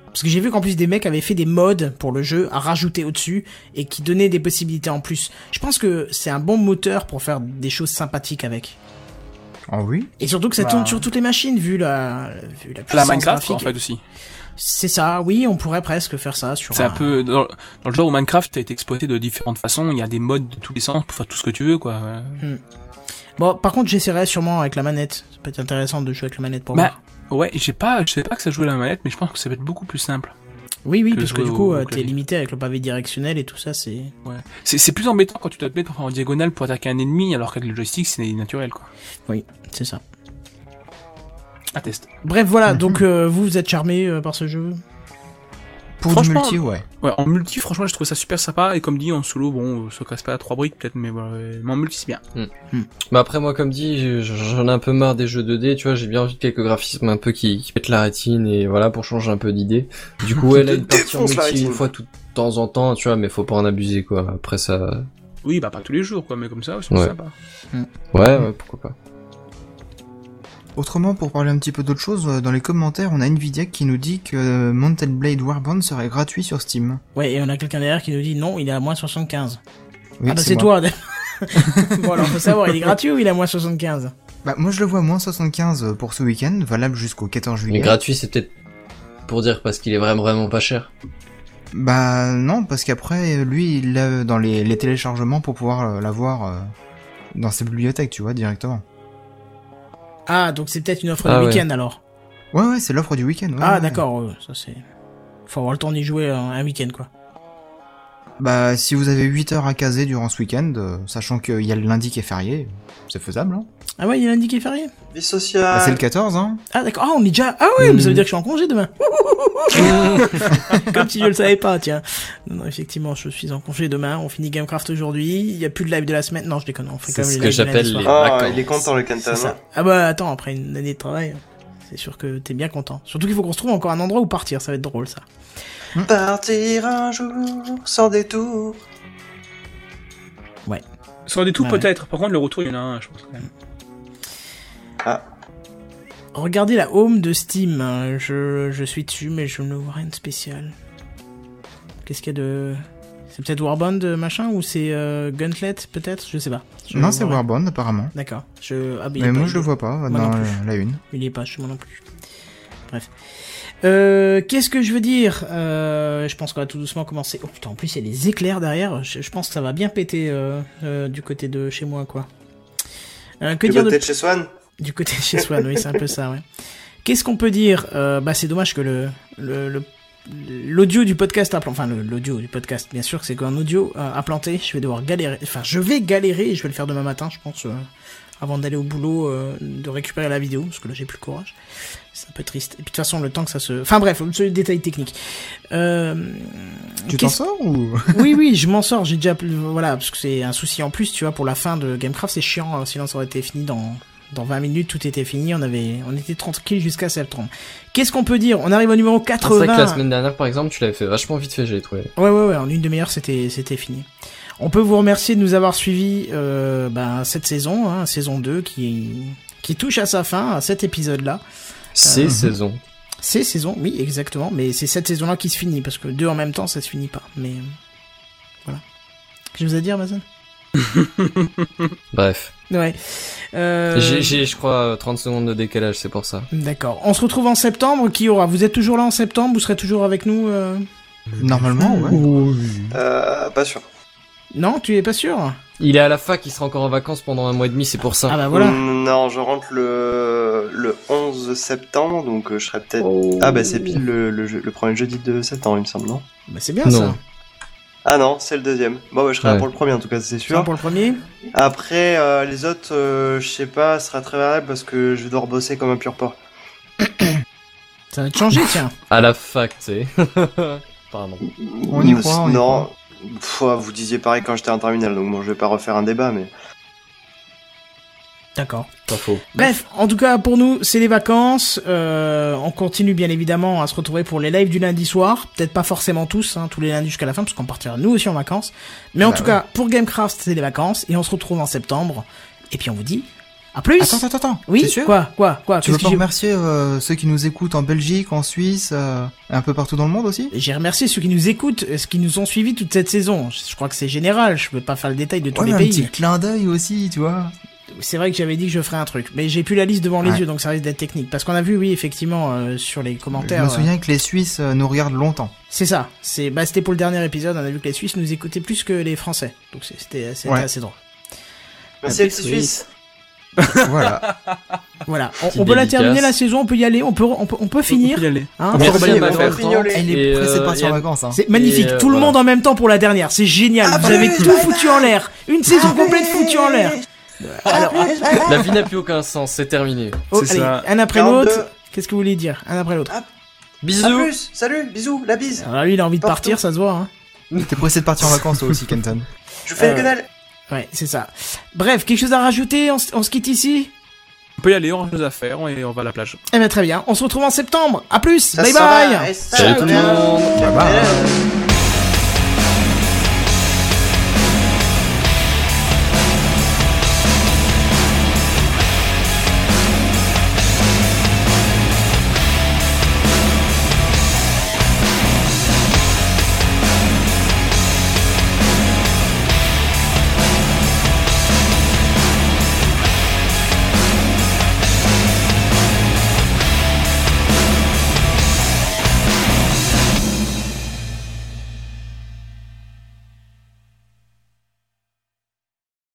[SPEAKER 2] parce que j'ai vu qu'en plus des mecs avaient fait des mods pour le jeu à rajouter au-dessus et qui donnaient des possibilités en plus. Je pense que c'est un bon moteur pour faire des choses sympathiques avec.
[SPEAKER 6] Ah oui
[SPEAKER 2] Et surtout que ça
[SPEAKER 6] Bah.
[SPEAKER 2] tourne sur toutes les machines vu la, vu la puissance
[SPEAKER 7] La Minecraft, quoi, en
[SPEAKER 2] graphique.
[SPEAKER 7] fait, aussi.
[SPEAKER 2] C'est ça, oui, on pourrait presque faire ça sur
[SPEAKER 7] C'est un peu dans, dans le genre où Minecraft a été exploité de différentes façons. Il y a des modes de tous les sens pour faire tout ce que tu veux, quoi. Euh,
[SPEAKER 2] Hmm. Bon, par contre, j'essaierai sûrement avec la manette. Ça peut être intéressant de jouer avec la manette pour
[SPEAKER 7] Bah
[SPEAKER 2] voir.
[SPEAKER 7] ouais, j'ai pas, je sais pas que ça joue à la manette, mais je pense que ça va être beaucoup plus simple.
[SPEAKER 2] Oui, oui,
[SPEAKER 7] que
[SPEAKER 2] parce que
[SPEAKER 7] jouer
[SPEAKER 2] du
[SPEAKER 7] au-
[SPEAKER 2] coup,
[SPEAKER 7] au
[SPEAKER 2] euh, t'es
[SPEAKER 7] clavier.
[SPEAKER 2] limité avec le pavé directionnel et tout ça, c'est.
[SPEAKER 7] Ouais. C'est c'est plus embêtant quand tu dois te mettre en diagonale pour attaquer un ennemi, alors qu'avec le joystick c'est naturel quoi.
[SPEAKER 2] Oui, c'est ça.
[SPEAKER 7] À test.
[SPEAKER 2] Bref, voilà. Donc, euh, vous, vous êtes charmé euh, par ce jeu.
[SPEAKER 7] Franchement, Ouais, en multi, franchement, je trouve ça super sympa. Et comme dit, en solo, bon, euh, ça casse pas à trois briques peut-être, mais voilà. euh, Mais en multi, c'est bien.
[SPEAKER 3] Mais après, moi, comme dit, j'ai- j'en ai un peu marre des jeux 2D, tu vois, j'ai bien envie de quelques graphismes un peu qui, qui pètent la rétine et voilà, pour changer un peu d'idée. Du coup, elle a une partie en
[SPEAKER 7] Défonce la
[SPEAKER 3] multi
[SPEAKER 7] rétine.
[SPEAKER 3] une fois tout de temps en temps, tu vois, mais faut pas en abuser, quoi. Après, ça...
[SPEAKER 7] Oui, bah pas tous les jours, quoi, mais comme ça, c'est
[SPEAKER 3] Ouais.
[SPEAKER 7] sympa.
[SPEAKER 3] Ouais, ouais, pourquoi pas.
[SPEAKER 6] Autrement, pour parler un petit peu d'autre chose, euh, dans les commentaires, on a Nvidia qui nous dit que euh, Mountain Blade Warband serait gratuit sur Steam.
[SPEAKER 2] Ouais, et on a quelqu'un derrière qui nous dit non, il est à moins 75.
[SPEAKER 6] Oui,
[SPEAKER 2] ah bah
[SPEAKER 6] c'est
[SPEAKER 2] c'est toi.
[SPEAKER 6] moi.
[SPEAKER 2] bon alors faut savoir, il est gratuit ou il est à moins 75
[SPEAKER 6] Bah, moi je le vois moins 75 pour ce week-end, valable jusqu'au 14 juillet.
[SPEAKER 3] Mais gratuit, c'est peut-être pour dire parce qu'il est vraiment, vraiment pas cher.
[SPEAKER 6] Bah non, parce qu'après, lui, il l'a dans les, les téléchargements pour pouvoir euh, l'avoir euh, dans ses bibliothèques, tu vois, directement.
[SPEAKER 2] Ah donc c'est peut-être une offre
[SPEAKER 6] Ah
[SPEAKER 2] de
[SPEAKER 6] ouais.
[SPEAKER 2] week-end alors.
[SPEAKER 6] Ouais, ouais, c'est l'offre du week-end. ouais,
[SPEAKER 2] ah
[SPEAKER 6] ouais.
[SPEAKER 2] d'accord, ouais, ça c'est. Faut avoir le temps d'y jouer euh, un, un week-end quoi.
[SPEAKER 6] Bah, si vous avez 8 heures à caser durant ce week-end, euh, sachant qu'il y a le lundi qui est férié, c'est faisable, hein.
[SPEAKER 2] Ah ouais, il y a lundi qui est férié.
[SPEAKER 4] Vie
[SPEAKER 6] Bah, c'est
[SPEAKER 4] sociale.
[SPEAKER 6] le 14, hein.
[SPEAKER 2] Ah d'accord, ah on est déjà. Ah ouais,
[SPEAKER 4] Mm.
[SPEAKER 2] mais ça veut dire que je suis en congé demain. Comme si je le savais pas, tiens. Non, non, effectivement, je suis en congé demain. On finit Gamecraft aujourd'hui. Il y a plus de live de la semaine. Non, je déconne. On fait
[SPEAKER 4] C'est
[SPEAKER 2] quand même
[SPEAKER 4] ce
[SPEAKER 2] les
[SPEAKER 4] que
[SPEAKER 2] lives de la
[SPEAKER 4] j'appelle
[SPEAKER 2] soirée.
[SPEAKER 4] les Ah, vacances. il est content, le Kenton,
[SPEAKER 2] C'est ça.
[SPEAKER 4] hein.
[SPEAKER 2] Ah bah attends, après une année de travail. c'est sûr que t'es bien content. Surtout qu'il faut qu'on se trouve encore un endroit où partir, ça va être drôle ça. Hmm.
[SPEAKER 4] Partir un jour sans détour.
[SPEAKER 2] Ouais.
[SPEAKER 7] Sans détour
[SPEAKER 2] Ouais.
[SPEAKER 7] peut-être, par contre le retour il y en a un je pense. quand même.
[SPEAKER 2] Regardez la home de Steam, hein. je, je suis dessus mais je ne vois rien de spécial. Qu'est-ce qu'il y a de... C'est peut-être Warband euh, machin ou c'est euh, Gauntlet peut-être Je sais pas. Je
[SPEAKER 6] Non, c'est
[SPEAKER 2] vois rien.
[SPEAKER 6] Warband apparemment.
[SPEAKER 2] D'accord. Je... ah, il est
[SPEAKER 6] Mais moi
[SPEAKER 2] pas-
[SPEAKER 6] je le vois pas
[SPEAKER 2] Moi non
[SPEAKER 6] dans
[SPEAKER 2] plus.
[SPEAKER 6] la une.
[SPEAKER 2] Il est pas chez moi non plus. Bref. Euh, Qu'est-ce que je veux dire Euh, Je pense qu'on va tout doucement commencer. Oh putain, en plus il y a des éclairs derrière. Je, je pense que ça va bien péter euh, euh, du côté de chez moi, quoi. Euh, que
[SPEAKER 4] Du
[SPEAKER 2] dire
[SPEAKER 4] côté
[SPEAKER 2] de
[SPEAKER 4] de chez Swan
[SPEAKER 2] Du côté de chez Swan, oui, c'est un peu ça, ouais. Qu'est-ce qu'on peut dire Euh, Bah, c'est dommage que le le- le- l'audio du podcast a plan- enfin le- l'audio du podcast bien sûr que c'est qu'un audio euh, à planter je vais devoir galérer enfin je vais galérer et je vais le faire demain matin je pense euh, avant d'aller au boulot euh, de récupérer la vidéo parce que là j'ai plus le courage c'est un peu triste et puis de toute façon le temps que ça se enfin bref ce détail technique euh,
[SPEAKER 6] Tu t'en
[SPEAKER 2] qu'est-ce-
[SPEAKER 6] sors ou
[SPEAKER 2] oui, oui, je m'en sors. J'ai déjà, plus- voilà, parce que c'est un souci en plus, tu vois, pour la fin de Gamecraft, c'est chiant. euh, Sinon, ça aurait été fini dans dans 20 minutes, tout était fini. On avait, on était tranquille jusqu'à septembre. Qu'est-ce qu'on peut dire On arrive au numéro
[SPEAKER 3] C'est vrai que la
[SPEAKER 2] 80.
[SPEAKER 3] semaine dernière, par exemple, tu l'avais fait vachement vite fait, j'ai trouvé.
[SPEAKER 2] Ouais, ouais, ouais, en une demi-heure, c'était, c'était fini. On peut vous remercier de nous avoir suivis euh, ben, cette saison, hein, saison 2, qui, qui touche à sa fin, à cet épisode-là.
[SPEAKER 3] Ces
[SPEAKER 2] Euh,
[SPEAKER 3] saisons.
[SPEAKER 2] Ces saisons, oui, exactement. Mais c'est cette saison-là qui se finit, parce que deux en même temps, ça se finit pas. Mais euh, voilà. Qu'est-ce que je vous ai dit, Amazon
[SPEAKER 3] Bref.
[SPEAKER 2] Ouais. Euh,
[SPEAKER 3] J'ai, j'ai, je crois, 30 secondes de décalage, c'est pour ça.
[SPEAKER 2] D'accord. On se retrouve en septembre. Qui aura Vous êtes toujours là en septembre Vous serez toujours avec nous euh
[SPEAKER 6] Normalement, ouais.
[SPEAKER 2] Hmm.
[SPEAKER 4] Euh, pas sûr.
[SPEAKER 2] Non, tu es pas sûr
[SPEAKER 3] Il est à la fac, il sera encore en vacances pendant un mois et demi, c'est pour ça.
[SPEAKER 2] Ah bah
[SPEAKER 4] Mm, Non, je rentre le, le 11 septembre, donc euh, je serai peut-être. Ah bah c'est pile le, le, jeu- le premier jeudi de septembre, il me semble, non
[SPEAKER 2] Bah c'est bien
[SPEAKER 4] Non.
[SPEAKER 2] ça.
[SPEAKER 4] Ah non, c'est le deuxième. Bon, bah, je serai
[SPEAKER 2] Ouais.
[SPEAKER 4] là pour le premier en tout cas, c'est
[SPEAKER 2] Tu vois
[SPEAKER 4] sûr.
[SPEAKER 2] pour le premier
[SPEAKER 4] Après, euh, les autres, euh, je sais pas, ce sera très variable parce que je vais devoir bosser comme un pur porc.
[SPEAKER 2] Ça va te changer, tiens.
[SPEAKER 7] Ah.
[SPEAKER 3] À la fac, tu sais. Pardon.
[SPEAKER 6] On y croit, on y
[SPEAKER 4] Euh, Non, Pff, ouais, vous disiez pareil quand j'étais en terminale, donc bon, je vais pas refaire un débat, mais.
[SPEAKER 2] D'accord.
[SPEAKER 3] Pas faux.
[SPEAKER 7] Bah,
[SPEAKER 2] Bref, en tout cas pour nous, c'est les vacances. Euh, on continue bien évidemment à se retrouver pour les lives du lundi soir. Peut-être pas forcément tous, hein, tous les lundis jusqu'à la fin, parce qu'on partira nous aussi en vacances. Mais en
[SPEAKER 6] Bah
[SPEAKER 2] tout
[SPEAKER 6] ouais.
[SPEAKER 2] cas, pour Gamecraft, c'est les vacances et on se retrouve en septembre. Et puis on vous dit à plus.
[SPEAKER 6] Attends, attends, attends.
[SPEAKER 2] Oui.
[SPEAKER 6] T'es sûr
[SPEAKER 2] quoi, quoi, quoi
[SPEAKER 6] Tu veux
[SPEAKER 2] qu'est-ce que
[SPEAKER 6] pas
[SPEAKER 2] j'ai-
[SPEAKER 6] remercier euh, ceux qui nous écoutent en Belgique, en Suisse, euh, un peu partout dans le monde aussi
[SPEAKER 2] J'ai remercié ceux qui nous écoutent, euh, ceux qui nous ont suivis toute cette saison. Je je crois que c'est général, je peux pas faire le détail de tous
[SPEAKER 6] Ouais,
[SPEAKER 2] les
[SPEAKER 6] mais un
[SPEAKER 2] pays.
[SPEAKER 6] petit clin d'œil aussi, tu vois.
[SPEAKER 2] C'est vrai que j'avais dit que je ferais un truc, mais j'ai plus la liste devant les
[SPEAKER 6] Ouais.
[SPEAKER 2] yeux, donc ça risque d'être technique. Parce qu'on a vu, oui, effectivement, euh, sur les
[SPEAKER 6] Je
[SPEAKER 2] commentaires.
[SPEAKER 6] me
[SPEAKER 2] euh,
[SPEAKER 6] souviens que les Suisses euh, nous regardent longtemps.
[SPEAKER 2] C'est ça. C'est bah c'était pour le dernier épisode. On a vu que les Suisses nous écoutaient plus que les Français. Donc c'est- c'était c'était
[SPEAKER 6] Ouais.
[SPEAKER 2] assez drôle.
[SPEAKER 4] Merci,
[SPEAKER 2] Ah,
[SPEAKER 4] les petits
[SPEAKER 2] oui.
[SPEAKER 4] Suisses
[SPEAKER 6] voilà.
[SPEAKER 2] Voilà. On,
[SPEAKER 3] Petite
[SPEAKER 2] on peut la
[SPEAKER 3] dédicace.
[SPEAKER 2] terminer la saison. On peut y aller. On peut on peut, on peut finir.
[SPEAKER 7] y aller.
[SPEAKER 2] Hein,
[SPEAKER 3] On
[SPEAKER 2] on
[SPEAKER 3] peut
[SPEAKER 2] peut
[SPEAKER 3] reballer
[SPEAKER 2] y
[SPEAKER 3] ma
[SPEAKER 2] aller.
[SPEAKER 3] faire temps.
[SPEAKER 6] Elle
[SPEAKER 3] Et,
[SPEAKER 6] est pressée de
[SPEAKER 3] euh,
[SPEAKER 6] partir en
[SPEAKER 3] Yann-
[SPEAKER 6] vacances. Hein.
[SPEAKER 2] C'est magnifique.
[SPEAKER 3] Et, euh,
[SPEAKER 2] tout le
[SPEAKER 3] voilà.
[SPEAKER 2] monde en même temps pour la dernière. C'est génial.
[SPEAKER 6] Ah, bah
[SPEAKER 2] Vous avez tout foutu en l'air. Une saison complète foutue en l'air.
[SPEAKER 3] La vie n'a plus aucun sens, c'est terminé.
[SPEAKER 2] Oh,
[SPEAKER 7] C'est
[SPEAKER 2] allez,
[SPEAKER 7] ça.
[SPEAKER 2] un après
[SPEAKER 4] 42.
[SPEAKER 2] l'autre. Qu'est-ce que vous voulez dire Un après l'autre.
[SPEAKER 4] A
[SPEAKER 3] Bisous.
[SPEAKER 4] plus, salut, bisous, la bise.
[SPEAKER 2] Alors lui, il a envie de partir, ça se voit. Hein.
[SPEAKER 6] T'es pressé de partir en vacances toi aussi, Kenton.
[SPEAKER 4] Je vous fais
[SPEAKER 2] Euh,
[SPEAKER 4] le canal.
[SPEAKER 2] Ouais, c'est ça. Bref, quelque chose à rajouter on, s- on se quitte ici
[SPEAKER 7] On peut y aller, on range nos affaires et on va à la plage.
[SPEAKER 2] Eh ben très bien. On se retrouve en septembre. À plus.
[SPEAKER 4] Ça
[SPEAKER 2] bye
[SPEAKER 4] s'en va,
[SPEAKER 2] bye.
[SPEAKER 4] et ça
[SPEAKER 3] Salut tout le
[SPEAKER 4] revient.
[SPEAKER 3] monde.
[SPEAKER 6] Bye bye.
[SPEAKER 4] Et là,